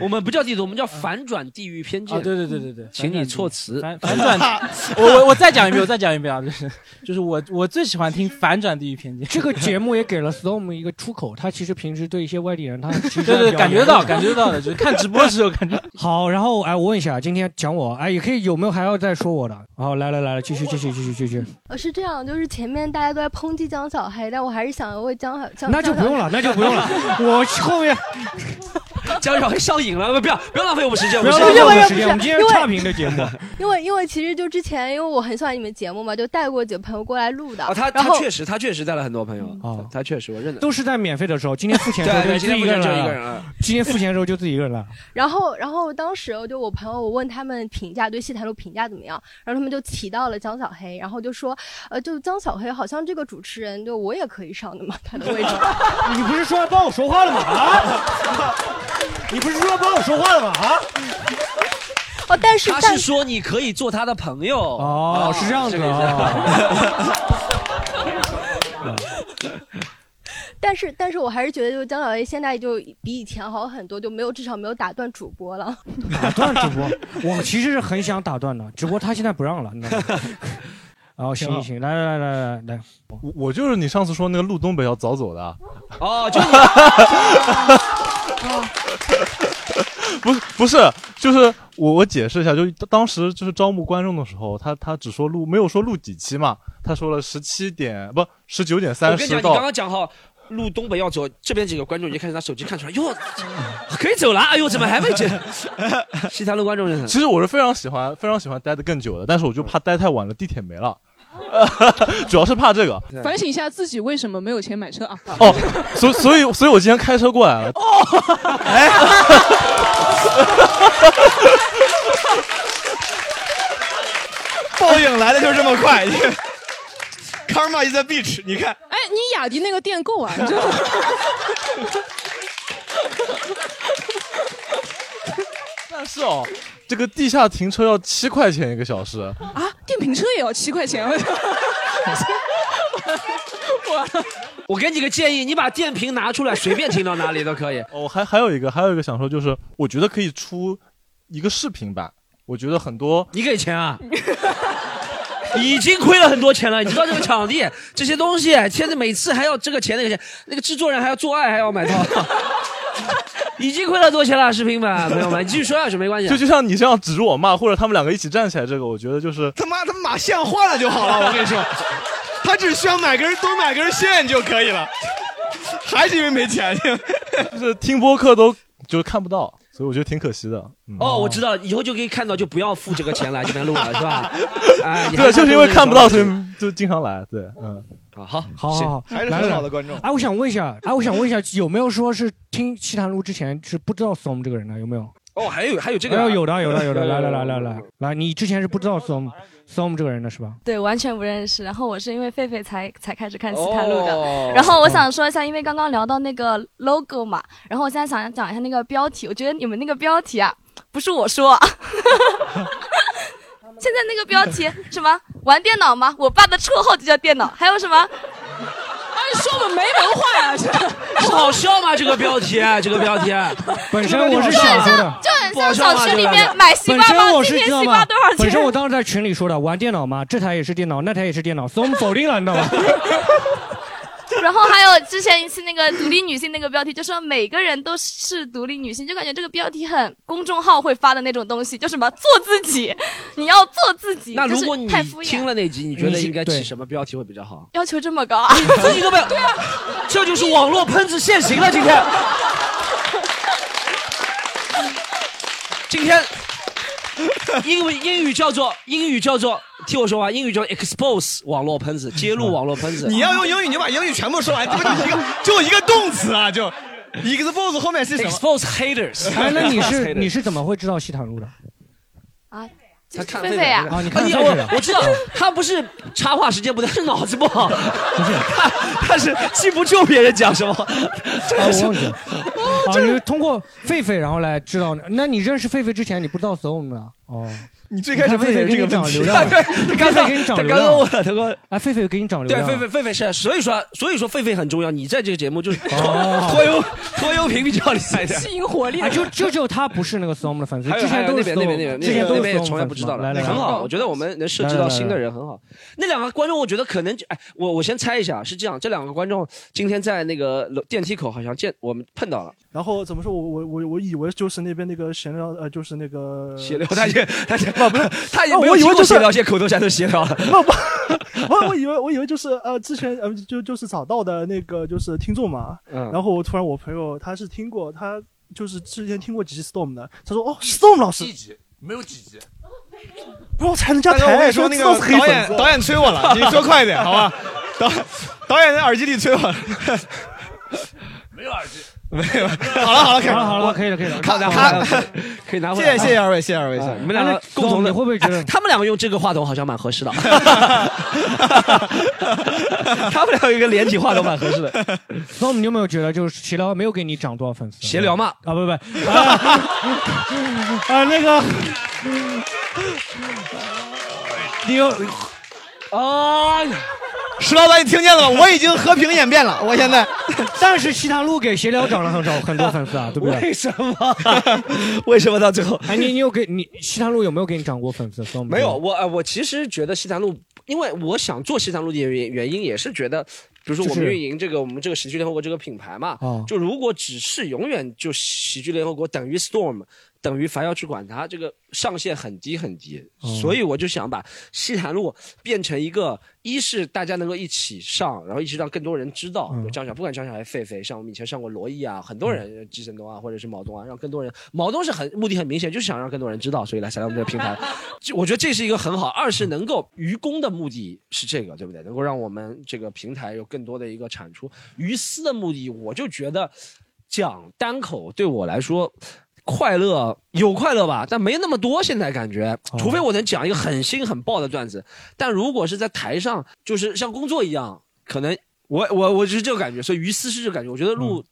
B: 我们不叫地图，我们叫反转地域偏见。
K: 啊对对对对
D: 嗯
K: 对
B: 请你
K: 反转地域
B: 措辞。
K: 反反转，我我我再讲一遍，我 再讲一遍啊，就是就是我我最喜欢听反转地域 偏见
D: 这个 节目也给了 Storm 一个出口，他其实平时对一些外地人，他其实
K: 对对
D: 还比较
K: 感觉到
D: 严格
K: 感觉到的就是看直播的时候感觉。
D: 好，然后哎，我问一下，今天讲我哎，也可以有没有还要再说我的？好，来来来来，继续继续继续继续，
R: 呃，是这样，就是前面大家都在抨击江小黑，但我还是想为江小江
D: 那就不用了，那 就不用了， 我后面
B: 江小黑上瘾了，不要不要浪费我们时间，
D: 不要
B: 们
D: 浪
B: 先
D: 费我
R: 不
D: 们
R: 是
D: 时间，我们今天
R: 因
D: 是
R: 为
D: 差评的节目。
R: 因为因为其实就之前，因为我很喜欢你们节目嘛，就带过几个朋友过来录的。
B: 啊，他
R: 然
B: 他
R: 后
B: 确实，他确实带了很多朋友，他他确实我认得。
D: 哦都是在免费的时候，今天付钱的时候
B: 对
D: 就
B: 对
D: 自己一
B: 今天付钱
D: 人
B: 就一
D: 来
B: 个人
D: 了
B: 啊，
D: 今天付钱的时候就自己一个人来了。
R: 然后，然后当时就我朋友，我问他们评价对戏台路评价怎么样，然后他们就提到了江小黑，然后就说，呃，就江小黑好像这个主持人，就我也可以上的嘛，他的位置。
D: 你不是说要帮我说话了吗？啊！你不是说要帮我说话了吗？啊！
R: 哦，但是
B: 他
R: 但
B: 是说你可以做他的朋友
D: 哦
B: 啊
D: 是这样子啊
B: 个意思
R: 但是，但是我还是觉得，就江小 A 现在就比以前好很多，就没有至少没有打断主播了。
D: 打断主播，我其实是很想打断的，只不过他现在不让了。你知道 吗哦，行行行，来来来来来来，
S: 我我就是你上次说那个路东北要早走的啊，
B: 哦，就你，
S: 不是不是，就是我我解释一下，就是当时就是招募观众的时候，他他只说录没有说录几期嘛，他说了十七点不十九点
B: 我
S: 三
B: 跟你
S: 十
B: 讲，你刚
S: 到
B: 刚讲好录东北要走，这边几个观众已经开始拿手机看出来，哟，可以走了，哎呦，怎么还 没走？西塘路观众认识。
S: 其实我是非常喜欢非常喜欢待得更久的，但是我就怕待太晚了，地铁没 了， 主要是怕这个。
C: 反省一下自己为什么没有钱买车啊？
S: 哦，所以所以所以我今天开车过来了。
K: 哎
E: 报应来的就这么 快。Karma is a bitch，你看，
C: 哎，你雅迪那个店够啊！你知 道吗
S: 但是哦，这个地下停车要七块钱一个小时，
C: 啊，电瓶车也要七块钱， 我我
B: 我给你个建议，你把电瓶拿出来，随便停到哪里都可以。
S: 哦，还还有一个，还有一个想说，就是我觉得可以出一个视频版。我觉得很多，
B: 你给钱啊？ 已经亏了很多钱了，你知道这个场地 这些东西，现在每次还要这个钱那个钱，那个制作人还要做爱还要买套， 已经亏了多钱了，视频版 朋友们，你继续说下去没关系。啊
S: 就就像你这样指着我骂，或者他们两个一起站起来，这个我觉得就是
E: 他妈他妈把线换了就好了，我跟你说， 他只需要买根多买根线就可以了，还是因为没钱。
S: 就是听播客都就是看不到，所以我觉得挺可惜的。嗯，
B: 哦，我知道了，以后就可以看到，就不要付这个钱来这边录了，是 吧？哎，
S: 对，就是因为看不到，所以
B: 以
S: 就经常来。对，嗯，
B: 好好
D: 好好好，来了哎，我想问一下，哎，我想问一下，有没有说是听西坛路之前是不知道 storm 这个人的？有没有？
B: 哦，还有还有这个
D: 哎
B: 啊，
D: 呦有的有的有的，来来来来来来，你之前是不知道 storm storm 这个人的是吧？
T: 对，完全不认识。然后我是因为狒狒才才开始看西塔路的。
D: 哦
T: 然后我想说一下，因为刚刚聊到那个 logo 嘛，然后我现在想讲一下那个标题。我觉得你们那个标题啊，不是我说、 啊。现在那个标题什么？玩电脑吗？我爸的绰号就叫电脑。还有什么？哎，说我们没文化呀、
B: 不 好笑吗？这个标题，啊这个标题，
D: 本身我是
T: 就很
D: 想
T: 像
D: 说的，
T: 就很
B: 不好
T: 像
B: 笑吗
T: 小区
B: 这
T: 里
B: 个
T: 面哎买西
D: 本
T: 瓜
D: 身
T: 包，
D: 我
T: 今
D: 是
T: 天
D: 知道
T: 西
D: 吗
T: 瓜多少？钱？
D: 本身我当时在群里说的，玩电脑嘛，这台也是电脑，那台也是电脑，所以我们否定了，你知道吗？
T: 然后还有之前一期那个独立女性那个标题，就说每个人都是独立女性，就感觉这个标题很公众号会发的那种东西，就什么做自己，你要做自己。
B: 那如
T: 就是
B: 果你
T: 太敷衍
B: 听
T: 了，
B: 了那集，你觉得
D: 你
B: 应该
D: 对
B: 起什么标题会比较好？
T: 要求这么高啊？
B: 自己都没有，对啊，这就是网络喷子现形了。今天，今天英文英语叫做英语叫做，听我说完，英语叫 expose 网络喷子，揭露网络喷子。
E: 你要用英语，你把英语全部说完，这不就一个就一个动词啊？就 expose 后面是什么
B: expose haters。
D: 哎，那你 是你是怎么会知道西坦路的？
T: 啊，
B: 他看
T: 菲菲啊
D: 啊你看
B: 哎呀
D: 狒狒啊
B: 我我知道他不是插话时间不对，是脑子不好， 他他是记不住别人讲什么，真的
D: 啊，我
B: 是
D: 忘记了。 啊，你是通过狒狒然后来知道的？那你认识狒狒之前，你不知道 Storm 的？哦，
E: 你
B: 最开始问
D: 狒
B: 的
D: 狒
B: 也是
D: 给你
B: 这个
D: 涨
B: 问题
D: 流量了，
B: 对
D: 狒狒给你涨
B: 他
D: 流
B: 刚刚
D: 量
B: 问
D: 了，
B: 了他刚
D: 哎，狒狒给你涨流
B: 对，
D: 量了，
B: 狒狒狒狒是，啊所以说所以说狒狒很重要。你在这个节目就是
D: 哦
B: 拖油拖油瓶比较厉害一 点，
D: 哎就就只有他不是那个 Storm 的粉 丝，
B: 还有
D: 之前都
B: 那
D: 是
B: 边那边那边
D: Storm，之前都
B: 那
D: 是
B: 边也
D: Storm
B: 从来不
D: 粉丝
B: 知道
D: 嘛
B: 的，
D: 来来，
B: 很
D: 来
B: 好，我觉得我们能涉及
D: 来来
B: 到
D: 来
B: 新的
D: 来
B: 人很好。那两个观众，我觉得可能就哎，我我先猜一下，是这样，这两个观众今天在那个楼电梯口好像见我们碰到了，
U: 然后怎么说？我我我我以为就是那边那个闲聊，呃，就是那个
B: 闲聊， 他 也他也不不是，他也
U: 哦
B: 没有
U: 我以
B: 经
U: 为
B: 过
U: 就是
B: 闲聊，现在口头禅都闲聊了。
U: 我我以为我以为就是呃，之前呃就就是找到的那个就是听众嘛，
B: 嗯
U: 然后我突然我朋友他是听过，他就是之前听过几期 Storm 的，他说哦 Storm 老师，
V: 没有几集，
U: 不要踩人家
E: 大哥我跟
U: 台，
E: 你说那
U: 知道是黑
E: 个导
U: 粉丝
E: 演导演催我了，你说快一点好吧？ 导导演在耳机里催我了。
V: 没有耳机。
E: 没有，好了好了，可以
D: 好了好了
E: 我
D: 可以了可以了
E: 看
D: 大家
E: 看，
D: 回来了
B: 可以拿回
E: 谢
B: 来啊
E: 谢谢谢二位，谢谢二位，谢谢二位。
B: 你们
D: 哎
B: 两个共同的，
D: 会不会觉得
B: 他们两个用这个话筒好像蛮合 适的？ 他们两个有一个连体话筒蛮合适的。
D: Storm，你有没有觉得就是闲聊没有给你涨多少粉丝？
B: 闲聊嘛，
D: 啊不不， 啊 啊 那个，你有
V: 哎
B: 啊，
E: 石老板，你听见了吗？我已经和平演变了，我现在。
D: 但是西塘路给闲聊涨了很少很多粉丝啊，对不对？
B: 为什么？ 为什么到最后？
D: 哎，你你有给你西塘路有没有给你涨过粉丝？Storm
B: 没有，，我呃，我其实觉得西塘路，因为我想做西塘路的原原因也是觉得，比如说
D: 就
B: 我们
D: 是
B: 运营这个我们这个喜剧联合国这个品牌嘛，
D: 哦
B: 就如果只是永远就喜剧联合国等于 Storm 等于凡要去管它，这个上限很低很低，
D: 哦
B: 所以我就想把西塘路变成一个，一是大家能够一起上，然后一起让更多人知道，
D: 嗯
B: 有张小不管张小还是狒狒，像我们以前上过罗毅啊，很多人
D: 嗯
B: 季承东啊，或者是毛东啊，让更多人，毛东是很目的很明显，就是想让更多人知道，所以来参加我们这个平台，就我觉得这是一个很好。二是能够愚公的目的是这个，对不对？能够让我们这个平台有更多的一个产出。于私的目的，我就觉得讲单口对我来说。快乐有快乐吧，但没那么多。现在感觉，除非我能讲一个很新很爆的段子，但如果是在台上，就是像工作一样，可能我我我就是这个感觉。所以于私是这个感觉，我觉得录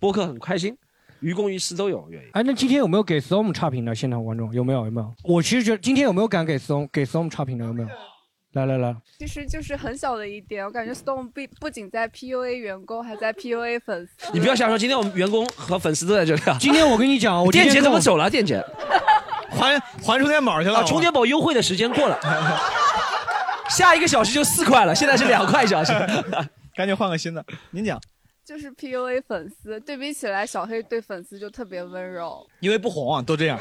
B: 播客很开心，于公于私都有。愿意
D: 哎，那今天有没有给 Storm 差评的现场观众？有没有？有没有？我其实觉得今天有没有敢给 Storm 给 Storm 差评的？有没有？来来 来，
W: 其实就是很小的一点，我感觉 Stone 不不仅在 PUA 员工，还在 PUA 粉丝。
B: 你不要瞎说，今天我们员工和粉丝都在这里啊。
D: 今天我跟 你讲，我今
B: 店
D: 天
B: 姐怎
D: 跟我
B: 么走了？店姐
E: 还还充电宝去
B: 了，充电宝优惠的时间 过了， 下一个小时就四块了，现在是两块一小时。
E: 赶紧换个新的，您讲。
W: 就是 PUA 粉丝，对比起来，小黑对粉丝就特别温柔。
E: 因为不红啊，都 这样。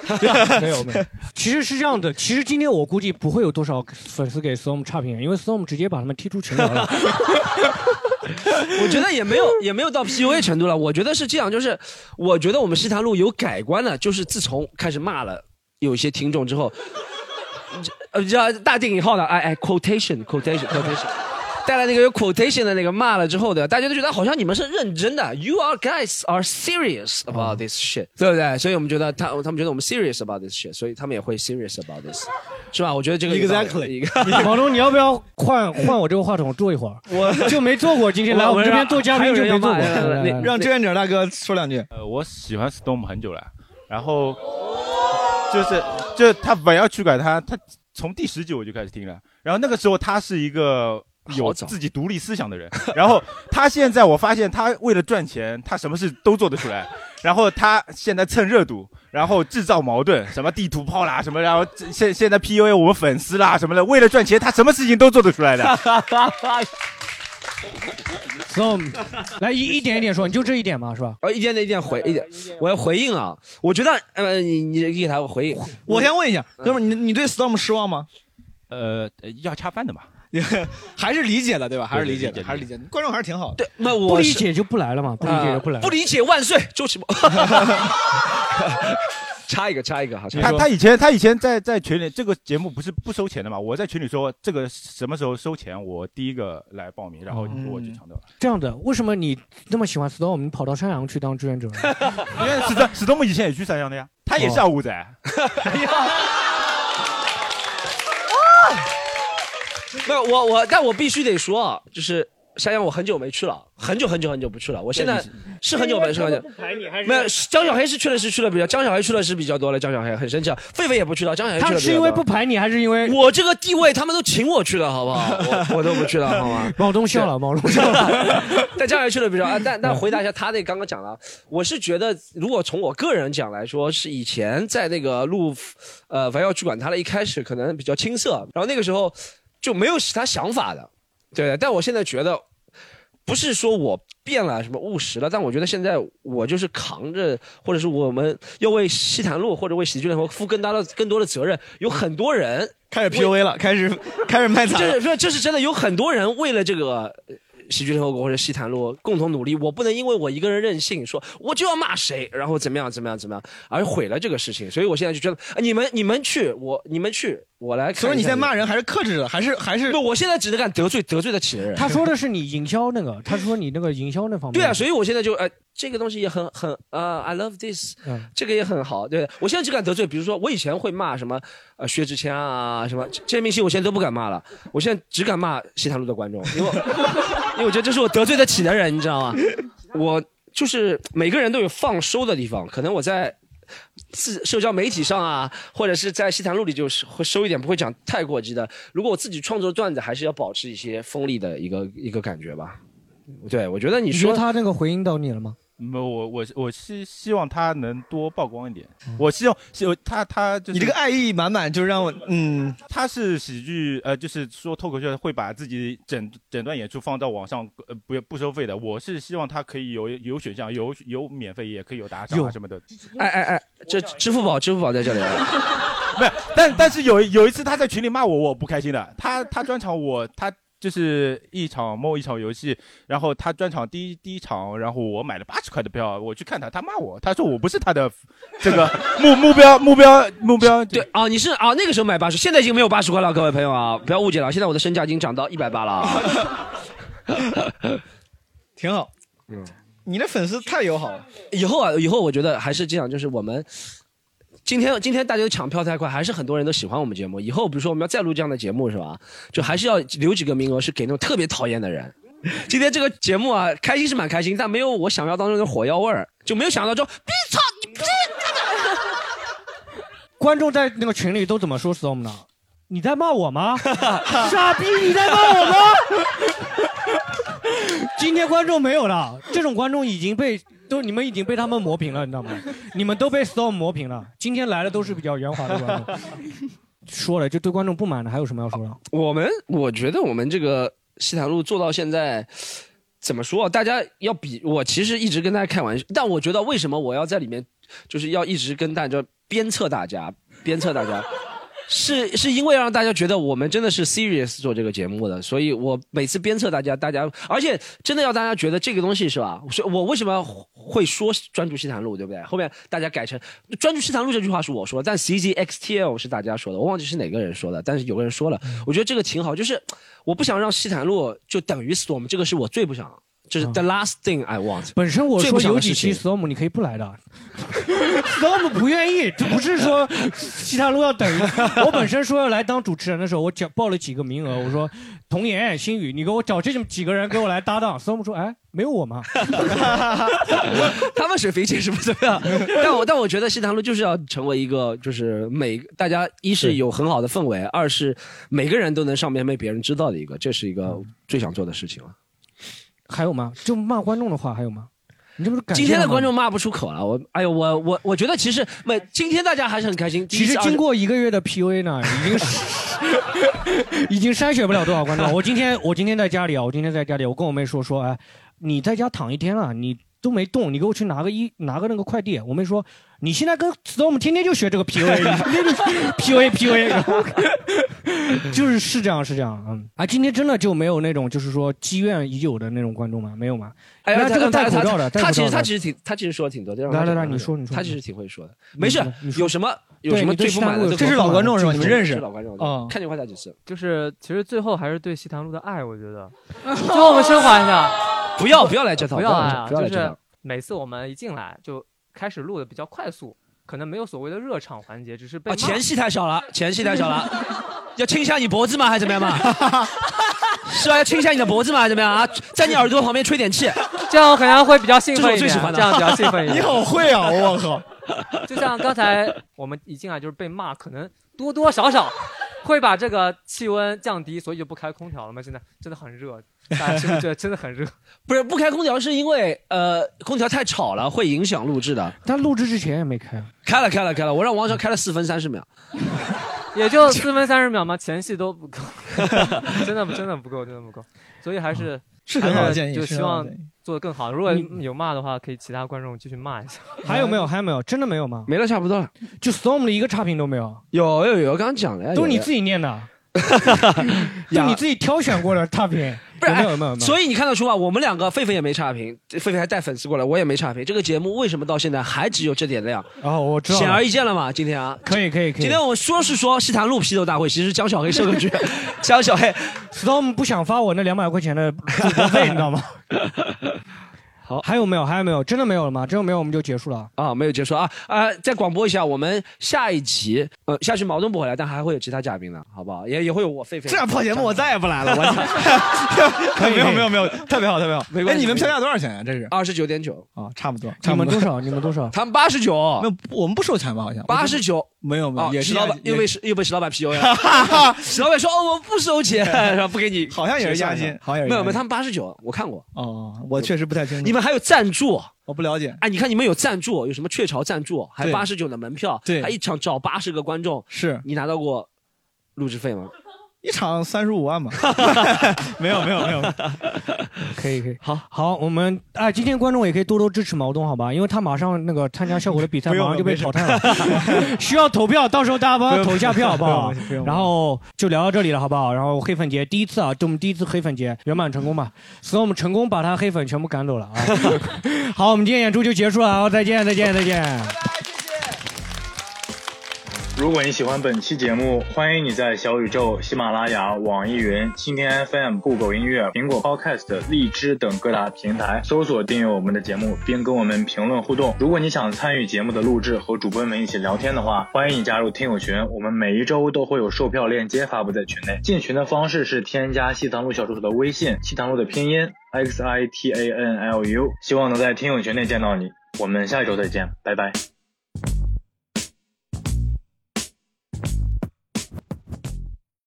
D: 没有没有，其实是这样的，其实今天我估计不会有多少粉丝给 Storm 差评，因为 Storm 直接把他们踢出群聊 了。
B: 我觉得也没有也没有到 PUA 程度了。我觉得是这样，就是我觉得我们西坛路有改观了，就是自从开始骂了有一些听众之后，呃，叫大定引号的，哎哎，quotation quotation quotation。带 来那个有 quotation 的那个骂了之后的，大家都觉得好像你们是认真的，You are guys are serious about this shit，、对不对？所以我们觉得他他们觉得我们 serious about this shit，所以他们也会 serious about this，是吧？我觉得这个有道理
D: Exactly
B: 一个
D: 毛东，你要不要换换我这个话筒坐一会儿？
E: 我
D: 就没坐过，今天来我们这边做嘉宾就没坐过。 来来来
E: 让志愿者大哥说两句。
J: 呃，我喜欢 Storm 很久了，然后就是就他本来要驱赶他，他从第十集我就开始听了，然后那个时候他是一个。有自己独立思想 的人，然后他现在我发现他为了赚钱，他什么事都做得出来。然后他现在蹭热度，然后制造矛盾，什么地图炮啦，什么，然后现现在 PUA 我们粉丝啦什么的，为了赚钱，他什么事情都做得出来的。
D: Storm，来一一点一点说，你就这一点嘛，是吧？
B: 呃，一点点一点回一点，我要回应啊！我觉得，呃，你你你给他回应。嗯
E: 我先问一下，哥们儿，你你对 Storm 失望吗？
J: 呃，要恰饭的嘛，
E: 还是理解的对吧？还是
J: 对
E: 理解
J: 理
E: 的，
J: 解
E: 还是理解的。观众还是挺好的。对，
B: 那
D: 不理解就不来
J: 啊
D: 了嘛，不理解就不来了。
B: 不理解万岁，周奇墨。 插一个，插一个，好，插一
J: 啊他
B: 个
J: 他 以前他以前在在群里这个节目不是不收钱的嘛？我在群里说这个什么时候收钱，我第一个来报名，然后我
E: 嗯
J: 就抢到了。
D: 这样的，为什么你那么喜欢 Storm，你跑到山羊去当志愿 者呢？哦
J: 因为史东史东以前也去山羊的呀，他也是二五仔。
B: 没有我我，但我必须得说啊，就是山羊，我很久没去了，很久很久很久不去了。我现在
H: 对你
B: 是很久没是很久
H: 不排你还是
B: 没有江小黑是去了是去了比较，江小黑去了是比较多了，江小黑很生气啊。狒狒也不去了，江小黑去了
D: 他
B: 比较
D: 是因为
B: 多
D: 不排你，还是因为
B: 我这个地位，他们都请我去了，好不 好？我我都不去了，好吗？
D: 毛东笑了，毛东笑了。
B: 但江小黑去 了比较啊，但但回答一下他那刚刚讲了，我是觉得如果从我个人讲来说，是以前在那个录呃玩耀剧管他的一开始可能比较青涩，然后那个时候就没有其他想法的，对的。但我现在觉得不是说我变了什么务实了，但我觉得现在我就是扛着，或者是我们要为西坛路或者为喜剧联合负更大的更多的责任。有很多人
E: 开始 PUA 了，开始开始卖惨了
B: 这是这是真的，有很多人为了这个。呃喜剧联合国或者西坛路共同努力，我不能因为我一个人任性，说我就要骂谁，然后怎么样怎么样怎么样，而毁了这个事情。所以我现在就觉得，哎你们你们去，我你们去，我来看一下。
E: 所以你现在骂人还是克制着，还是还是？
B: 不，我现在只能干得罪得罪得起的人。
D: 他说的是你营销那个，他说你那个营销那方面。
B: 对啊，所以我现在就呃，这个东西也很很呃，I love this，、
D: 嗯
B: 这个也很好。对我现在只敢得罪，比如说我以前会骂什么呃薛之谦啊，什么这这些明星，我现在都不敢骂了，我现在只敢骂西塘路的观众，因为我因为我觉得 这是我得罪得起的人，你知道吗？我就是每个人都有放收的地方，可能我在。自社交媒体上啊，或者是在西坛路里，就是会收一点，不会讲太过激的。如果我自己创作段子，还是要保持一些锋利的一个一个感觉吧。对，我觉得你
D: 你
B: 说
D: 觉得他那个回应到你了吗？
J: 没有，嗯我我我希希望他能多曝光一点。我希望希望他他就是
E: 你这个爱意满满，就让我嗯，
J: 他是喜剧呃，就是说脱口秀会把自己整整段演出放到网上，呃，不不收费的。我是希望他可以有有选项，有有免费，也可以有打赏啊
B: 有
J: 什么的。
B: 哎哎哎，这支付宝，支付宝在这里啊。
J: 没有，但但是有有一次他在群里骂我，我不开心的。他他专场我他就是一场梦一场游戏，然后他专场第一第一场，然后我买了八十块的票，我去看他，他骂我，他说我不是他的这个 目目标目标目标。
B: 对啊，你是啊，那个时候买八十，现在已经没有八十块了，各位朋友啊，不要误解了，现在我的身价已经涨到一百八了啊。
E: 挺好。
B: 嗯，
E: 你的粉丝太友好了。
B: 以后啊，以后我觉得还是这样，就是我们今天今天大家都抢票太快，还是很多人都喜欢我们节目。以后比如说我们要再录这样的节目是吧？就还是要留几个名额是给那种特别讨厌的人。今天这个节目啊，开心是蛮开心，但没有我想要当中的火药味儿，就没有想到说，逼操你逼这个。
D: 观众在那个群里都怎么说 Storm 呢？你在骂我 吗？傻逼，你在骂我吗？今天观众没有了，这种观众已经被都你们已经被他们磨平了，你知道吗？你们都被 Storm 磨平了。今天来的都是比较圆滑的观 众。说了就对观众不满的，还有什么要说的？
B: 我们我觉得我们这个西坦路做到现在，怎么说？啊大家要比我其实一直跟大家开玩笑，但我觉得为什么我要在里面，就是要一直跟大家鞭策大家，鞭策大家，是是因为要让大家觉得我们真的是 serious 做这个节目的，所以我每次鞭策大家，大家而且真的要大家觉得这个东西是吧？所以我为什么会说专注西坛路，对不对？后面大家改成专注西坛路这句话是我说的，但 C G X T L 是大家说的，我忘记是哪个人说的，但是有个人说了，我觉得这个挺好，就是我不想让西坛路就等于 storm，这个是我最不想。就是 the last thing I want。
D: 本身我
B: 最不
D: 说
B: 想
D: 有
B: 的事
D: 几期
B: 情
D: storm 你可以不来的 ，storm 不愿意，这不是说西塔路要等。 我本身说要来当主持人的时候，我讲报了几个名额，我说童颜、星宇，你给我找这种几个人给我来搭档。storm 说，哎，没有我吗？
B: 他们水平确实不怎么样， 但我但我觉得西塘路就是要成为一个，就是每大家一是有很好的氛围，二是每个人都能上面被别人知道的一个，这是一
D: 嗯
B: 个最想做的事情了。
D: 还有吗？就骂观众的话还有吗？你这不是感谢
B: 今天的
D: 吗
B: 观众骂不出口了，我哎呦我我我觉得其实每今天大家还是很开心。
D: 其实经过一个月的 PUA 呢，已经是 已经筛选不了多少观众了。我今天我今天在家里啊，我今天在家里，我跟我妹说说，哎，你在家躺一天了，你都没动，你给我去拿个一拿个那个快递。我妹说，你现在跟 Storm 天天就学这个 PUA，你天天就 PUA PUA，然后就是是这样是这样，嗯啊，今天真的就没有那种就是说积怨已久的那种观众吗？没有吗？
B: 哎
D: 那
B: 呀，
D: 这个戴口罩的，
B: 他他他他其实他
D: 实
B: 其实挺他其实说的挺多的。
D: 来来来
B: 让他讲
D: 你说你说
B: 他其实挺会说的。没事
D: 你，说
B: 有什么有
D: 对
B: 什么
D: 你对
B: 最不满的
D: 西塘路
B: 都可以说？
D: 这是老观众是吧你们认识嗯
B: 是老观众，
P: 哦
B: 看见过他几次？
P: 就是其实最后还是对西塘路的爱，我觉 得。最后我们升华一下，
B: 不要不要来这 套
P: 不要啊！
B: 不要
P: 就
B: 来这套
P: 是每次我们一进来就开始录的比较快速，可能没有所谓的热场环节，只是被
D: 哦
B: 啊，
P: 骂
B: 前戏太 少了，前戏太少了，要亲一下你脖子吗？ 还是怎么样嘛？是啊，要亲一下你的脖子吗？还是怎么样啊？在你耳朵旁边吹点气，
P: 这样可能会比较兴
B: 这是
P: 奋
B: 我
P: 一
B: 最
P: 点，
B: 喜欢的，
P: 这样比较兴 奋一点。
B: 啊！我靠，
P: 就像刚才我们一进来就是被骂，可能多多少 少 会把这个气温降低，所以就不开空调了嘛。现在真的很热，大家啊是不是觉得真的很热？
B: 不是不开空调是因为呃空调太吵了，会影响录制的。
D: 但录制之前也没开啊。
B: 开了开了开了，我让王成开了四分三十秒。
P: 也就四分三十秒嘛，前戏都不够， 真的真的不够，真的不够。所以还是
E: 嗯是很好的
P: 还
E: 建议
P: 就是
E: 很
P: 希
E: 好的
P: 望
E: 建
P: 做得更好。如果有骂的话，可以其他观众继续骂一下。
D: 还有没有？还有没有？真的没有吗？
B: 没了，差不多了。
D: 就 Storm 的一个差评都没有，
B: 有有有，刚刚讲了呀，
D: 都是你
B: 有的
D: 自己 念的，就你自己挑选过的差评。
B: 不是，
D: 有没有
B: 哎
D: 有没有有没有？
B: 所以你看得出啊，我们两个狒狒也没差评，狒狒还带粉丝过来，我也没差评。这个节目为什么到现在还只有这点量？
D: 哦，我知道了，
B: 显而易见了嘛，今天啊。
D: 可以可以可以。
B: 今天我说是说西坛路批斗大会，其实江小黑受个 局，江小黑
D: Storm 不想发我那两百块钱的主播费，你知道吗？
B: 好，
D: 还有没有？还有没有？真的没有了吗？真的没有，我们就结束了。
B: 啊，没有结束啊啊、呃再广播一下，我们下一集呃，下去毛东不回来，但还会有其他嘉宾的，好不好？也也会有我狒狒。
E: 这样破节目我再也不 来了，我操
B: 可以
E: 没有没有没有，特别好特别好。
B: 没关系
E: 哎，你们票价多少钱呀？这是
B: 二十九点九
E: 啊，差不多。
D: 你们
E: 差
D: 多
E: 不
D: 少？你们多少？
B: 他们八十九，没
E: 有，我们不收钱吧？好像
B: 89，
E: 没有没
B: 啊
E: 有，，也是
B: 石老板
E: 也
B: 又被石又被石老板 PUA 了，石老板说哦我不收钱，然后不给你，
E: 好像也是押金好像也是
B: 没
E: 押
B: 有
E: 金
B: 没有，他们八十九，我看过。
E: 哦，我确实不太清楚。
B: 你们还有赞助？
E: 我不了解。
B: 哎，你看你们有赞助，有什么雀巢赞助，还
E: 对
B: 八十九的门票，
E: 对
B: 还一场找八十个观众，
E: 是
B: 你拿到过录制费吗？
E: 一场三十五万嘛？没 有没有没有，
D: 可以可以，好好，我们哎，今天观众也可以多多支持毛东，好吧？因为他马上那个参加效果的比赛，
E: 不
D: 马
E: 用
D: 上就被
E: 没事
D: 淘汰了， 需要投票，到时候大家帮他投一下票，好不好
E: 不用不用不用？
D: 然后就聊到这里了，好不好？然后黑粉节第一次啊，就我们第一次黑粉节圆满成功吧，所以我们成功把他黑粉全部赶走了 啊。好，我们今天演出就结束了，啊好，再见，再见，再见。
A: 如果你喜欢本期节目，欢迎你在小宇宙、喜马拉雅、网易云、蜻蜓 FM、酷狗音乐、苹果 Podcast、荔枝等各大平台搜索订阅我们的节目，并跟我们评论互动。如果你想参与节目的录制和主播们一起聊天的话，欢迎你加入听友群，我们每一周都会有售票链接发布在群内。进群的方式是添加西塘路小助手的微信，西塘路的拼音 x i t a n l u，希望能在听友群内见到你。我们下一周再见，拜拜。